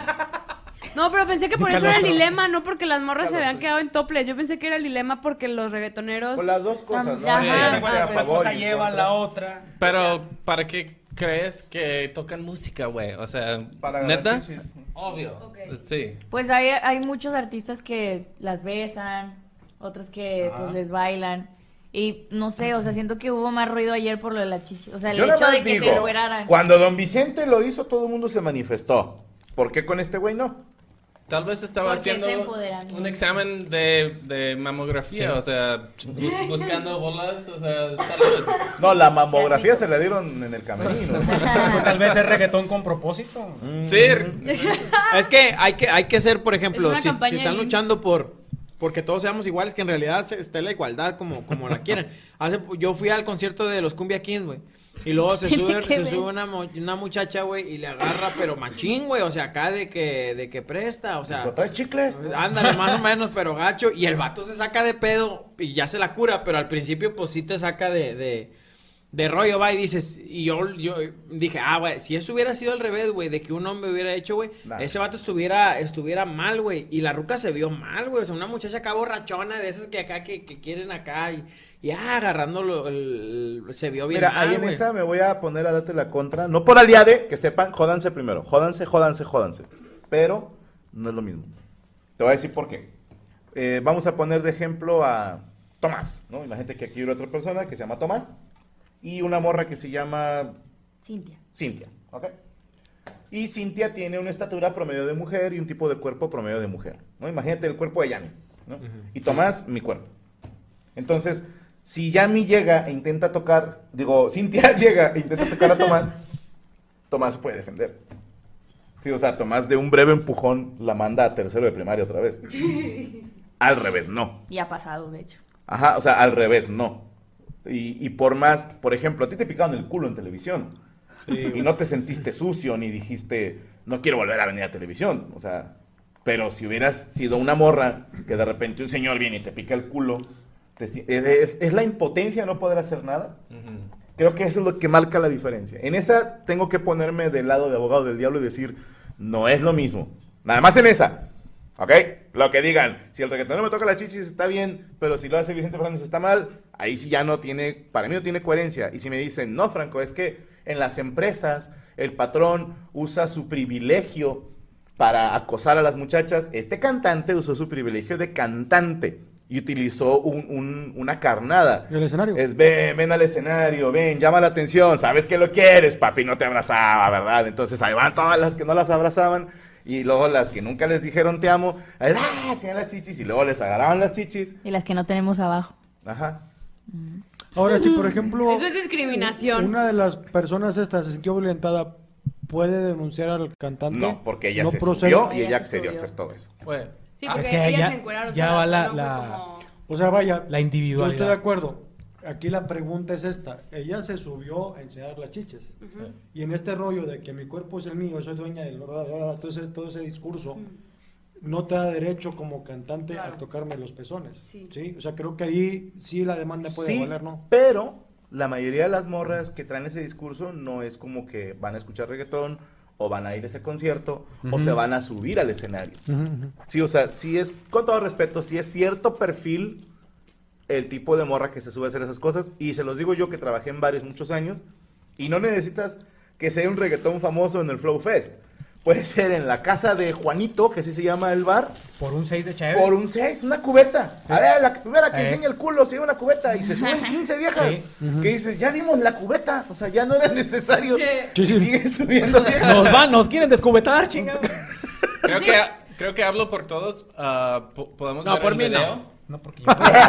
No, pero pensé que por Nunca eso lo era el probé. dilema, no porque las morras Nunca se lo habían quedado en tople. Yo pensé que era el dilema porque los reggaetoneros. O las dos cosas, ¿no? Ajá. lleva la otra. Pero, ¿para qué crees que tocan música, güey? O sea, Para ¿neta? agarrar chichis. Obvio. Sí. Pues hay, hay muchos artistas que las besan, otros que Ajá. pues, les bailan. Y no sé, o sea, siento que hubo más ruido ayer por lo de la chichi. O sea, el Yo hecho nada de más que digo, se lograra. cuando Don Vicente lo hizo, todo el mundo se manifestó. ¿Por qué con este güey no? Tal vez estaba Porque haciendo es empoderamiento. un examen de, de mamografía, Sí. o sea, bus- buscando bolas, o sea, salud. No, la mamografía se la dieron en el camerino. Tal vez es reggaetón con propósito. Mm. Es que hay que, hay que ser, por ejemplo, Es una si, campaña si están bien. luchando por porque todos seamos iguales, que en realidad se- esté la igualdad como, como la quieren. Hace, yo fui al concierto de los Cumbia Kings, güey. Y luego se Tiene sube, que se ver. sube una, mo- una muchacha, güey, y le agarra, pero machín, güey. O sea, acá de que, de que presta, o sea. traes chicles? Ándale, más o menos, pero gacho. Y el vato se saca de pedo y ya se la cura, pero al principio, pues sí te saca de- de, de rollo, va, y dices, y yo, yo dije, ah, güey, si eso hubiera sido al revés, güey, de que un hombre hubiera hecho, güey, ese vato estuviera, estuviera mal, güey, y la ruca se vio mal, güey, o sea, una muchacha acá borrachona, de esas que acá, que, que quieren acá, y, y ah, agarrándolo, el- el- se vio bien Mira, mal, ahí en güey. esa me voy a poner a darte la contra. No por aliade, que sepan, jódanse primero. Jódanse, jódanse, jódanse. Pero no es lo mismo. Te voy a decir por qué. Eh, vamos a poner de ejemplo a Tomás, ¿no? Imagínate que aquí hay otra persona que se llama Tomás y una morra que se llama Cintia. Cintia, ¿ok? Y Cintia tiene una estatura promedio de mujer y un tipo de cuerpo promedio de mujer, ¿no? Imagínate el cuerpo de Yami, ¿no? Y Tomás, mi cuerpo. Entonces, si Yami llega e intenta tocar, digo, Cintia llega e intenta tocar a Tomás, Tomás puede defender. Sí, o sea, Tomás de un breve empujón la manda a tercero de primaria otra vez. Al revés, no. Y ha pasado, de hecho. Ajá, o sea, al revés, no. Y, y por más, por ejemplo, a ti te picaron el culo en televisión. y no te sentiste sucio ni dijiste, no quiero volver a venir a televisión. O sea, pero si hubieras sido una morra que de repente un señor viene y te pica el culo, te si- es, es la impotencia de no poder hacer nada. Creo que eso es lo que marca la diferencia. En esa tengo que ponerme del lado de abogado del diablo y decir, no es lo mismo. Nada más en esa. ¿Ok? Lo que digan. Si el reggaetonero me toca las chichis está bien, pero si lo hace Vicente Fernández está mal, ahí sí ya no tiene, para mí no tiene coherencia. Y si me dicen, no, Franco, es que en las empresas el patrón usa su privilegio para acosar a las muchachas, este cantante usó su privilegio de cantante y utilizó un- un- una carnada. ¿Y el escenario? Es ven, ven al escenario, ven, llama la atención, sabes que lo quieres, papi no te abrazaba, ¿verdad? Entonces ahí van todas las que no las abrazaban y luego las que nunca les dijeron te amo, ahí, ah, hacían las chichis y luego les agarraban las chichis. Y las que no tenemos abajo. Ajá. Ahora, si por ejemplo. Eso es discriminación. Una de las personas estas se sintió violentada, ¿puede denunciar al cantante? No, porque ella No se procede. subió y ella accedió a hacer todo eso. Sí, Ah, porque es que ellas ya- se encueraron ya solas, va la- no fue la- como- O sea, vaya. La Yo individualidad. estoy de acuerdo. Aquí la pregunta es esta. Ella se subió a enseñar las chiches. Y en este rollo de que mi cuerpo es el mío, yo soy dueña del... Todo ese, todo ese discurso no te da derecho como cantante a tocarme los pezones. Sí. O sea, creo que ahí sí la demanda puede Sí, valer, ¿no? pero la mayoría de las morras que traen ese discurso no es como que van a escuchar reggaetón o van a ir a ese concierto o Ujú. se van a subir al escenario. Sí, o sea, sí es, con todo respeto, sí es cierto perfil el tipo de morra que se sube a hacer esas cosas. Y se los digo yo que trabajé en bares muchos años y no necesitas que sea un reggaetón famoso en el Flow Fest. Puede ser en la casa de Juanito, que así se llama el bar. Por un 6 de chévere. Por un 6, una cubeta. A ver, la primera que Es. enseña el culo se lleva una cubeta y se suben 15 viejas. Que dices, ya vimos la cubeta. O sea, ya no era necesario. Sí, sí. Y sigue subiendo viejas. Nos van, nos quieren descubetar, chingados. Creo que, creo que hablo por todos. ah, po- ¿Podemos No, ver por el mí no. video? No, porque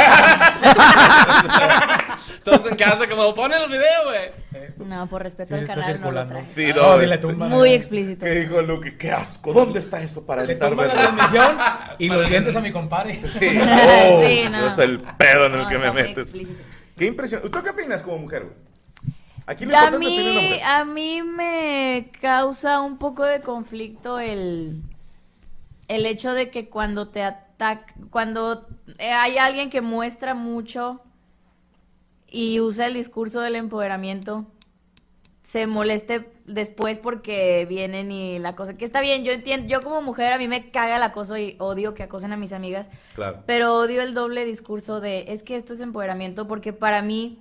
todos en casa, como ponen el video, güey. Eh. No, por respeto Sí, al se está canal no lo circulando. traje. Sí, no, dile este- Ah, tumba. Muy explícito. Que dijo Luke, qué asco. ¿Dónde está eso para evitar tumba la verlo? transmisión y los dientes a mi compadre. Sí. Oh, Sí, eso no. es el pedo en el No, que me está muy metes. explícito. Qué impresión. ¿Tú qué opinas como mujer, güey? Aquí lo A importante es la mí, mujer. a mí me causa un poco de conflicto el, el hecho de que cuando te ataca, cuando eh, hay alguien que muestra mucho y usa el discurso del empoderamiento, se moleste después porque vienen y la cosa, que está bien, yo entiendo, yo como mujer a mí me caga el acoso y odio que acosen a mis amigas, Claro. pero odio el doble discurso de es que esto es empoderamiento porque para mí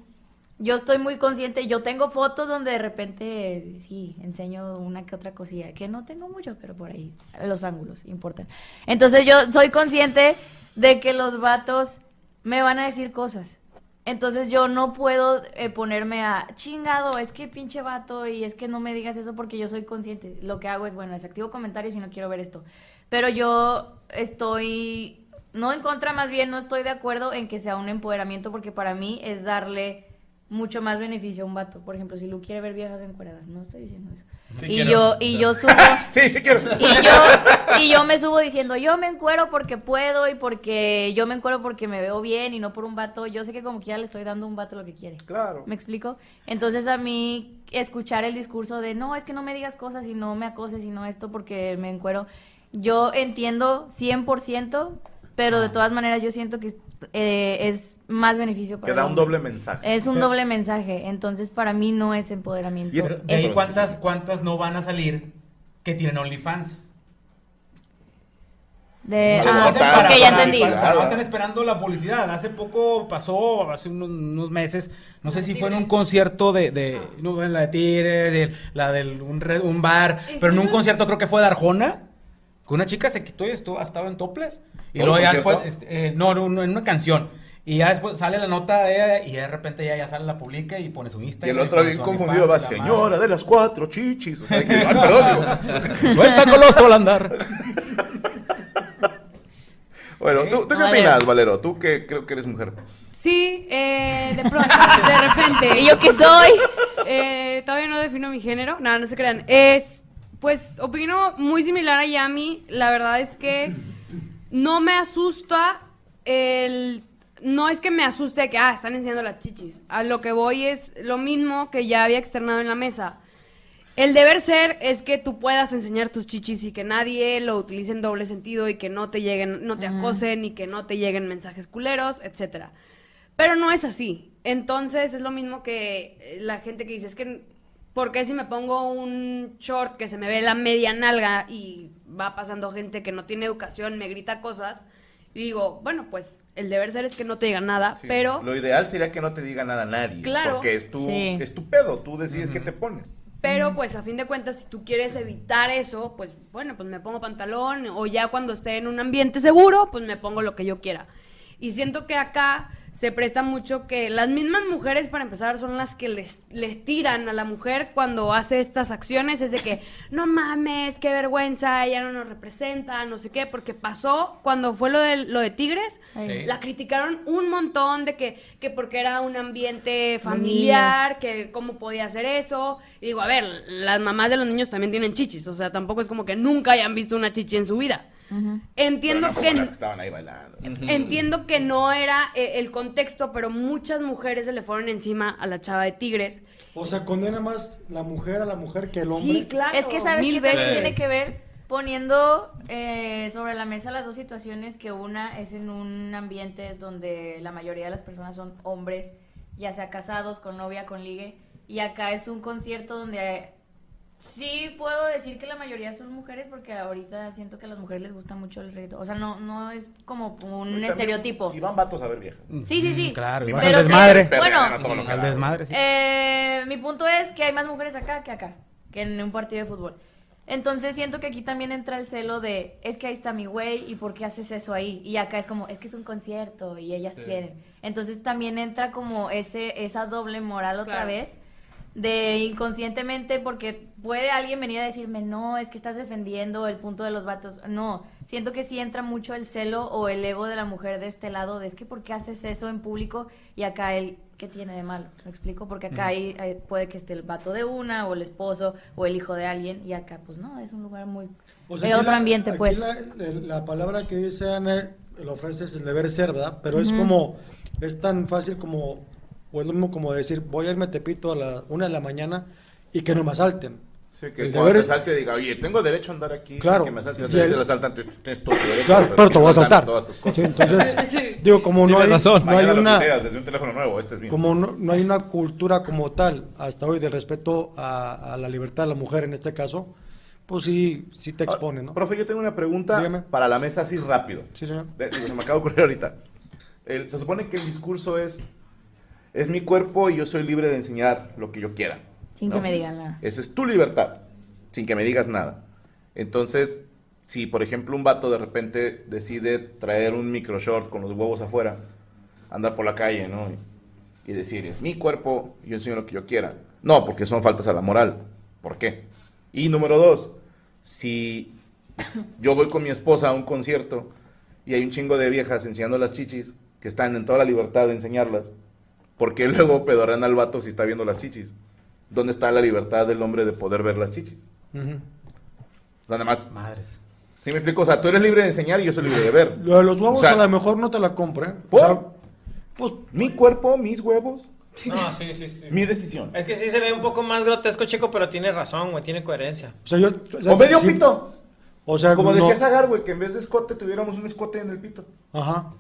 yo estoy muy consciente, yo tengo fotos donde de repente eh, sí enseño una que otra cosilla, que no tengo mucho, pero por ahí los ángulos importan. Entonces yo soy consciente de que los vatos me van a decir cosas. Entonces yo no puedo eh, ponerme a chingado, es que pinche vato y es que no me digas eso porque yo soy consciente. Lo que hago es, bueno, desactivo comentarios y no quiero ver esto. Pero yo estoy, no en contra, más bien no estoy de acuerdo en que sea un empoderamiento porque para mí es darle mucho más beneficio a un vato. Por ejemplo, si Lu quiere ver viejas encueradas, no estoy diciendo eso. Sí y quiero. yo y yo subo Sí, sí quiero. y yo, y yo me subo diciendo, yo me encuero porque puedo y porque yo me encuero porque me veo bien y no por un vato. Yo sé que como quiera le estoy dando a un vato lo que quiere. Claro. ¿Me explico? Entonces a mí escuchar el discurso de, no, es que no me digas cosas y no me acoses y no esto porque me encuero. Yo entiendo 100%, pero de todas maneras yo siento que eh, es más beneficio para Que da el un hombre. doble mensaje. Es un doble mensaje, entonces para mí no es empoderamiento. Pero de ahí cuántas, cuántas no van a salir que tienen OnlyFans. De- Lo ah, hacen para- ok, ya para- entendí. para- para- están esperando la publicidad. Hace poco pasó, hace unos, unos meses, no sé si fue en un concierto de, de Ah. no, en la de Tigres, de- la del un, re- un bar, pero en un concierto creo que fue de Arjona, que una chica se quitó y estuvo, estaba en toples. Y ¿Todo luego el ya después, concierto? este, eh, no, no, no, en una canción. Y ya después sale la nota de ella y de repente ya, ya sale, la publica y pone su Y Instagram. el otro bien confundido va, señora de las cuatro chichis. O sea, que, ay, perdón, digo. Suelta colostro al andar. Bueno, ¿tú, tú qué Valero. opinas, Valero? Tú que creo que eres mujer. Sí, eh, de pronto, de repente. ¿Y yo qué soy? Eh, todavía no defino mi género. Nada, no se crean. Es, pues, opino muy similar a Yami. La verdad es que no me asusta el... No es que me asuste que, ah, están enseñando las chichis. A lo que voy es lo mismo que ya había externado en la mesa. El deber ser es que tú puedas enseñar tus chichis y que nadie lo utilice en doble sentido y que no te lleguen, no te acosen y que no te lleguen mensajes culeros, etcétera. Pero no es así. Entonces es lo mismo que eh, la gente que dice, es que ¿por qué si me pongo un short que se me ve la media nalga y va pasando gente que no tiene educación, me grita cosas? Y digo, bueno, pues el deber ser es que no te diga nada, Sí, pero Lo ideal sería que no te diga nada a nadie. Claro. Porque es tu, Sí. es tu pedo. Tú decides qué te pones. Pero pues a fin de cuentas, si tú quieres evitar eso, pues bueno, pues me pongo pantalón o ya cuando esté en un ambiente seguro, pues me pongo lo que yo quiera. Y siento que acá se presta mucho que las mismas mujeres, para empezar, son las que les, les tiran a la mujer cuando hace estas acciones. Es de que, no mames, qué vergüenza, ella no nos representa, no sé qué, porque pasó cuando fue lo de, lo de Tigres, Sí. la criticaron un montón de que, que porque era un ambiente familiar, que cómo podía hacer eso. Y digo, a ver, las mamás de los niños también tienen chichis, o sea, tampoco es como que nunca hayan visto una chichi en su vida. Entiendo Pero no que como las que estaban ahí bailando. Entiendo que no era eh, el contexto, pero muchas mujeres se le fueron encima a la chava de Tigres. O sea, condena más la mujer a la mujer que el hombre. Sí, claro. Es que sabes Mil que también veces. tiene que ver poniendo eh, sobre la mesa las dos situaciones que una es en un ambiente donde la mayoría de las personas son hombres, ya sea casados, con novia, con ligue, y acá es un concierto donde eh, sí puedo decir que la mayoría son mujeres porque ahorita siento que a las mujeres les gusta mucho el reto, o sea, no no es como un También estereotipo. Iban vatos a ver viejas. Sí, sí, sí. Claro, y Pero vas al sí, desmadre. bueno, Pero, todo lo que al da. desmadre, sí. eh, mi punto es que hay más mujeres acá que acá, que en un partido de fútbol. Entonces siento que aquí también entra el celo de, es que ahí está mi güey y por qué haces eso ahí. Y acá es como, es que es un concierto y ellas Sí. quieren. Entonces también entra como ese esa doble moral otra Claro. vez de inconscientemente porque puede alguien venir a decirme, no, es que estás defendiendo el punto de los vatos. No, siento que sí entra mucho el celo o el ego de la mujer de este lado, de es que ¿por qué haces eso en público? Y acá el, ¿qué tiene de malo? ¿Me explico? Porque acá Ujú. ahí eh, puede que esté el vato de una o el esposo o el hijo de alguien y acá pues no, es un lugar muy... O sea, de aquí otro la- ambiente aquí pues. La, el- la palabra que dice Ana, lo ofrece es el deber ser, ¿verdad? Pero es Ujú. como, es tan fácil como, o es lo mismo como decir, voy a irme a Tepito a la una de la mañana y que no me asalten. Sí, que El cuando deber te es- salte diga, oye, tengo derecho a andar aquí. sin Claro. Que me asalten. Y Si no te el- el asaltante, tienes todo tu derecho. Claro, pero te si voy a no, dame asaltar. todas tus cosas. Sí, entonces, digo, como no Tienes hay- razón. no hay Mañana lo una- tuiteas desde un teléfono nuevo, este es mío. Como no, no hay una cultura como tal hasta hoy de respeto a, a la libertad de la mujer en este caso, pues sí, sí Ah, te expone, ¿no? Profe, yo tengo una pregunta para la mesa así rápido. Sí, señor. De- digo, se me acaba de ocurrir ahorita. El- se supone que el discurso es, es mi cuerpo y yo soy libre de enseñar lo que yo quiera. Sin que No. me digan nada. Esa es tu libertad, sin que me digas nada. Entonces, si por ejemplo un vato de repente decide traer un micro short con los huevos afuera, andar por la calle, ¿no? Y y decir, es mi cuerpo, yo enseño lo que yo quiera. No, porque son faltas a la moral. ¿Por qué? Y número dos, si yo voy con mi esposa a un concierto y hay un chingo de viejas enseñando las chichis que están en toda la libertad de enseñarlas, ¿por qué luego pedorán al vato si está viendo las chichis? ¿Dónde está la libertad del hombre de poder ver las chichis? O sea, nada más. Madres. ¿Sí me explico? O sea, tú eres libre de enseñar y yo soy libre de ver. Lo de los huevos O sea, a lo mejor no te la ¿eh? compra. ¿Por? pues, mi cuerpo, mis huevos. No, sí, sí, sí. Mi decisión. Es que sí se ve un poco más grotesco, Checo, pero tiene razón, güey, tiene coherencia. O sea, yo. O medio pito. O sea, Como no- decía Zagar, güey, que en vez de escote tuviéramos un escote en el pito. Ajá.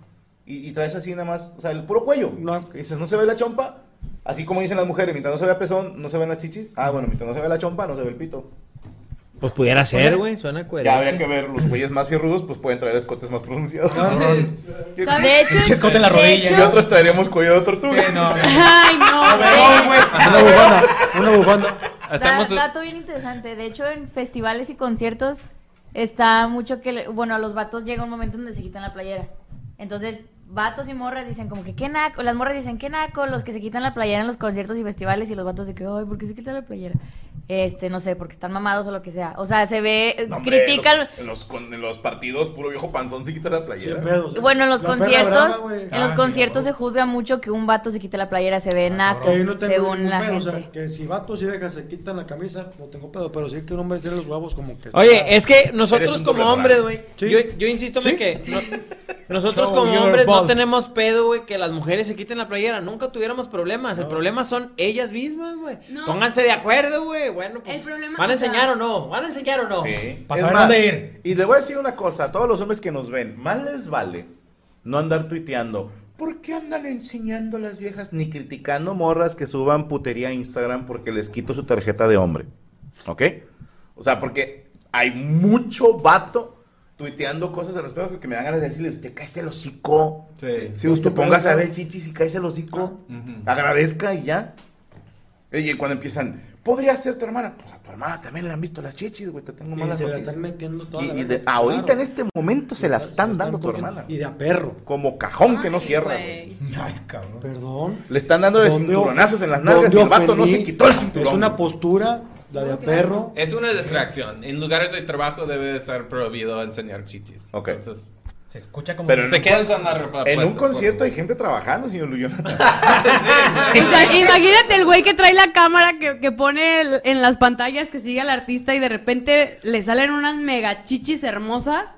Y, y traes así nada más, o sea, el puro cuello. Que dices, no se ve la chompa. Así como dicen las mujeres, mientras no se vea pezón, no se ven las chichis. Ah, bueno, mientras no se ve la chompa, no se ve el pito. Pues pudiera ser, ser, güey, güey, suena Ya coherente. habría que ver, los güeyes más fierrudos, pues pueden traer escotes más pronunciados. ¿Sabes? De hecho- Pinche escote en la de rodilla. hecho- Y otros traeríamos cuello de tortuga. Ay, no, güey. Una bufanda. Una bufanda. Da- dato bien interesante. De hecho, en festivales y conciertos está mucho que, le- bueno, a los vatos llega un momento donde se quitan la playera. Entonces, vatos y morras dicen como que qué naco, las morras dicen qué naco, los que se quitan la playera en los conciertos y festivales y los vatos de que, ay, ¿por qué se quitan la playera? Este, no sé, porque están mamados o lo que sea. O sea, se ve, eh, No, hombre, critican... los- En los, con- en los partidos, puro viejo panzón se quita la playera. Bueno, en los La perra brava, conciertos, güey. en los Ah, conciertos se juzga mucho que un vato se quite la playera, se ve Ah, naco, Que ahí no tengo según ningún la pedo, gente. o sea, que si vatos y viejas se quitan la camisa, no tengo pedo, pero sí que un hombre se los huevos como que... está- Oye, es que nosotros Eres un como doble hombres, moral. Sí. güey, yo, yo insisto en Sí. que no- nosotros Show como your hombres no balls. tenemos pedo, güey, que las mujeres se quiten la playera. Nunca tuviéramos problemas. El problema son ellas mismas, güey. No. Pónganse de acuerdo, güey. Bueno, pues, El problema- ¿van a o sea- enseñar o no? ¿Van a enseñar o no? Sí. Para Es saber más, dónde Y le voy a decir una cosa a todos los hombres que nos ven: más les vale no andar tuiteando. ¿Por qué andan enseñando las viejas? Ni criticando morras que suban putería a Instagram porque les quito su tarjeta de hombre. ¿Ok? O sea, porque hay mucho vato tuiteando cosas al respecto que me dan ganas de decirle: Usted cállese el hocico. Sí. Si usted pongas a ver chichis y cállese el hocico, agradezca y ya. Oye, cuando empiezan, podría ser tu hermana. Pues a tu hermana también le han visto las chichis, güey. Te tengo Y malas se la noticias. están metiendo toda Y- la y verga, de- ahorita claro. en este momento se la están dando a tu cogiendo. hermana. Y de a perro. Como cajón Ah, que no Ay, cierra, güey. güey. Perdón. Le están dando de ¿Dónde cinturonazos of- en las nalgas y dónde el vato no se ofendí? quitó el cinturón. Es una postura, la de a perro. Es una distracción. En lugares de trabajo debe de ser prohibido enseñar chichis. Entonces, se escucha como- Pero en se un quedan con- con la ropa En un puesta, pues. por concierto hay gente trabajando, señor Luyón. O sea, imagínate el güey que trae la cámara que, que pone el- en las pantallas que sigue al artista y de repente le salen unas mega chichis hermosas.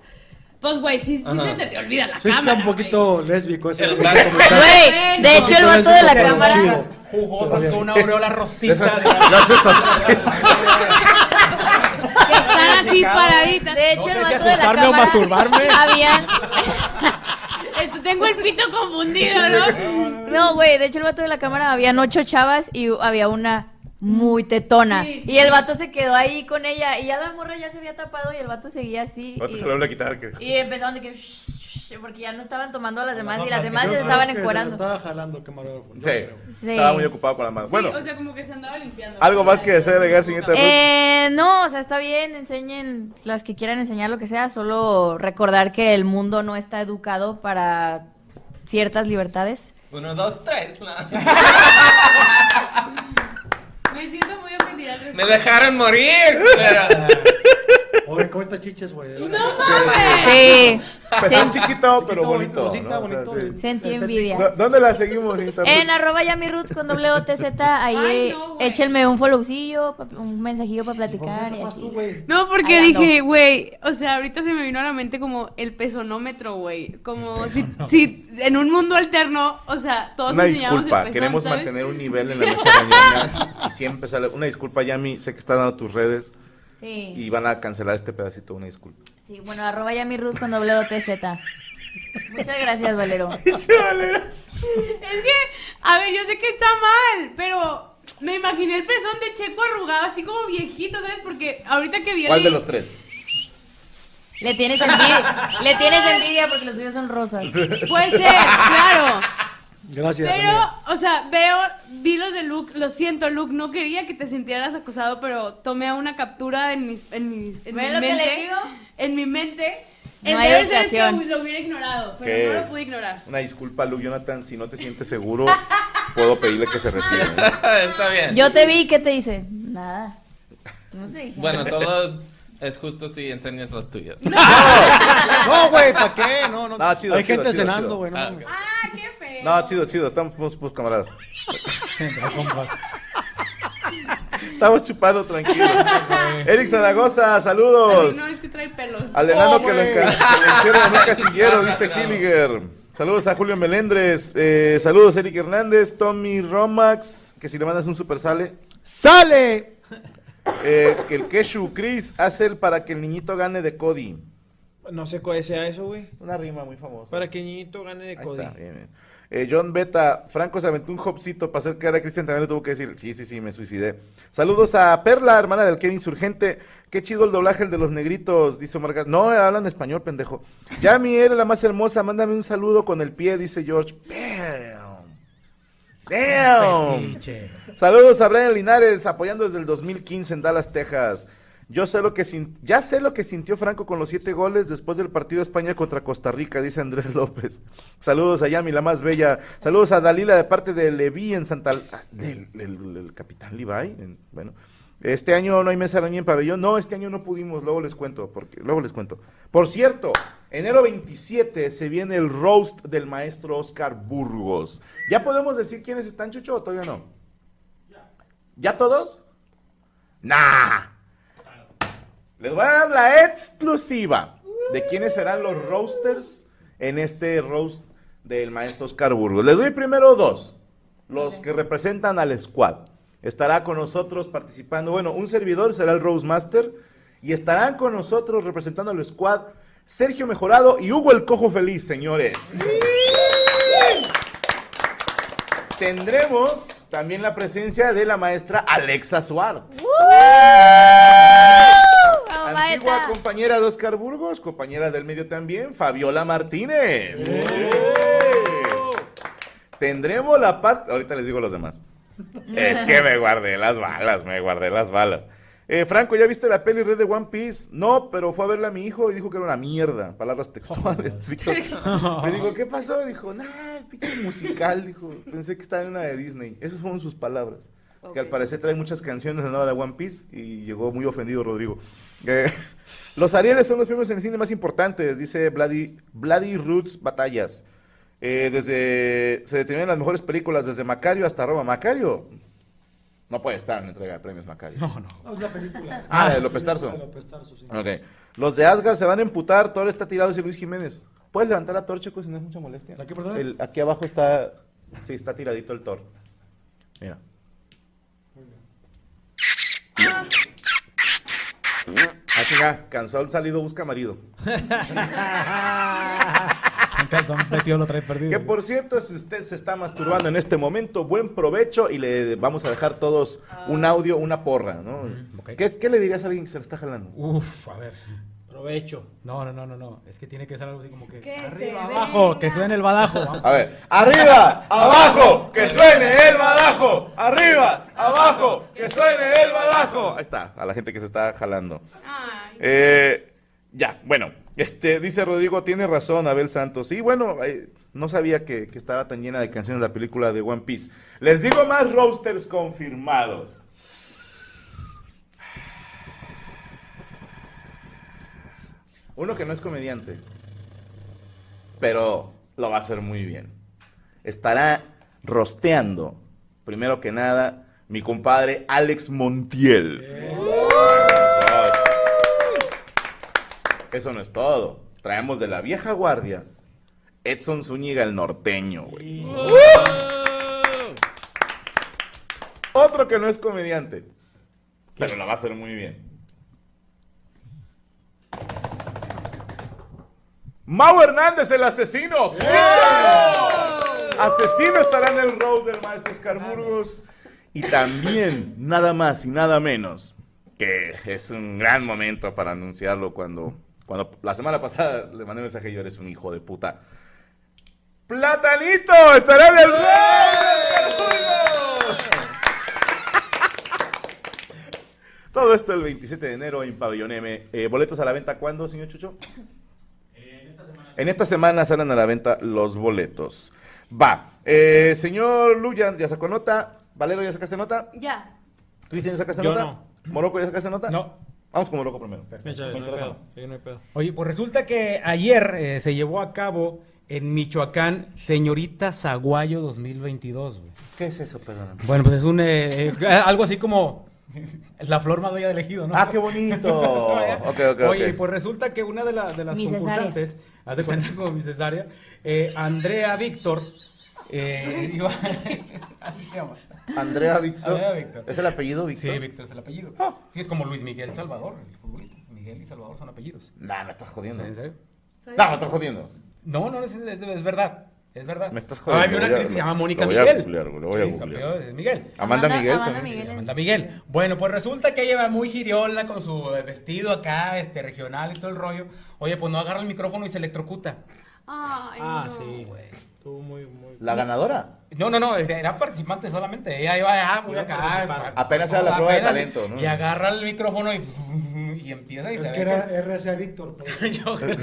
Pues, güey, sí, sí Ajá. se te, te olvida la Sí, está un poquito lésbico ese. ese vato- comentario. Güey, de Un hecho, el poquito vato de la lésbico, cámara- pero chido. Jugosas Todavía. con una aureola rosita. Esas- las esas- que están así paraditas. De hecho, No sé el si vato de la asustarme cámara. o masturbarme. Habían. Este, tengo el pito confundido, ¿no? No, güey, de hecho, el vato de la cámara habían ocho chavas y había una muy tetona. Sí, sí. Y el vato se quedó ahí con ella. Y ya la morra ya se había tapado y el vato seguía así. Ahorita y- se lo vuelve a quitar. que- Y empezaron de que. shh, shh, Porque ya no estaban tomando a las demás y las Yo demás ya creo se estaban que se lo encuerando. Estaba jalando el camarógrafo. Sí. Sí. Estaba muy ocupado con la mano. Bueno, Sí, o sea, como que se andaba limpiando. algo más que desear agregar, señor Terruch. Eh, no, o sea, está bien, enseñen las que quieran enseñar lo que sea, solo recordar que el mundo no está educado para ciertas libertades. Uno, dos, tres. ¿no? Me siento muy ofendida. al respecto. Me dejaron morir. Pero... Oye, ¿cómo está chiches, güey? No Sí. Pezón Pues, chiquito, pero bonito. Rosita, ¿no? O sea, sí. Sentí envidia. ¿Dó- ¿Dónde la seguimos, señor Terruch? En arroba yamiroots con doble O T Z, ahí eh, échenme un followcillo, pa- un mensajillo para platicar. y así. No, porque Ahí ando. dije, güey, o sea, ahorita se me vino a la mente como el pesonómetro, güey. Como si, si en un mundo alterno, o sea, todos Una enseñamos el disculpa, pezón, queremos ¿sabes? mantener un nivel en la mesa mañana y siempre sale una disculpa, Yami, sé que estás dando tus redes Sí. y van a cancelar este pedacito, una disculpa. Sí, bueno, arroba yamiroots con doble O T Z. Muchas gracias, Valero. Es que, a ver, yo sé que está mal, pero me imaginé el pezón de Checo arrugado, así como viejito, ¿sabes? Porque ahorita que vi el- ¿Cuál de los tres? Le tienes envidia, le tienes envidia porque los tuyos son rosas. Puede ser, claro. Gracias. Pero, amiga. o sea, veo, vi los de Luke, lo siento, Luke, no quería que te sintieras acosado, pero tomé una captura en mis, en mis, en ¿Ven mi lo que mente. les digo? En mi mente. No El hay deber ser es que ocasión. lo hubiera ignorado, pero ¿Qué? no lo pude ignorar. Una disculpa, Luke Jonathan, si no te sientes seguro, puedo pedirle que se retire. ¿eh? Está bien. Yo te vi, ¿qué te hice? Nada. No te dije. Bueno, solo es, es justo si enseñas las tuyas. No, güey, ¿para qué? No, no. No, chido, Hay chido, gente chido, cenando, chido. güey. no Ah, mames. No, chido, chido, estamos pues, pues, camaradas. Estamos chupando tranquilos. Eric Zaragoza, saludos. No, es que trae pelos. Al enano que lo enca- que lo hicieron en un casillero, dice Hilliger. Saludos a Julio Melendres. Eh, saludos Eric Hernández, Tommy Romax, que si le mandas un super sale. Eh, ¡Sale! que el Keshu Chris hace el para que el niñito gane de Cody. No sé cuál sea eso, güey. Una rima muy famosa. Para que Ñito gane de Cody. Está bien, bien. Eh, John Beta, Franco se aventó un hopcito para hacer cara a Cristian, también le tuvo que decir, sí, sí, sí, me suicidé. Saludos a Perla, hermana del Kevin Surgente, qué chido el doblaje, el de los negritos, dice Omar Gar- No, hablan español, pendejo. Yami era la más hermosa, mándame un saludo con el pie, dice George. Damn. Saludos a Brian Linares, apoyando desde el 2015 en Dallas, Texas. Yo sé lo que sin- ya sé lo que sintió Franco con los siete goles después del partido de España contra Costa Rica, dice Andrés López. Saludos a Yami, la más bella. Saludos a Dalila de parte de Levi en Santa... ah, Del, del- del capitán Levi. en- bueno. Este año no hay mesa ni en pabellón. No, este año no pudimos, luego les cuento, porque luego les cuento. Por cierto, enero 27 se viene el roast del maestro Oscar Burgos. ¿Ya podemos decir quiénes están, Chucho, o todavía no? ¿Ya todos? ¡Nah! Les voy a dar la exclusiva de quiénes serán los roasters en este roast del maestro Oscar Burgos. Les doy primero dos, los que representan al squad. Estará con nosotros participando, bueno, un servidor será el roast master y estarán con nosotros representando al squad Sergio Mejorado y Hugo el Cojo Feliz, señores. Tendremos también la presencia de la maestra Alexa Suárez. Antigua compañera de Oscar Burgos, compañera del medio también, Fabiola Martínez. Tendremos la parte. Ahorita les digo los demás. Es que me guardé las balas, me guardé las balas. Eh, Franco, ¿ya viste la peli Red de One Piece? No, pero fue a verla a mi hijo y dijo que era una mierda. Palabras textuales. Víctor. Le digo, ¿qué pasó? Dijo, nah, el pinche musical. Dijo, pensé que estaba en una de Disney. Esas fueron sus palabras. Que al parecer trae muchas canciones de la nueva de One Piece y llegó muy ofendido Rodrigo. Eh, los Arieles son los premios en el cine más importantes, dice Bloody, Bloody Roots Batallas. Eh, desde, se determinan las mejores películas desde Macario hasta Roma. Macario no puede estar en la entrega de premios Macario. No, no. No, es la película. Ah, la de López Tarso. La de López Tarso, sí. Ok. Los de Asgard se van a emputar. Thor está tirado, dice Luis Jiménez. ¿Puedes levantar a Thor, Checo, si no es mucha molestia? ¿La qué, perdón? El- aquí abajo está. Sí, está tiradito el Thor. Mira. Ah, chinga, cansado el salido busca marido. Entonces, metido lo trae perdido. Que por cierto, si usted se está masturbando en este momento, buen provecho y le vamos a dejar todos Ah. un audio, una porra, ¿no? ¿Qué, qué le dirías a alguien que se la está jalando? Uf, a ver. Provecho. No, no, no, no, no. Es que tiene que ser algo así como que. Que arriba, abajo, que suene el badajo. A ver, arriba, abajo, que suene el badajo. Arriba, abajo, que suene el badajo. Ahí está, a la gente que se está jalando. Eh, ya, bueno, este, dice Rodrigo, tiene razón Abel Santos. Y bueno, eh, no sabía que, que estaba tan llena de canciones la película de One Piece. Les digo más roasters confirmados. Uno que no es comediante, pero lo va a hacer muy bien. Estará rosteando, primero que nada, mi compadre Alex Montiel. Eso no es todo. Traemos de la vieja guardia Edson Zúñiga el norteño, güey. Otro que no es comediante, pero lo va a hacer muy bien. Mau Hernández, el asesino. ¡Sí, señor! Asesino estará en el Rose del maestro Oscar Burgos. Y también, nada más y nada menos, que es un gran momento para anunciarlo cuando, cuando la semana pasada le mandé un mensaje, yo eres un hijo de puta. ¡Platanito! ¡Estará en el Rose! del Burgos! Todo esto el 27 de enero en Pabellón M. Eh, boletos a la venta, ¿cuándo, señor Chucho? En esta semana salen a la venta los boletos. Va. Eh, señor Luyan, ¿ya sacó nota? ¿Valero, ya sacaste nota? Ya. ¿Cristian, ya sacaste Yo nota? no. ¿Morocco, ya sacaste nota? No. Vamos con Morocco primero. Me interesa más. Oye, pues resulta que ayer eh, se llevó a cabo en Michoacán Señorita Zaguayo 2022. güey. ¿Qué es eso, perdón? Bueno, pues es un eh, eh, algo así como la flor madueña del ejido, ¿no? Ah, qué bonito. Ok, ok, ok. Oye, pues resulta que una de, la- de las Mi cesárea. concursantes, haz de cuenta como mi cesárea, eh, Andrea Víctor, eh, iba- así se llama. Andrea Víctor. Andrea Víctor. ¿Es el apellido Víctor? Ah. Sí, Víctor es el apellido. Sí, es como Luis Miguel Salvador, el futbolista. Miguel y Salvador son apellidos. Nah, me estás jodiendo. ¿En serio? No, me estás jodiendo. No, no, es, es- es verdad. Es verdad. Ah, Me estás jodiendo. Había una Lo voy a- actriz que se llama lo Mónica voy a Miguel. googlear, güey, lo voy a Sí, su googlear. apellido es Miguel. Amanda Amanda- Miguel Amanda también se Miguel. llama. Amanda Miguel. Bueno, pues resulta que ella va muy giriola con su eh, vestido acá, este, regional y todo el rollo. Oye, pues no agarra el micrófono y se electrocuta. Ay, Ah, no, sí. güey. ¿La ganadora? No, no, no, este, era participante solamente. Ella iba, ah, voy acá. pa- Apenas era la prueba de apenas, talento, ¿no? Y agarra el micrófono y, y empieza y se Es ve que era RCA Víctor. pues.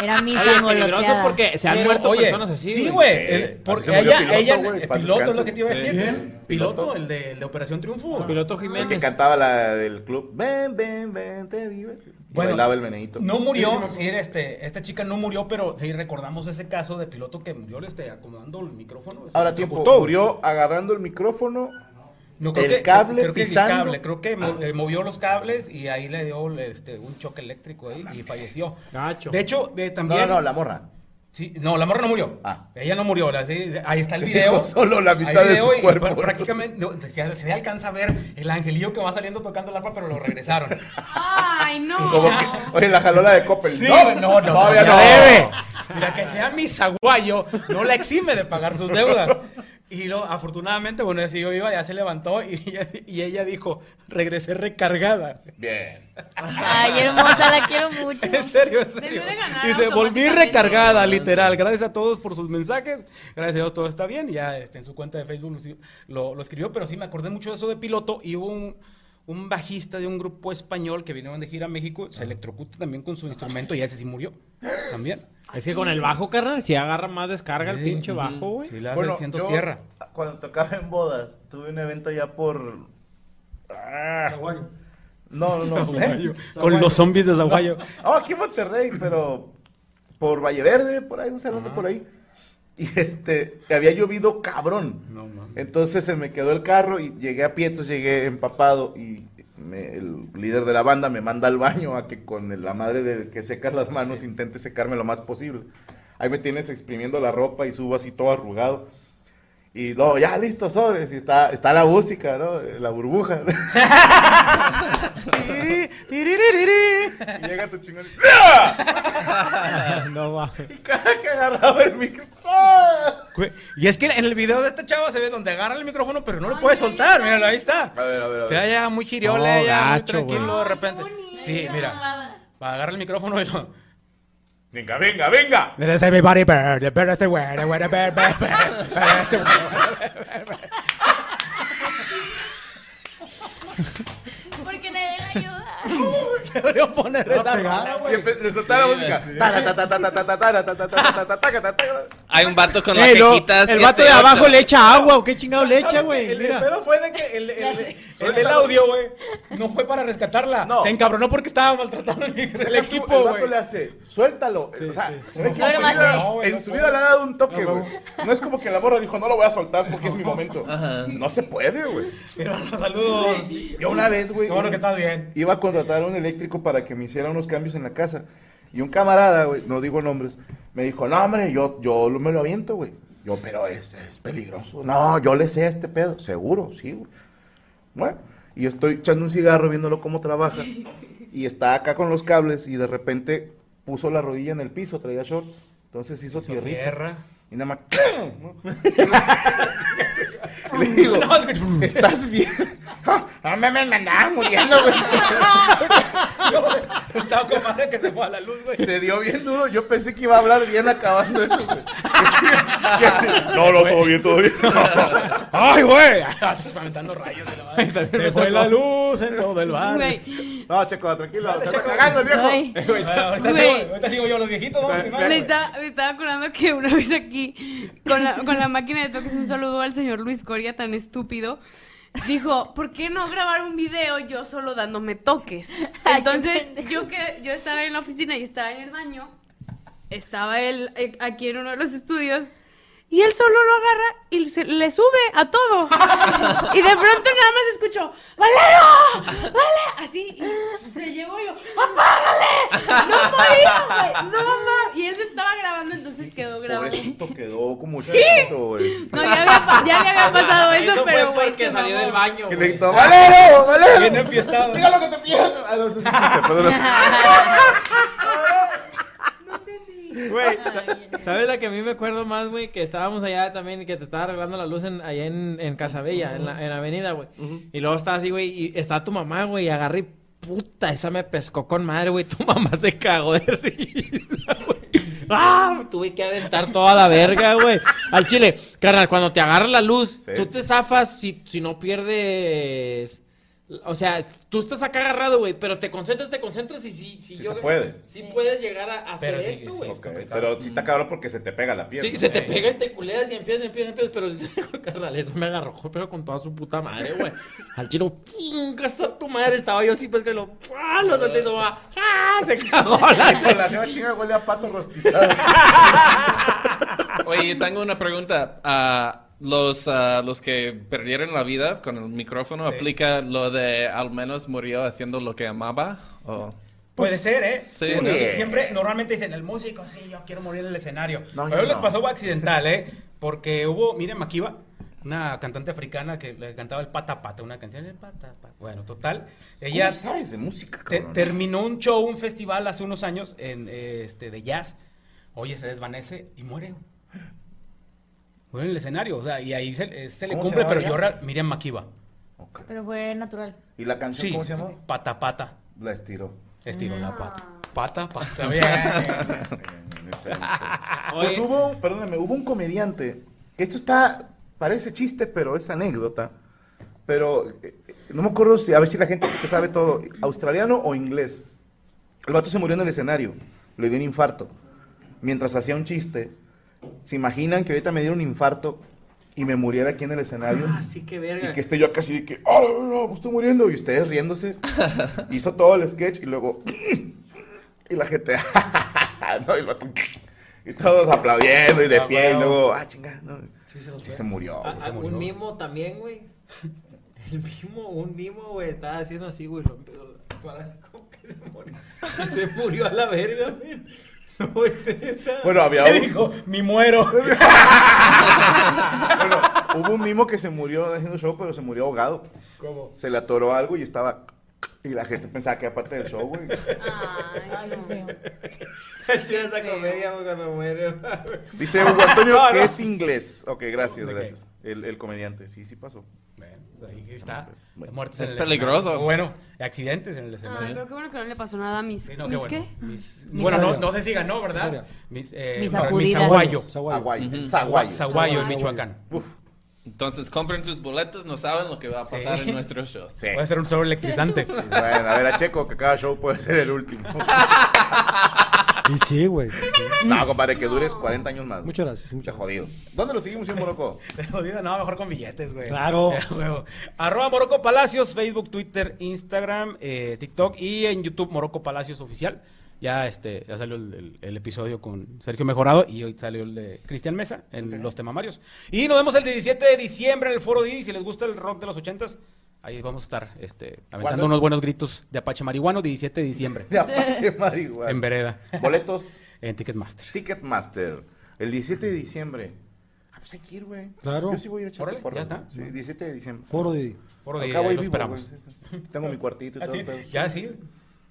Era misa Oye, angoloteada. peligroso porque se han Pero, muerto oye, personas así. Sí, güey. Eh. el- Así se Porque murió ella, Piloto, ella, güey, el paz piloto es descanse. lo que te iba a Sí. decir. ¿Quién? Piloto, Piloto. el de, el de Operación Triunfo. Piloto El que Jiménez. cantaba la del club. Ven, ven, ven, te divertiré. Bailaba el meneíto. No murió, sí, este, esta chica no murió, pero sí recordamos ese caso de piloto que murió este, acomodando el micrófono. se Ahora tiempo, electrocutó. murió agarrando el micrófono, No, el creo que- cable, creo que ni pisando. cable, creo que mo- eh, movió los cables y ahí le dio este, un choque eléctrico ahí y falleció. De hecho, eh, también. No, no, la morra. Sí, no, la morra no murió. Ella no murió. la- sí, ahí está el Le video. digo, solo la Ahí mitad el de su video y cuerpo. pr- prácticamente no, se, se alcanza a ver el angelillo que va saliendo tocando el arpa, pero lo regresaron. Ay, no. Como que- oye, la jalola de Coppel. Sí, güey, no, no, no, todavía ya no. debe. Mira, que sea mi zaguayo, no la exime de pagar sus deudas. Y lo, afortunadamente, bueno, así yo iba, ya se levantó y, ella- y ella dijo, regresé recargada. Bien. Ay, hermosa, la quiero mucho. En serio, en serio. Debió de ganar Dice, volví automáticamente. recargada, literal. Gracias a todos por sus mensajes. Gracias a Dios, todo está bien. Ya este, en su cuenta de Facebook lo- lo, lo escribió, pero sí me acordé mucho de eso de piloto. Y hubo un, un bajista de un grupo español que vinieron de gira a México, Ah. se electrocuta también con su instrumento y ese sí murió. También. Es que con el bajo, carnal, si agarra más descarga el pinche bajo, güey. Sí, le hace siento tierra. Cuando tocaba en bodas, tuve un evento ya por. Ah. No, no, no. Zaguayo. ¿eh? Con los zombies de Zaguayo. Ah, aquí en Monterrey, pero por Valle Verde, por ahí, un cerrado por ahí. Y este, había llovido cabrón. Entonces se me quedó el carro y llegué a pie, entonces llegué empapado y me- el líder de la banda me manda al baño a que con el- la madre del que secas las manos intente secarme lo más posible. Ahí me tienes exprimiendo la ropa y subo así todo arrugado. Y no, ya listo, sobres. Y está, está la música, ¿no? La burbuja. Y llega tu chingón. y- no va. Cada que agarraba el micro. ¡ah! Güey, Y es que en el video de esta chava se ve donde agarra el micrófono, pero no lo puede soltar. Míralo, ahí está. A ver, a ver, a Se ver. halla muy giriola, Oh, ya muy gacho, güey. tranquilo de repente. Sí, mira. Agarra el micrófono y lo. Venga, venga, venga. Mira, es everybody bird, bird este güey, güey, bird, bird, bird, bird, este güey. Porque nadie le ayuda. Debería poner esa rola, Y empe- le soltaba la música. Tara, ta, ta, ta, ta, ta, ta, tara, ta, ta, ta, ta, ta, ta, ta, ta, ta. Hay un vato con Ey, la no, quejita. Eh, el vato de siete, abajo ocho. le echa agua o qué chingado le echa, ¿Sabes güey. qué? El, el Mira. pedo fue de que el, el- el- el del Suéltalo. audio, güey, no fue para rescatarla. Se encabronó porque estaba maltratando el, micro- el El equipo, vato güey. le hace, suéltalo. o sea, se ve que No, en su no más, vida- eh. No, güey, en no su puede. vida le ha dado un toque, No, güey. No es como que la morra dijo, no lo voy a soltar porque es mi momento. No se puede, güey. Hermano, saludos. Yo una vez, güey. Qué bueno que estás bien. Iba a contratar a un eléctrico para que me hiciera unos cambios en la casa. Y un camarada, güey, no digo nombres, me dijo, no, hombre, yo, yo lo- me lo aviento, güey. Yo, pero es, es peligroso. No, yo le sé a este pedo. Seguro, sí, güey. Bueno, y yo estoy echando un cigarro viéndolo cómo trabaja. Y está acá con los cables y de repente puso la rodilla en el piso, traía shorts. Entonces hizo tierrita. Tierra. Y nada más. ¿no? Le digo, ¿estás bien? No me, me andaban muriendo, güey. Estaba con madre que se fue a la luz, güey. Se dio bien duro. Yo pensé que iba a hablar bien acabando eso, güey. No, no, todo bien, todo bien. ¡Ay, güey! Aventando rayos de la madre. Se fue la luz en todo el bar. No, Checo, tranquilo. Se está cagando el viejo. Ay. Eh, güey, Ah, está- ahorita Güey. sigo- ahorita sigo yo, los viejitos. vamos, primero, Me, güey. está- me estaba acordando que una vez aquí, con la, con la máquina de toques, un saludo al señor Luis Coria, tan estúpido. Dijo, ¿por qué no grabar un video yo solo dándome toques? Entonces, yo que yo estaba en la oficina y estaba en el baño, estaba él eh, aquí en uno de los estudios, y él solo lo agarra y se- le sube a todo. y de pronto nada más escucho, ¡Valero! ¡Vale! Así, y se llegó y yo, ¡apágale! ¡No podía, güey! ¡No, mamá! Y él se estaba grabando, entonces quedó grabado. Pobrecito quedó como chiquito, güey. No, ya, había, pa- ya le había pasado eso, Ah, pero Eso pues, fue güey, porque se salió mamó. del baño. Y le gritó, ¡Valero! ¡Valero! Bien enfiestado. Diga lo que te pierdas. Ah, no, ese es un chiste, perdón. Güey, sa- ¿sabes la que a mí me acuerdo más, güey? Que estábamos allá también y que te estaba arreglando la luz en, allá en, en Casabella, en la, en la avenida, güey. Y luego está así, güey, y está tu mamá, güey, y agarré, y, puta, esa me pescó con madre, güey. Tu mamá se cagó de risa, güey. ¡Ah! Tuve que aventar toda la verga, güey. Al chile, carnal, cuando te agarra la luz, tú te zafas si, si no pierdes... O sea, tú estás acá agarrado, güey, pero te concentras, te concentras y si, si, yo... se puede. Sí puedes llegar a hacer esto, güey. Ok, Pero sí está cabrón porque se te pega la piel. Sí, se te pega y te culeas y empiezas, empiezas, empiezas, pero digo, carnal, eso me agarró, pero con toda su puta madre, güey. Al chino, casa tu madre, estaba yo así, pues que lo, ¡ah! lo solté, no va, ¡ah! Se cagó la... Con la nueva chinga huele a pato rostizado. Oye, yo tengo una pregunta. Ah, los, ah, los que perdieron la vida con el micrófono, ¿aplica lo de al menos murió haciendo lo que amaba? ¿O... Puede ser, ¿eh? Pues, Sí, Porque ¿no? Siempre, normalmente dicen, el músico, sí, yo quiero morir en el escenario. No, Pero yo les no. pasó accidental, ¿eh? Porque hubo, miren, Makiba, una cantante africana que le cantaba el pata pata, una canción, el pata pata. Bueno, total. Ella ¿Cómo sabes de música, te- cabrón? terminó un show, un festival hace unos años en, eh, este, de jazz. Oye, se desvanece y muere. Muere en el escenario, o sea, y ahí se, eh, se le ¿Cómo cumple, se pero llama yo, ella? real- Miriam Makiba. Pero fue natural. ¿Y la canción Sí, cómo se sí, llama? sí. Pata pata. La estiró. Estiró la pata. Pata pata. Pues hubo, perdóname, hubo un comediante que esto está, parece chiste, pero es anécdota. Pero eh, eh, no me acuerdo si, a ver si la gente se sabe todo, australiano o inglés. El vato se murió en el escenario, le dio un infarto. Mientras hacía un chiste, ¿se imaginan que ahorita me diera un infarto y me muriera aquí en el escenario? Ah, sí, qué verga. Y que esté yo acá así de que, ¡ah, no, no, me estoy muriendo! Y ustedes riéndose. Hizo todo el sketch y luego. y la gente. no, y, el vato, y todos aplaudiendo y de Ah, pie. Y huevo. luego, ¡ah, chinga! No. Sí, se, murió. Ah, güey, se ah, murió. un mimo también, güey. El mimo, un mimo, güey, estaba haciendo así, güey, lo empezó a actuar así como que se murió. Se murió a la verga, güey. No, güey, pues, neta. Bueno, había ¿Qué un- dijo? Mi muero. Hubo un mimo que se murió haciendo show, pero se murió ahogado. ¿Cómo? Se le atoró algo y estaba. Y la gente pensaba que era parte del show, güey. Está chida esa comedia, güey, cuando muere. Dice Hugo Antonio No, que no. es inglés. Ok, gracias, ¿De qué? gracias. El, el comediante, sí, sí pasó. Ahí está. Bueno. Muertes Es en el peligroso. escenario. Bueno, accidentes en el Ay, escenario. Ah, pero qué bueno que no le pasó nada a mis... Sí, no, qué ¿mis bueno. qué? Mis- Mis- bueno, no, no sé si ganó, ¿verdad? Mis, eh, Mis no, mis sacudidas. aguayo. Aguayo. Ujú. Zaguayo. Zaguayo en Michoacán. Entonces compren sus boletos, no saben lo que va a pasar en nuestros shows. Puede ser un solo electrizante. Bueno, a ver, a Checo, que cada show puede ser el último. Y sí, güey. No, compadre, que dures 40 años más. güey. pues. Muchas gracias. Te Muchas jodido. ¿Dónde lo seguimos en Pues Morocco? Te jodido, no, mejor con billetes, güey. Claro. Ya, huevo. Arroba Morocco Palacios, Facebook, Twitter, Instagram, eh, TikTok y en YouTube Morocco Palacios Oficial. Ya este, ya salió el, el- el episodio con Sergio Mejorado y hoy salió el de Cristian Mesa en los temamarios. Y nos vemos el 17 de diciembre en el Foro Didi. Si les gusta el rock de los 80s, ahí vamos a estar este, ¿Cuándo aventando es? unos buenos gritos de Apache Marihuano, 17 de diciembre. De Apache Marihuana. En vereda. Boletos, En Ticketmaster. Ticketmaster. El 17 de diciembre. Ah, pues hay que ir, güey. Claro. Yo sí voy a ir a echar Órale, porra, ya está. güey. Sí, 17 de diciembre. Foro Didi. Foro Acá Didi, voy ahí lo vivo, esperamos. güey. Tengo mi cuartito y ¿A todo. ti? el pedo. Ya sí.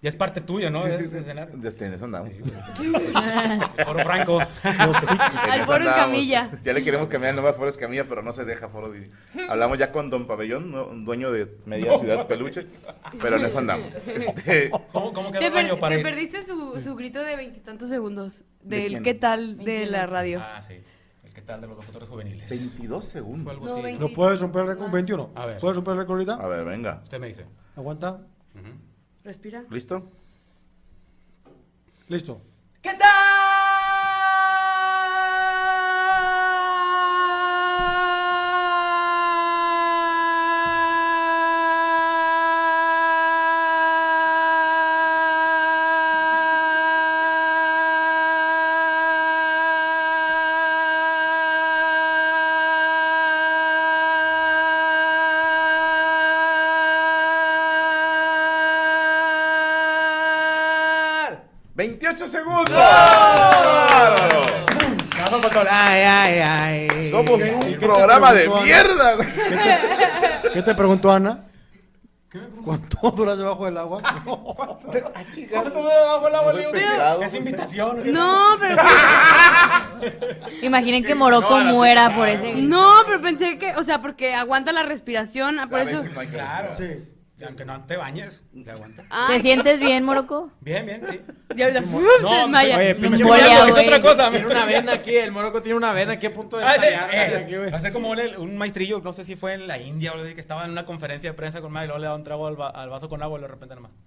Ya es parte tuya, ¿no? Sí, De- sí, sí. de cenar. Desde en eso andamos. Oro Franco. En Al eso Foro andamos. Escamilla. Ya le queremos cambiar el nombre a Foro Escamilla, pero no se deja Foro Didi. Hablamos ya con Don Pabellón, ¿no? un dueño de media ciudad peluche, pero en eso andamos. Este, ¿Cómo, cómo quedó Te, el baño per- para te ir? perdiste su, su grito de veintitantos segundos ¿De del quién? qué tal de la radio. Ah, sí. El que tal de los locutores juveniles. 22 segundos. Fue algo No, así. 20. ¿Lo puedes romper el récord? 21. A ver. ¿Puedes romper el récord ahorita? A ver, venga. Usted me dice. Aguanta. Respira. ¿Listo? Listo. ¿Qué tal? ¡28 segundos! ¡Bárbaro! Vamos, Patol. Ay, ay, ay. Somos ¿Qué- un qué te programa de preguntó, mierda, Ana? güey. ¿Qué te preguntó Ana? ¿Cuánto duras debajo del agua? ¿Cuánto dura debajo el agua, No soy Leo? pescado, Es invitación. No, pero. Imaginen que Morocco muera por ese grito. No, pero pensé que, o sea, porque aguanta la respiración, ah, por eso. Claro. Y Aunque no te bañes, te aguanta. ¿Te sientes bien, Morocco? Bien, bien, sí. Ya habla- No, se desmaya. oye, me pinche estoy Morocco, peleando, es güey. otra cosa. Tiene una vena aquí, el Morocco tiene una vena aquí a punto de Ah, ese, estallar, eh, aquí, güey. hace como un, un maestrillo, no sé si fue en la India o algo así, que estaba en una conferencia de prensa con madre y luego le da un trago al, va- al vaso con agua y de repente nada más.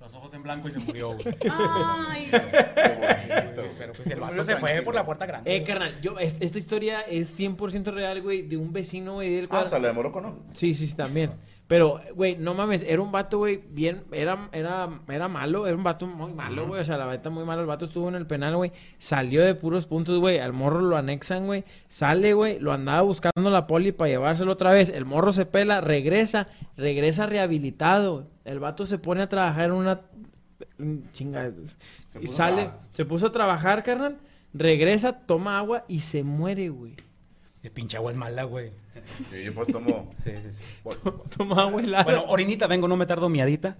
Los ojos en blanco y se murió, güey. Ay. Pero pues el vato se fue por la puerta grande. Eh, carnal, yo, es- esta historia es 100% real, güey, de un vecino, güey, del Ah, cual... sale de Morocco, ¿no? Sí, sí, sí, también. Pero, güey, no mames, era un vato, güey, bien, era, era, era malo, era un vato muy malo, güey, o sea, la neta muy malo, el vato estuvo en el penal, güey, salió de puros puntos, güey, al morro lo anexan, güey, sale, güey, lo andaba buscando la poli para llevárselo otra vez, el morro se pela, regresa, regresa rehabilitado, güey. el vato se pone a trabajar en una Mm, chinga, y puso a sale, trabajar. se puso a trabajar, carnal, regresa, toma agua y se muere, güey. De pinche agua es mala, güey. Sí, yo pues tomo. Sí, sí, sí. Toma agua helada. Bueno, orinita vengo, no me tardo miadita.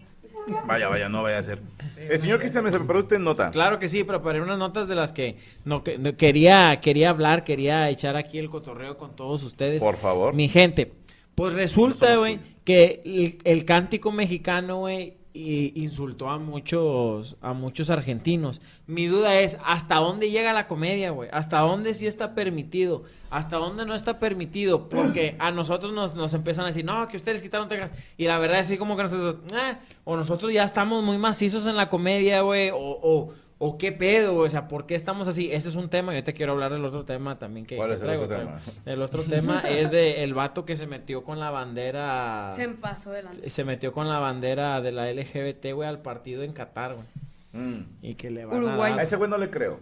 Vaya, vaya, no vaya a ser. El señor Cristian, ¿me preparó usted nota? Claro que sí, pero para unas notas de las que no, que- no- quería, quería hablar, quería echar aquí el cotorreo con todos ustedes. Por favor. Mi gente, pues resulta, güey, que el, el cántico mexicano, güey, i- insultó a muchos, a muchos argentinos. Mi duda es, ¿hasta dónde llega la comedia, güey? ¿Hasta dónde sí está permitido? ¿Hasta dónde no está permitido? Porque a nosotros nos, nos empiezan a decir, no, que ustedes quitaron Texas. Y la verdad es así como que nosotros, "Ah", o nosotros ya estamos muy macizos en la comedia, güey, o, o, o qué pedo, güey? o sea, ¿por qué estamos así? Ese es un tema, yo te quiero hablar del otro tema también que, ¿Cuál que es el otro traigo. tema? El otro tema es de el vato que se metió con la bandera. Se em- pasó de lanza. Se metió con la bandera de la LGBT, güey, al partido en Qatar, güey. Y que le van a A dar- ese güey no le creo.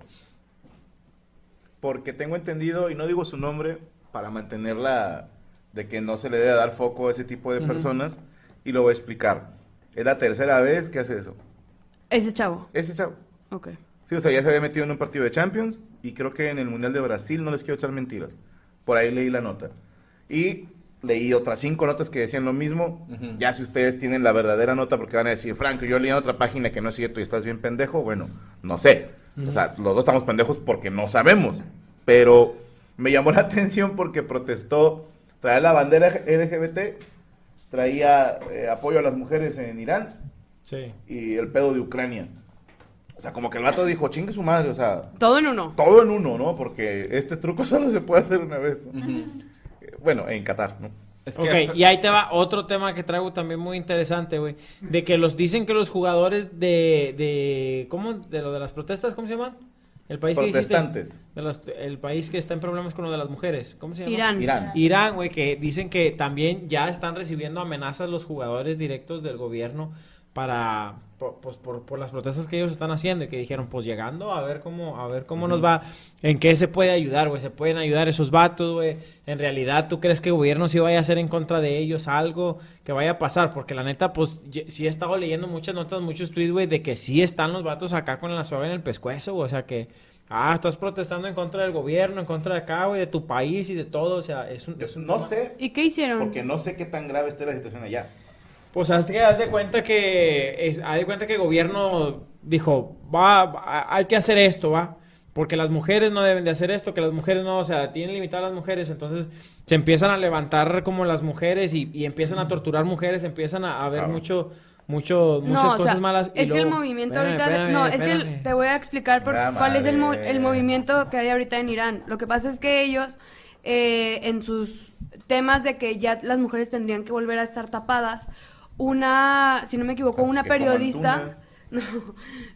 Porque tengo entendido, y no digo su nombre, para mantenerla de que no se le debe dar foco a ese tipo de Ujú. personas, y lo voy a explicar. Es la tercera vez que hace eso. Ese chavo. Ese chavo. Ok. Sí, o sea, ya se había metido en un partido de Champions y creo que en el Mundial de Brasil, no les quiero echar mentiras. Por ahí leí la nota. Y leí otras cinco notas que decían lo mismo. Ya si ustedes tienen la verdadera nota porque van a decir, Franco, yo leí en otra página que no es cierto y estás bien pendejo, bueno, no sé. O sea, los dos estamos pendejos porque no sabemos. Pero me llamó la atención porque protestó, traía la bandera LGBT, traía eh, apoyo a las mujeres en Irán Sí. y el pedo de Ucrania. O sea, como que el vato dijo, chingue su madre, o sea, Todo en uno. todo en uno, ¿no? Porque este truco solo se puede hacer una vez, ¿no? Eh, Bueno, en Qatar, ¿no? Ok, y ahí te va otro tema que traigo también muy interesante, güey. De que los dicen que los jugadores de, de ¿cómo? De lo de las protestas, ¿cómo se llaman? El país que dijiste. Protestantes. de los- el país que está en problemas con lo de las mujeres. ¿Cómo se llama? Irán. Irán. Irán, güey, que dicen que también ya están recibiendo amenazas los jugadores directos del gobierno para por, pues, por, por las protestas que ellos están haciendo y que dijeron, pues llegando a ver cómo a ver cómo nos va, en qué se puede ayudar, güey, se pueden ayudar esos vatos, güey. En realidad, ¿tú crees que el gobierno sí vaya a hacer en contra de ellos algo que vaya a pasar? Porque la neta, pues ye- sí he estado leyendo muchas notas, muchos tweets, güey, de que sí están los vatos acá con la suave en el pescuezo, güey, o sea que Ah, estás protestando en contra del gobierno, en contra de acá, güey, de tu país y de todo. O sea, es un. no sé. ¿Y qué hicieron? Porque no sé qué tan grave esté la situación allá. Pues haz que haz de cuenta que. es- haz de cuenta que el gobierno dijo, va, va, hay que hacer esto, va. Porque las mujeres no deben de hacer esto, que las mujeres no, o sea, tienen limitadas las mujeres, entonces se empiezan a levantar como las mujeres y, y empiezan a torturar mujeres, empiezan a, a haber mucho, mucho, muchas No, o cosas sea, malas. y es que el luego- movimiento Espérame, ahorita... espérame, no, es que espérame. el- te voy a explicar por, La cuál es el, mo- madre. el movimiento que hay ahorita en Irán. Lo que pasa es que ellos, eh, en sus temas de que ya las mujeres tendrían que volver a estar tapadas, una, si no me equivoco, una Pues que coman periodista... tunas.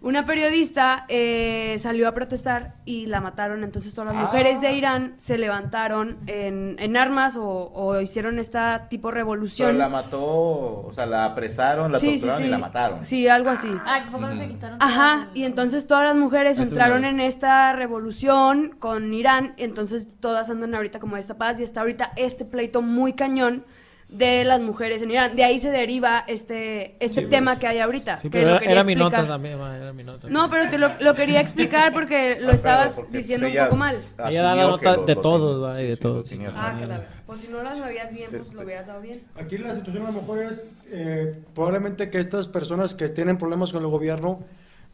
Una periodista eh, salió a protestar y la mataron. Entonces todas las Ah. mujeres de Irán se levantaron en, en armas o, o hicieron esta tipo revolución. Pero la mató, o sea, la apresaron, la Sí, sí, torturaron sí. y la mataron. Sí, algo así. Ah, fue cuando se quitaron. Ajá, y entonces todas las mujeres Es una entraron vez. en esta revolución con Irán, entonces todas andan ahorita como destapadas y está ahorita este pleito muy cañón de las mujeres en Irán. De ahí se deriva este, este Sí, tema que hay ahorita. Sí, que pero lo era, quería era mi explicar. nota también, ma, era mi nota. No, pero te lo, lo quería explicar porque lo Ah, estabas perdón, porque diciendo ella- un poco mal. Ella da la pues, asumió que nota lo- de lo todos, va, y de todos. Ah, claro. Pues si no las sabías bien, pues Este. lo hubieras dado bien. Aquí la situación a lo mejor es eh, probablemente que estas personas que tienen problemas con el gobierno,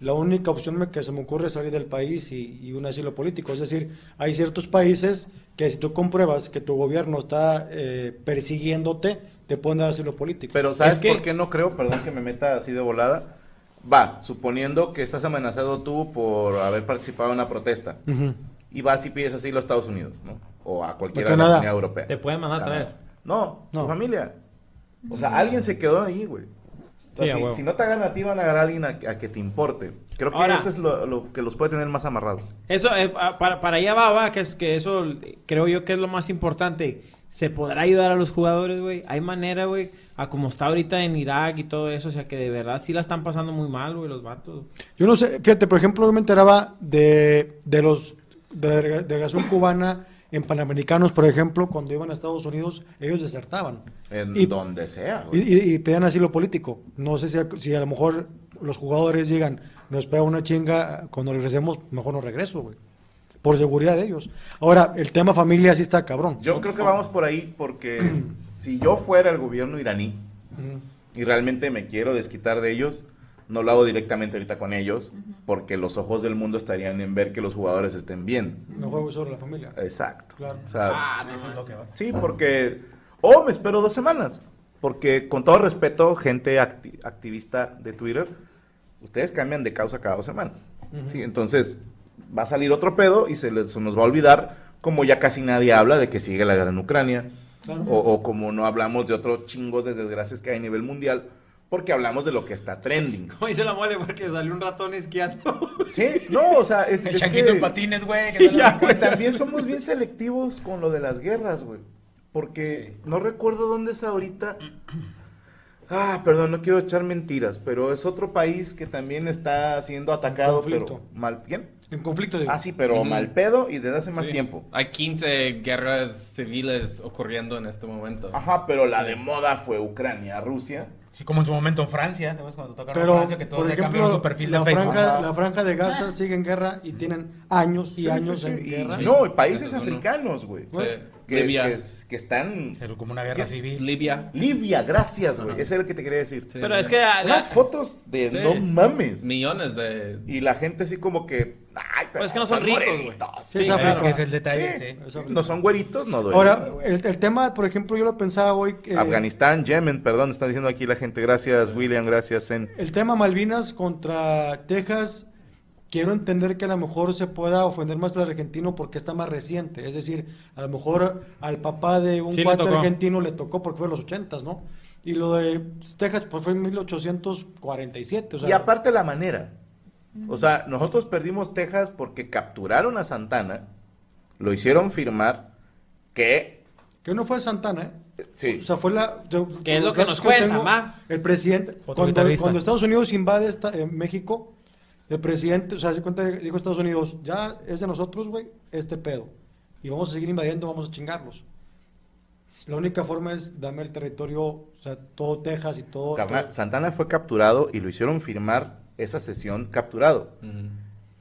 la única opción me- que se me ocurre es salir del país y, y un asilo político. Es decir, hay ciertos países que si tú compruebas que tu gobierno está eh, persiguiéndote, te pueden dar asilo político. Pero ¿sabes por qué no creo? Perdón que me meta así de volada. Va, suponiendo que estás amenazado tú por haber participado en una protesta Ujú. y vas y pides asilo a Estados Unidos, ¿no? O a cualquier De Canadá. comunidad europea. Te pueden mandar a Canadá. traer. No, tu familia. O sea, alguien se quedó ahí, güey. O sea, Sí, a si, huevo. si no te agarran a ti, van a agarrar a alguien a, a que te importe. Creo que Ahora- eso es lo, lo que los puede tener más amarrados. Eso, eh, pa- para, para allá va, va, que, es, que eso eh, creo yo que es lo más importante. ¿Se podrá ayudar a los jugadores, güey? ¿Hay manera, güey? A como está ahorita en Irak y todo eso, o sea, que de verdad sí la están pasando muy mal, güey, los vatos. Yo no sé, fíjate, por ejemplo, yo me enteraba de, de los de la delega- delegación cubana en Panamericanos, por ejemplo, cuando iban a Estados Unidos, ellos desertaban En Y- donde sea, y, güey. y, y pedían asilo político. No sé si a, si a lo mejor los jugadores llegan, nos pega una chinga, cuando regresemos, mejor no regreso, güey. Por seguridad de ellos. Ahora, el tema familia sí está cabrón. Yo creo que vamos por ahí porque si yo fuera el gobierno iraní y realmente me quiero desquitar de ellos, no lo hago directamente ahorita con ellos porque los ojos del mundo estarían en ver que los jugadores estén bien. No juego sobre la familia. Exacto. Claro. O sea, Ah, eso es lo que va. sí, porque... O me espero dos semanas. Porque con todo respeto, gente acti- activista de Twitter, ustedes cambian de causa cada dos semanas. Sí, entonces va a salir otro pedo y se, les- se nos va a olvidar como ya casi nadie habla de que sigue la guerra en Ucrania Claro. o, o como no hablamos de otro chingo de desgracias que hay a nivel mundial porque hablamos de lo que está trending. Como dice la mole, porque salió un ratón esquiando. Sí, no, o sea, es, es que- patines, güey. Ya, güey, también somos bien selectivos con lo de las guerras, güey. Porque no recuerdo dónde es ahorita. Ah, perdón, no quiero echar mentiras, pero es otro país que también está siendo atacado, pero conflicto. mal bien. En conflicto, Ah, sí, pero Ujú. mal pedo y desde hace más Sí. tiempo. Hay 15 guerras civiles ocurriendo en este momento. Ajá, pero la de moda fue Ucrania, Rusia. Sí, como en su momento en Francia, ¿te acuerdas cuando tocaron Pero, Francia que todos por se cambiaron ejemplo, su perfil la de Facebook? franja, la franja de Gaza sigue en guerra y tienen años y Sí, sí, años sí, en y- guerra. No, y países Ese es uno. africanos, güey. Sí. Que, Libia. que es- que están. como una guerra civil. Libia. Libia, gracias, güey. Ese es el que te quería decir. Pero es que a- Unas la- fotos de Sí. no mames. Millones de... Y la gente así como que. Ay, pero es que no son ricos, güey. Sí, es África. que es el detalle. No son güeritos, no duele. Ahora, eh, el, el tema, por ejemplo, yo lo pensaba hoy. que Afganistán, Yemen, perdón, están diciendo aquí la gente. Gracias, William, gracias, en El tema Malvinas contra Texas, quiero entender que a lo mejor se pueda ofender más al argentino porque está más reciente. Es decir, a lo mejor al papá de un Sí, le cuate tocó. argentino le tocó porque fue en los ochentas, ¿no? Y lo de Texas pues fue en 1847. O sea, y aparte la manera. O sea, nosotros perdimos Texas porque capturaron a Santana, lo hicieron firmar que... Que no fue Santana, ¿eh? Sí. O sea, fue la... yo- Que es los lo que datos nos cuentan, ma. El presidente... Otro Cuando, guitarrista. cuando Estados Unidos invade esta- eh, México, el presidente, o sea, se cuenta, que dijo Estados Unidos, ya es de nosotros, güey, este pedo. Y vamos a seguir invadiendo, vamos a chingarlos. La única forma es dame el territorio, o sea, todo Texas y todo... carnal, Santana fue capturado y lo hicieron firmar esa sesión capturado.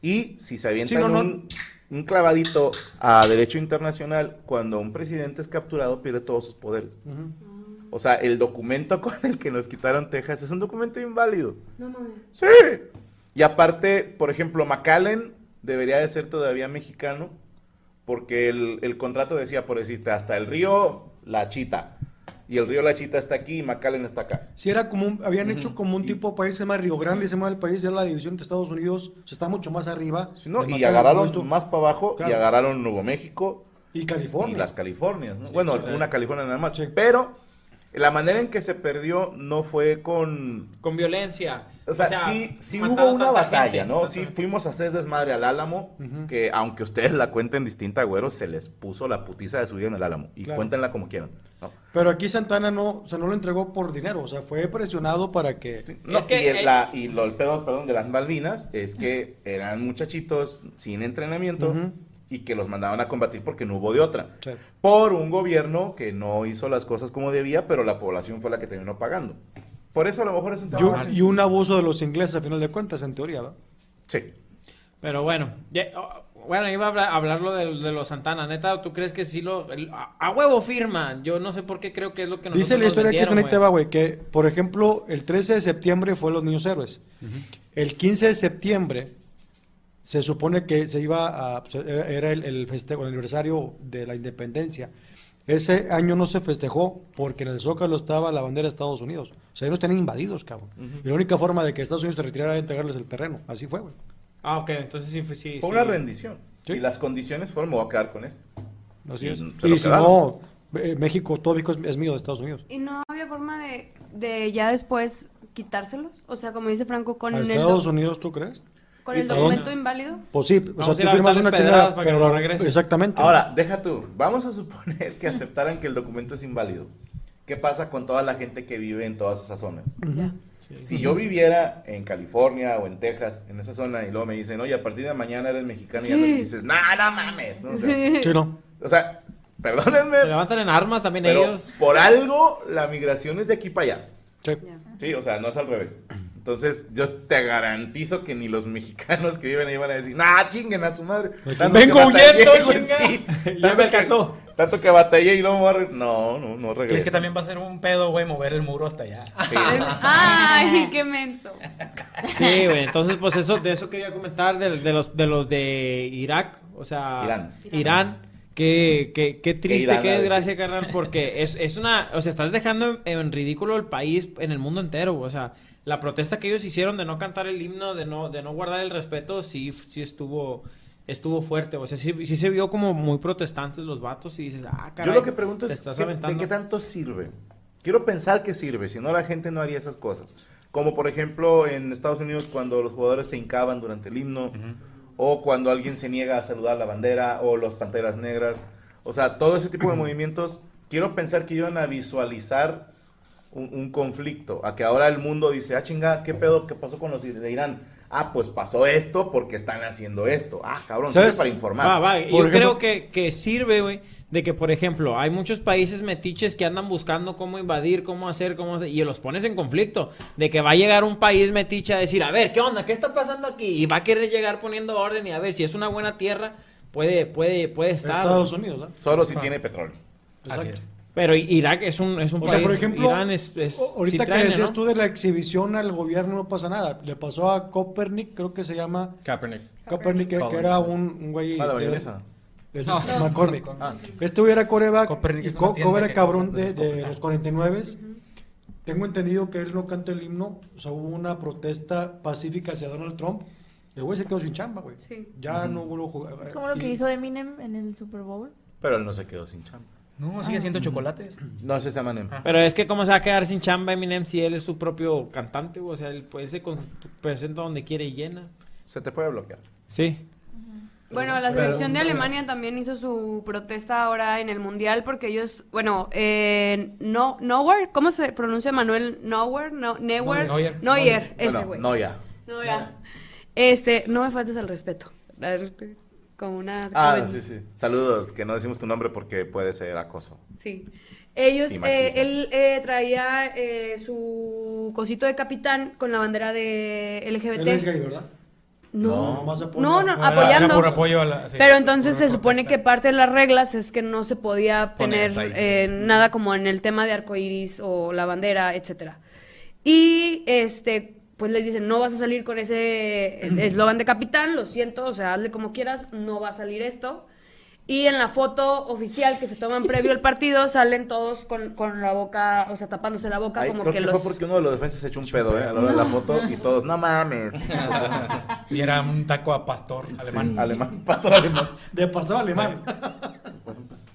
Y si se avientan Sí, no, no. Un, un clavadito a derecho internacional, cuando un presidente es capturado pierde todos sus poderes. todo. Ujú. O sea, el documento con el que nos quitaron Texas es un documento inválido. No mames. Sí. Y aparte, por ejemplo, McAllen debería de ser todavía mexicano porque el, el contrato decía, por decirte, hasta el río La Chita. y el río La Chita está aquí y McAllen está acá. Si era como un- habían hecho como un tipo de país que se llama Río Grande, se llama el país, era la división de Estados Unidos, o sea, está mucho más arriba. No, de Macaulay, y todo esto. agarraron más para abajo y Claro. agarraron Nuevo México. Y California. Y las Californias. ¿no? Sí, bueno, sí, sí. una California nada más. Pero la manera en que se perdió no fue con... Con violencia. O sea, sí, sí matando hubo una tanta batalla, gente. ¿no? Sí fuimos a hacer desmadre al Álamo, Ujú. que aunque ustedes la cuenten distinta, güero, se les puso la putiza de su vida en el Álamo. Y Claro. cuéntenla como quieran. ¿no? Pero aquí Santana no, o sea, no lo entregó por dinero, o sea, fue presionado para que... No, y, el- la- y lo, el pedo, perdón, de las Malvinas es que eran muchachitos sin entrenamiento Ujú. y que los mandaban a combatir porque no hubo de otra. Por un gobierno que no hizo las cosas como debía, pero la población fue la que terminó pagando. Por eso a lo mejor es un Y tema un- más y un abuso de los ingleses, a final de cuentas, en teoría, ¿verdad? Sí. Pero bueno, ya- oh, bueno, iba a hablar, hablarlo de, de los Santana. Neta, ¿tú crees que sí lo. el- a, a huevo firman? Yo no sé por qué creo que es lo que Dice la nosotros nos historia que está vendieron, en ahí te va, güey, que por ejemplo, el 13 de septiembre fue los Niños Héroes. El 15 de septiembre se supone que se iba a. pues, e- Era el, el festejo, el aniversario de la independencia. Ese año no se festejó porque en el Zócalo estaba la bandera de Estados Unidos. O sea, ellos tenían invadidos, cabrón. Y la única forma de que Estados Unidos se retirara era entregarles el terreno. Así fue, güey. Ah, ok, entonces sí, fue- sí. Fue sí. una rendición. Y las condiciones fueron, me voy a quedar con esto. Así Y es. se lo Y si quedaron. no, eh, México, todo México es, es mío de Estados Unidos. ¿Y no había forma de, de ya después quitárselos? O sea, como dice Franco, con ¿A el, Estados doc- Unidos tú crees? con el ¿Y a documento dónde? inválido. Pues sí, o sea, tú firmas una chingada, pero exactamente. Ahora, deja tú. Vamos a suponer que aceptaran que el documento es inválido. ¿Qué pasa con toda la gente que vive en todas esas zonas? Si yo viviera en California o en Texas, en esa zona, y luego me dicen, oye, a partir de mañana eres mexicano, y ya Sí. me dices, nah, no mames. ¿no? O sea, Sí, no. O sea, perdónenme. Se levantan en armas también ellos. Por algo, la migración es de aquí para allá. Sí. o sea, no es al revés. Entonces, yo te garantizo que ni los mexicanos que viven ahí van a decir, nah, chinguen a su madre. Tanto Vengo que batallé, huyendo, güey, chinga. sí. Tanto que- Tanto que batallé y luego me voy a re- no, no, no Y es que regreso. también va a ser un pedo, güey, mover el muro hasta allá. Ah, Ay, qué menso. Sí, güey. Entonces, pues eso, de eso quería comentar, de, de los de los de Irak, o sea, Irán. Irán. Qué, qué, qué triste, Irán, qué a ver, desgracia, carnal, porque es, es una, o sea, estás dejando en, en ridículo el país en el mundo entero, güey, o sea, la protesta que ellos hicieron de no cantar el himno, de no, de no guardar el respeto, sí, sí estuvo, estuvo fuerte, o sea, sí, sí se vio como muy protestantes los vatos y dices, ah, caray, Yo lo que pregunto te es, estás ¿qué- ¿de aventando. qué tanto sirve? Quiero pensar que sirve, si no la gente no haría esas cosas. Como por ejemplo en Estados Unidos cuando los jugadores se hincaban durante el himno, o cuando alguien se niega a saludar la bandera, o los panteras negras. O sea, todo ese tipo de movimientos, quiero pensar que iban a visualizar un, un conflicto, a que ahora el mundo dice, ah, chinga, ¿qué pedo? ¿Qué pasó con los de Irán? Ah, pues pasó esto porque están haciendo esto. Ah, cabrón, sirve para informar. Va, va. Yo creo que, que sirve, güey, de que, por ejemplo, hay muchos países metiches que andan buscando cómo invadir, cómo hacer, cómo hacer, y los pones en conflicto. De que va a llegar un país metiche a decir, a ver, ¿qué onda? ¿Qué está pasando aquí? Y va a querer llegar poniendo orden y a ver si es una buena tierra, puede, puede, puede estar. Estados Unidos, ¿verdad? Solo si tiene petróleo. Así es. Pero Irak es un, es un O país. sea, por ejemplo, Irán es- es- o- ahorita sí que traen, ¿no? decías tú de la exhibición al gobierno no pasa nada. Le pasó a Copernic, creo que se llama Kaepernick. Copernic, que, que era un, un güey. Ah, la de- baronesa. Ese No, es no, McCormick. no, no, no. Este güey era coreback y es una Co- tienda Cobb era que- cabrón de, de los 49. Tengo entendido que él no canta el himno. O sea, hubo una protesta pacífica hacia Donald Trump. El güey se quedó sin chamba, güey. Ya Ujú. no hubo jugar. Es como lo que y- hizo Eminem en el Super Bowl. Pero él no se quedó sin chamba. No, Ah. sigue haciendo chocolates. Ah. No, se llama Eminem. Pero es que cómo se va a quedar sin chamba Eminem si él es su propio cantante, güey? o sea, él, pues, él se con- presenta donde quiere y llena. Se te puede bloquear. Sí. Bueno, la Pero- selección de Alemania también hizo su protesta ahora en el Mundial porque ellos, bueno, eh, no, Nowhere, ¿cómo se pronuncia Manuel? Nowhere, no, Neuer, Neuer. Neuer, ese Bueno, güey. no ya. No, ya. Este, no me faltes al respeto. A ver, Como una... Ah, como- sí, sí. Saludos, que no decimos tu nombre porque puede ser acoso. Sí. Ellos, Y eh, machismo. él eh, traía eh, su cosito de capitán con la bandera de LGBT. Él es gay, ¿verdad? No. No, más apoyo. No, no, Ah, Era- era apoyando. por apoyo a la- sí, Pero entonces por se supone que parte de las reglas es que no se podía Poner tener esa ahí. eh, nada como en el tema de arcoiris o la bandera, etcétera. Y este, pues les dicen, no vas a salir con eh, ese eslogan de capitán, lo siento, o sea, hazle como quieras, no va a salir esto. Y en la foto oficial que se toman previo al partido salen todos con, con la boca, o sea, tapándose la boca Ay, como creo que que, los... fue porque uno de los defensas echó un pedo, ¿eh? A la hora de la No. foto y todos, no mames. Y era un taco a pastor alemán. alemán, pastor alemán. De pastor alemán.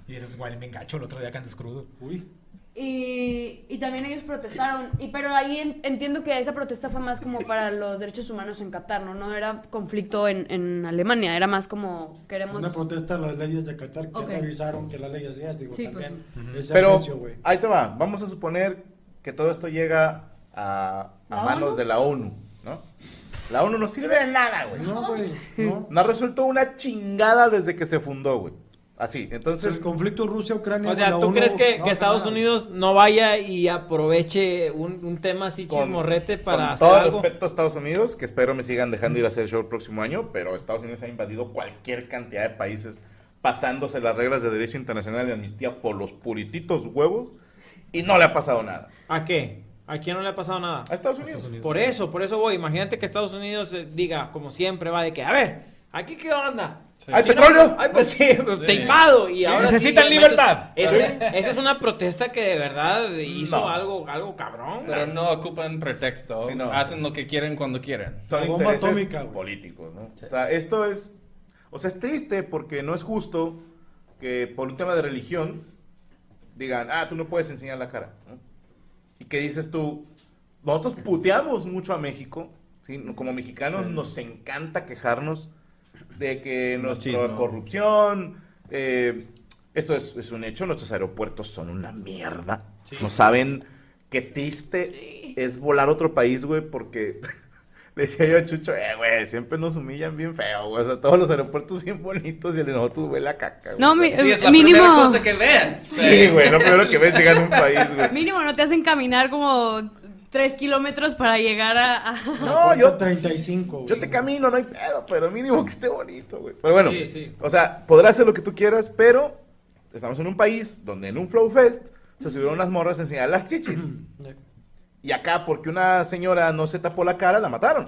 y eso es igual, me engacho el otro día que antes crudo. Uy. Y, y también ellos protestaron, y pero ahí en- entiendo que esa protesta fue más como para los derechos humanos en Qatar, ¿no? No era conflicto en, en Alemania, era más como queremos... Una protesta a las leyes de Qatar que Ok. ya te avisaron que las leyes ya, digo, Sí, pues también. Ese Pero aprecio, güey. ahí te va. Vamos a suponer que todo esto llega a, a ¿La manos ONU? de la ONU, ¿no? La ONU no sirve de nada, güey. No, güey. No, ha resuelto una chingada desde que se fundó, güey. Así, entonces... El conflicto Rusia-Ucrania. O sea, la ¿tú ONU crees que, no que hace Estados nada. Unidos no vaya y aproveche un, un tema así Con- chismorrete para Con hacer todo algo? respeto a Estados Unidos, que espero me sigan dejando ir a hacer show el próximo año, pero Estados Unidos ha invadido cualquier cantidad de países pasándose las reglas de derecho internacional de amnistía por los purititos huevos y no le ha pasado nada. ¿A qué? ¿A quién no le ha pasado nada? A Estados Unidos. Por eso, por eso voy. Imagínate que Estados Unidos eh, diga, como siempre, va de que, a ver, ¿aquí qué onda? ¿Hay Si no- petróleo? Hay pues, sí, Sí. te invado y Sí. ahora Necesitan le libertad. Esa, Sí. esa es una protesta que de verdad hizo No. algo, algo cabrón. Pero güey. no ocupan pretexto. Hacen lo que quieren cuando quieren. Son intereses políticos, ¿no? O sea, esto es... O sea, es triste porque no es justo que por un tema de religión digan, ah, tú no puedes enseñar la cara, ¿no? Y que dices tú, nosotros puteamos mucho a México, ¿sí? Como mexicanos Sí. nos encanta quejarnos de que nuestra Machismo. corrupción... eh, esto es, es un hecho, nuestros aeropuertos son una mierda. Sí. No saben qué triste es volar a otro país, güey, porque le decía yo a Chucho, eh, güey, siempre nos humillan bien feo, güey. O sea, todos los aeropuertos bien bonitos y el de nosotros huele a caca, güey. No, mi- eh, Sí, es la mínimo. primera cosa que ves. Sí, güey, lo primero que ves llegar a un país, güey. Mínimo, no te hacen caminar como tres kilómetros para llegar a... a- No, yo. 35, Yo te camino, no hay pedo, pero mínimo que esté bonito, güey. Pero bueno, Sí, sí. o sea, podrás hacer lo que tú quieras, pero estamos en un país donde en un Flow Fest se subieron unas morras a enseñar las chichis. Y acá, porque una señora no se tapó la cara, la mataron.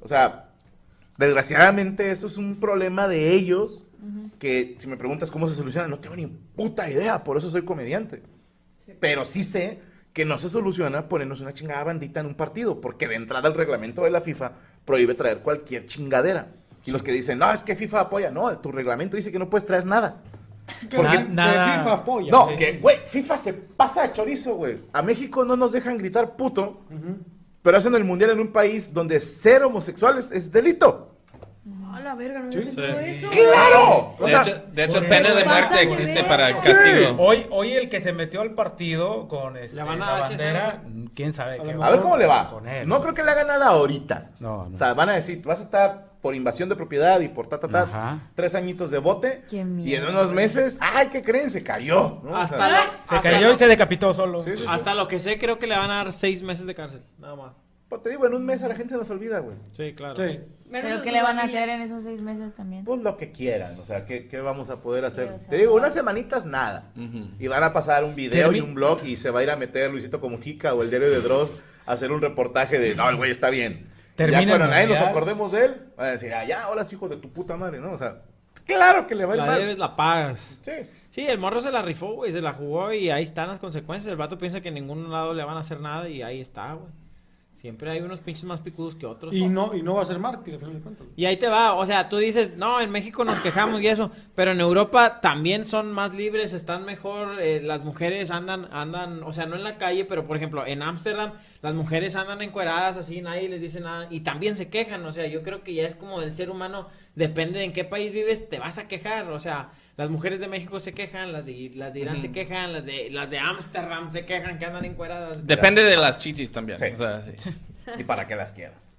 O sea, desgraciadamente eso es un problema de ellos que si me preguntas cómo se soluciona, no tengo ni puta idea, por eso soy comediante. Pero sí sé que no se soluciona poniéndose una chingada bandita en un partido, porque de entrada el reglamento de la FIFA prohíbe traer cualquier chingadera. Y los que dicen, no, es que FIFA apoya, no, tu reglamento dice que no puedes traer nada. Na- nada. FIFA apoya. No, Sí. que, güey, FIFA se pasa de chorizo, güey. A México no nos dejan gritar puto, pero hacen el mundial en un país donde ser homosexuales es delito. A la verga, no Sí. había pensado Sí. eso. ¡Claro! De hecho, de hecho, pena de muerte existe para Sí. castigo. Hoy, hoy el que se metió al partido con este, van a la dar que se bandera, quién sabe. qué A ver cómo le va. con él. No creo que le haga nada ahorita. No, O sea, van a decir, vas a estar por invasión de propiedad y por ta, ta, ta, Ajá. tres añitos de bote. Qué Y en miedo. unos meses, ¡ay, qué creen! Se cayó. ¿no? O Hasta sea, la- Se Ah, hasta cayó la- y se decapitó solo. Hasta lo que sé, creo que le van a dar seis meses de cárcel. Nada más. pues te digo, en un mes a la gente se nos olvida, güey. Sí, claro. Sí. Pero ¿qué le van a hacer en esos seis meses también? Pues lo que quieran, o sea, ¿qué, qué vamos a poder hacer? o sea, te digo, unas semanitas nada. Y van a pasar un video y un blog y se va a ir a meter Luisito Comujica o el diario de Dross a hacer un reportaje de, no, el güey está bien. Termina ya el cuando nadie nos mundial. acordemos de él, van a decir, ah, ya, hola, hijos de tu puta madre, ¿no? O sea, claro que le va a ir La mal. debes, la pagas. Sí. el morro se la rifó, güey, se la jugó y ahí están las consecuencias. El vato piensa que en ningún lado le van a hacer nada y ahí está, güey. Siempre hay unos pinches más picudos que otros. Y no, y no va a ser mártir, al final de cuentas. Y ahí te va, o sea, tú dices, no, en México nos quejamos y eso, pero en Europa también son más libres, están mejor, eh, las mujeres andan, andan, o sea, no en la calle, pero por ejemplo, en Ámsterdam, las mujeres andan encueradas así, nadie les dice nada, y también se quejan, o sea, yo creo que ya es como el ser humano, depende de en qué país vives, te vas a quejar, o sea, las mujeres de México se quejan, las de, las de Irán se Ujú. quejan, las de, las de Ámsterdam se quejan que andan encueradas. Depende de las chichis también. o sea, sí. Y para qué las quieras.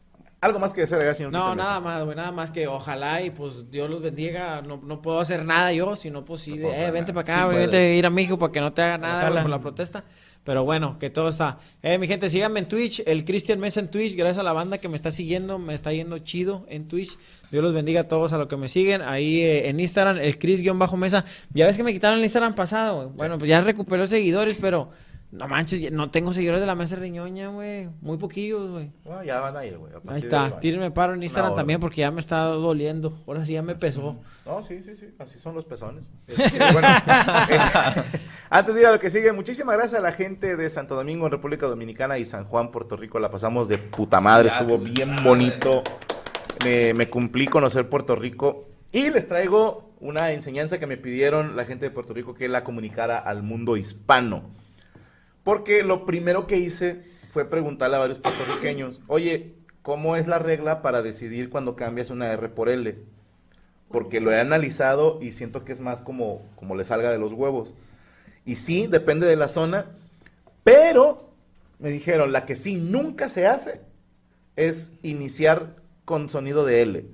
Algo más que desear, señor. No, Cristian Mesa? nada más, güey, nada más que ojalá y pues Dios los bendiga. No, no puedo hacer nada yo, sino pues sí, puedo eh, hacer vente nada. para Sí acá, güey, puedes. vete a ir a México para que no te haga nada Ojalá. güey, por la protesta. Pero bueno, que todo está. Eh, mi gente, síganme en Twitch, el Cristian Mesa en Twitch, gracias a la banda que me está siguiendo, me está yendo chido en Twitch. Dios los bendiga a todos a los que me siguen. Ahí eh, en Instagram, el Cris-Mesa. Ya ves que me quitaron el Instagram pasado, güey. Bueno, pues ya recuperó seguidores, pero No manches, no tengo seguidores de la mesa de riñoña, güey. Muy poquillos, güey. Ah, ya van a ir, güey. a Ahí partir de está, hoy. tírenme paro en Una Instagram hora. también porque ya me está doliendo. Ahora sí ya me pesó. No, sí, sí, sí. Así son los pezones. Este, bueno, eh, antes de ir a lo que sigue, muchísimas gracias a la gente de Santo Domingo, República Dominicana y San Juan, Puerto Rico. La pasamos de puta madre. Ya Estuvo tú bien sabes. bonito. Me, me cumplí conocer Puerto Rico. Y les traigo una enseñanza que me pidieron la gente de Puerto Rico que la comunicara al mundo hispano. Porque lo primero que hice fue preguntarle a varios puertorriqueños, oye, ¿cómo es la regla para decidir cuando cambias una R por L? Porque lo he analizado y siento que es más como, como le salga de los huevos. Y sí, depende de la zona, pero me dijeron, la que sí nunca se hace es iniciar con sonido de L.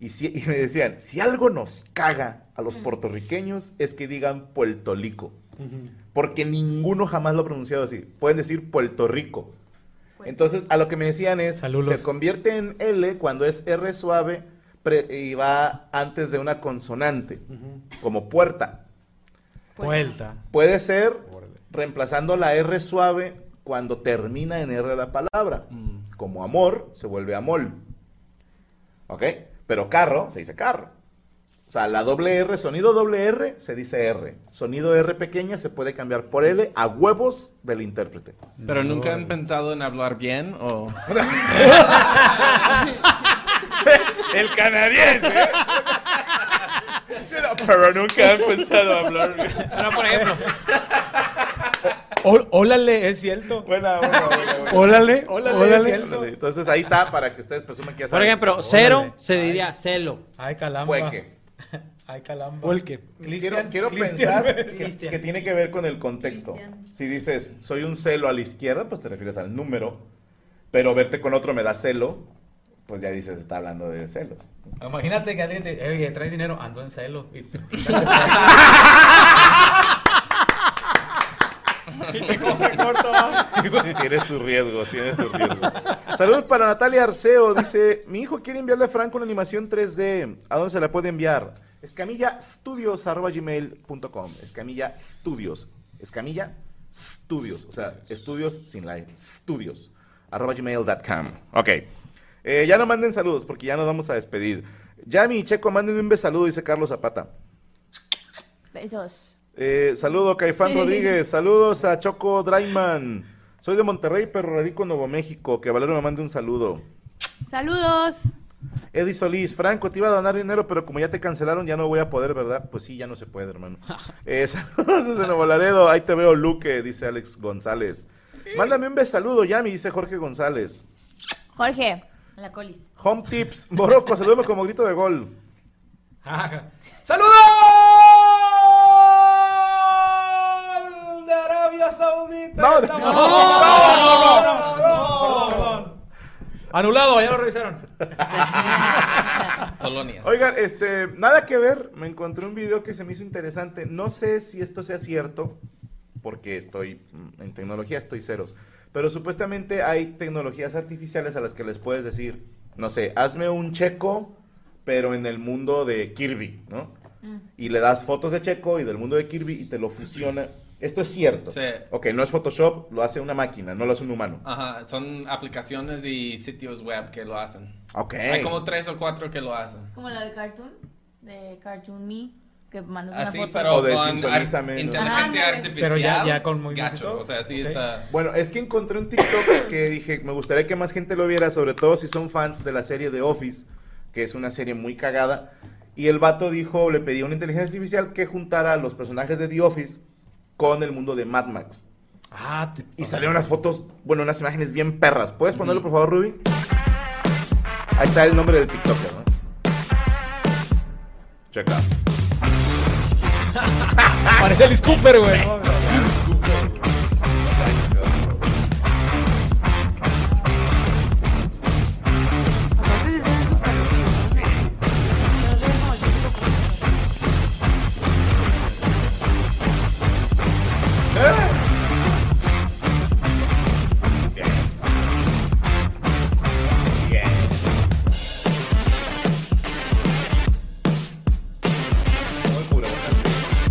Y, sí- y me decían, si algo nos caga a los puertorriqueños es que digan Puerto Rico porque ninguno jamás lo ha pronunciado así. Pueden decir Puerto Rico. Entonces, a lo que me decían es, se convierte en L cuando es R suave pre- y va antes de una consonante, como puerta. Vuelta. Puede ser reemplazando la R suave cuando termina en R la palabra, como amor se vuelve amor. ¿Ok? Pero carro se dice carro. O sea, la doble R, sonido doble R, se dice R. Sonido R pequeña se puede cambiar por L a huevos del intérprete. Pero nunca han pensado en hablar bien o. El canadiense. Pero nunca han pensado hablar bien. Pero por ejemplo, Ol- Ólale, es cierto. Buena, buena, buena. Ólale, Ólale, ólale. es cierto. Entonces ahí está para que ustedes presuman que ya por saben. ejemplo, cero se diría celo. Ay, calamba. Pueque. Ay, calamba. Puelque. Cristian, quiero quiero Cristian. pensar que, que tiene que ver con el contexto. Si dices, soy un celo a la izquierda, pues te refieres al número. Pero verte con otro me da celo, pues ya dices, está hablando de celos. Imagínate que alguien te. Oye, traes dinero, ando en celo. Y te, tiene sus riesgos, tiene sus riesgos. Saludos para Natalia Arceo. Dice, mi hijo quiere enviarle a Franco una animación 3D. ¿A dónde se la puede enviar? Escamillastudios.gmail.com Escamilla Studios. Escamilla Studios. O sea, estudios sin la E. Studios. Arroba gmail.com. Ok. Eh, ya no manden saludos porque ya nos vamos a despedir. Yami y Checo, manden un saludo, dice Carlos Zapata. Besos. Eh, saludo Caifán Rodríguez, saludos a Choco Draiman. Soy de Monterrey, pero radico en Nuevo México. Que Valero me mande un saludo. Saludos. Eddie Solís, Franco, te iba a donar dinero, pero como ya te cancelaron, ya no voy a poder, ¿verdad? Pues sí, ya no se puede, hermano. Eh, saludos desde Nuevo Laredo. Ahí te veo, Luque, dice Alex González. Mándame un besaludo, Yami, dice Jorge González. Jorge, la colis. Home Tips, Morocco, salúdame como grito de gol. ¡Gol de Arabia Saudita! No, de- Estamos- no, no, no, no, no, no, perdón. Anulado, ya lo revisaron. Polonia. Oigan, este, nada que ver, me encontré un video que se me hizo interesante. No sé si esto sea cierto, porque estoy mm, en tecnología, estoy ceros. Pero supuestamente hay tecnologías artificiales a las que les puedes decir, no sé, hazme un checo, pero en el mundo de Kirby, ¿no? Mm. Y le das fotos de checo y del mundo de Kirby y te lo fusiona. Esto es cierto. Sí. Ok, no es Photoshop, lo hace una máquina, no lo hace un humano. Ajá, son aplicaciones y sitios web que lo hacen. Ok. Hay como tres o cuatro que lo hacen. Como la de Cartoon, de Cartoon Me, que mandas una Así, foto. pero O de con Simpsonízame, ar- ¿no? inteligencia Ándale. artificial. Pero ya- ya con muy gacho, o sea, sí está. Bueno, es que encontré un TikTok que dije, me gustaría que más gente lo viera, sobre todo si son fans de la serie The Office, que es una serie muy cagada. Y el vato dijo, le pedía a una inteligencia artificial que juntara a los personajes de The Office con el mundo de Mad Max. Ah, Y salieron unas fotos, bueno, unas imágenes bien perras. ¿Puedes ponerlo, por favor, Ruby? Ahí está el nombre del TikToker, ¿no? Checa. Parece Alice Cooper, güey.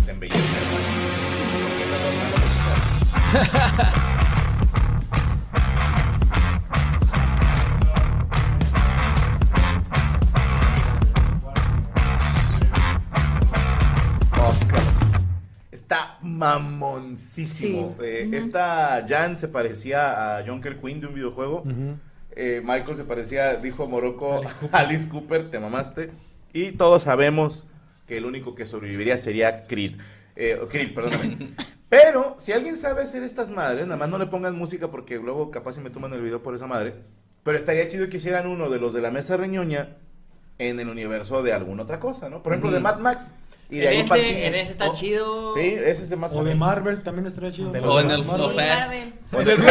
Te embellece. Oscar. Está mamoncísimo. Sí. Eh, Ujú. Esta Jan se parecía a Jonker Quinn de un videojuego. Eh, Michael se parecía, dijo Morocco, Alice Cooper. te mamaste. Y todos sabemos que el único que sobreviviría sería Creed. Eh, Krill, perdóname. Pero si alguien sabe hacer estas madres, nada más no le pongan música porque luego capaz si me toman el video por esa madre. Pero estaría chido que hicieran uno de los de la mesa reñoña en el universo de alguna otra cosa, ¿no? Por ejemplo, de Ujú. Mad Max. Y de En ahí ese- partimos. Oh, en ese está O- chido. Sí, ese se mata. O de Marvel también estaría chido. De los O de en el Marvel. Flowfest. O de-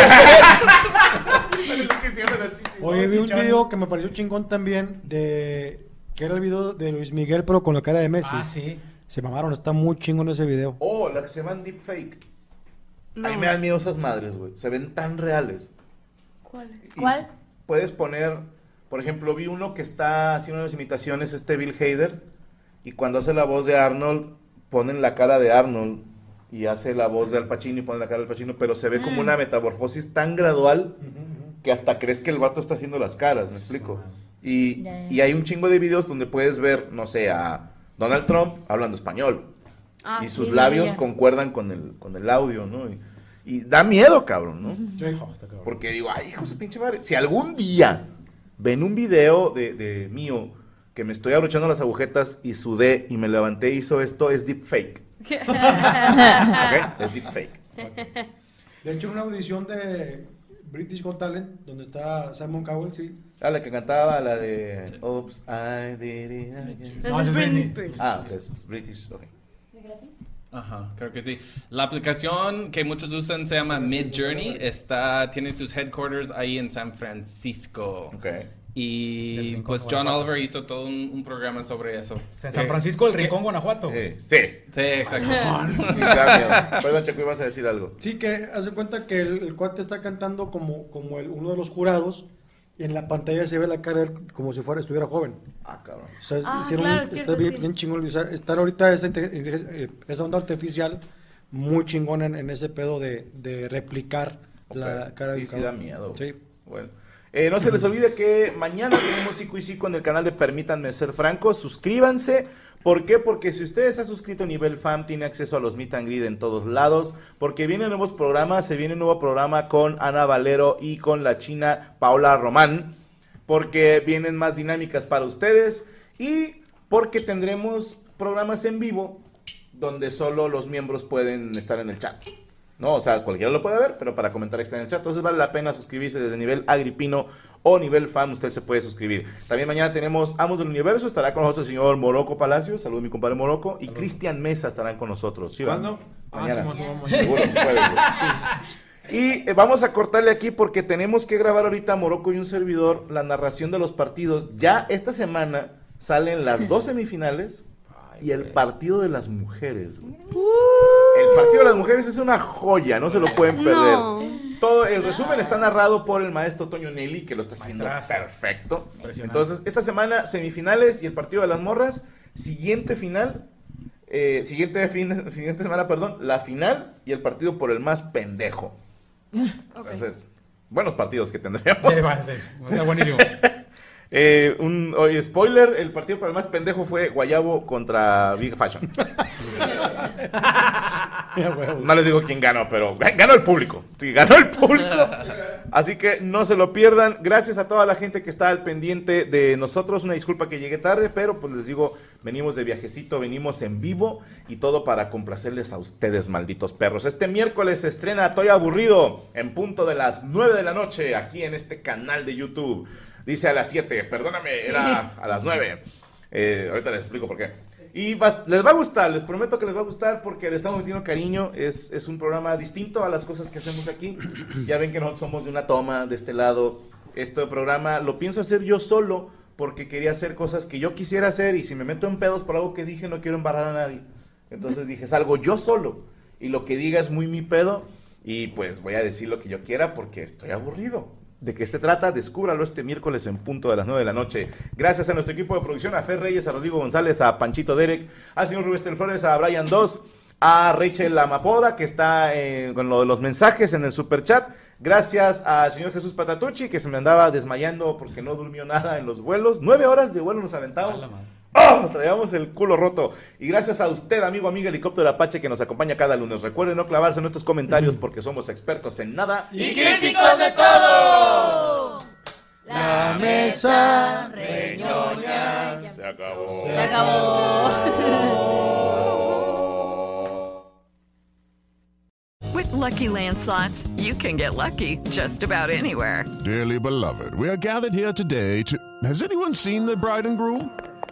Oye, vi un Chichón. video que me pareció chingón también de que era el video de Luis Miguel pero con la cara de Messi. Ah, sí. Se mamaron, está muy chingón ese video. Oh, la que se llaman Deepfake. A mí me dan miedo esas madres, güey. Se ven tan reales. ¿Cuál? Puedes poner, por ejemplo, vi uno que está haciendo unas imitaciones, este Bill Hader, y cuando hace la voz de Arnold, ponen la cara de Arnold y hace la voz de Al Pacino y ponen la cara de Al Pacino, pero se ve como Mm. una metamorfosis tan gradual que hasta crees que el vato está haciendo las caras, ¿me explico? Y, Ya, ya. y hay un chingo de videos donde puedes ver, no sé, a Donald Trump hablando español Ah, Ah, y sus labios concuerdan con el, con el audio, ¿no? Y, y da miedo, cabrón, ¿no? "Oh, Porque digo, ay, hijo de su pinche madre. Si algún día ven un video de, de mío que me estoy abrochando las agujetas y sudé y me levanté y hizo esto, es deepfake. ¿Ok? Es deepfake. De hecho, una audición de British Got Talent, donde está Simon Cowell, sí. Ah, la que cantaba, la de... Oops, I did it again. No, es Britney Spears. Ah, ok, es British, ok. Ajá, creo que sí. La aplicación que muchos usan se llama Mid Journey. Está, tiene sus headquarters ahí en San Francisco. Y pues John Guanajuato. Oliver hizo todo un, un programa sobre eso. En San Francisco, el Rincón, Guanajuato. Sí. Sí, sí exacto. Sí, da miedo. Perdón, Checo, ibas a decir algo. Sí, que hace cuenta que el, el cuate está cantando como, como el, uno de los jurados y en la pantalla se ve la cara de él como si fuera, estuviera joven. Ah, cabrón. O sea, es- Ah, hicieron claro, un- es cierto, está bien, sí. bien chingón. O sea, estar ahorita esa, inte- eh, esa onda artificial muy chingón en, en ese pedo de, de replicar la cara Sí, del sí da cabrón. miedo. Sí. Bueno. Eh, no se les olvide que mañana tenemos Sico y Sico en el canal de Permítanme Ser Franco. Suscríbanse. ¿Por qué? Porque si usted está suscrito a nivel FAM, tiene acceso a los Meet and Greet en todos lados. Porque vienen nuevos programas. Se viene un nuevo programa con Ana Valero y con la china Paola Román. Porque vienen más dinámicas para ustedes. Y porque tendremos programas en vivo donde solo los miembros pueden estar en el chat. No, o sea, cualquiera lo puede ver, pero para comentar está en el chat. Entonces vale la pena suscribirse desde nivel agripino o nivel fam. Usted se puede suscribir. También mañana tenemos Amos del Universo. Estará con nosotros el señor Moroco Palacio. Saludos, mi compadre Moroco. Y Cristian Mesa estarán con nosotros. ¿Sí, va? ¿Cuándo? Ah, Mañana. sí, vamos, vamos. Seguro, sí puede, güey. Y eh, vamos a cortarle aquí porque tenemos que grabar ahorita Morocco y un servidor la narración de los partidos. Ya esta semana salen las dos semifinales y el partido de las mujeres. güey. El partido de las mujeres es una joya, no se lo pueden perder. No. Todo el resumen está narrado por el maestro Toño Nelly, que lo está haciendo perfecto. Impresionante. Entonces, esta semana semifinales y el partido de las morras. Siguiente final, eh, siguiente, fin, siguiente semana, perdón, la final y el partido por el más pendejo. Entonces, buenos partidos que tendremos. Sí, va a ser. Está buenísimo. Eh, un, oye, spoiler, el partido para el más pendejo fue Guayabo contra Big Fashion. no les digo quién ganó, pero ganó el público. Sí, ganó el público. Así que no se lo pierdan. Gracias a toda la gente que está al pendiente de nosotros. Una disculpa que llegué tarde, pero pues les digo, venimos de viajecito, venimos en vivo y todo para complacerles a ustedes, malditos perros. Este miércoles se estrena Estoy aburrido en punto de las 9 de la noche aquí en este canal de YouTube. Dice a las 7, perdóname, era a las 9. Eh, ahorita les explico por qué. Y va- les va a gustar, les prometo que les va a gustar porque le estamos metiendo cariño. Es, es un programa distinto a las cosas que hacemos aquí. Ya ven que nosotros somos de una toma, de este lado. Este programa lo pienso hacer yo solo porque quería hacer cosas que yo quisiera hacer y si me meto en pedos por algo que dije no quiero embarrar a nadie. Entonces dije, salgo yo solo y lo que diga es muy mi pedo y pues voy a decir lo que yo quiera porque estoy aburrido. ¿De qué se trata? Descúbralo este miércoles en punto de las 9 de la noche. Gracias a nuestro equipo de producción, a Fer Reyes, a Rodrigo González, a Panchito Derek, a señor Rubén Flores, a Brian Dos, a Rachel Amapoda, que está eh, con lo de los mensajes en el super chat. Gracias al señor Jesús Patatucci, que se me andaba desmayando porque no durmió nada en los vuelos. Nueve horas de vuelo nos aventamos. ¡Oh! Traíamos el culo roto. Y gracias a usted, amigo, amiga helicóptero Apache, que nos acompaña cada lunes. Recuerden no clavarse en nuestros comentarios porque somos expertos en nada. y críticos de todo. La mesa reñoña Se acabó. se acabó. With Lucky Land slots, you can get lucky just about anywhere. Dearly beloved, we are gathered here today to. Has anyone seen the bride and groom?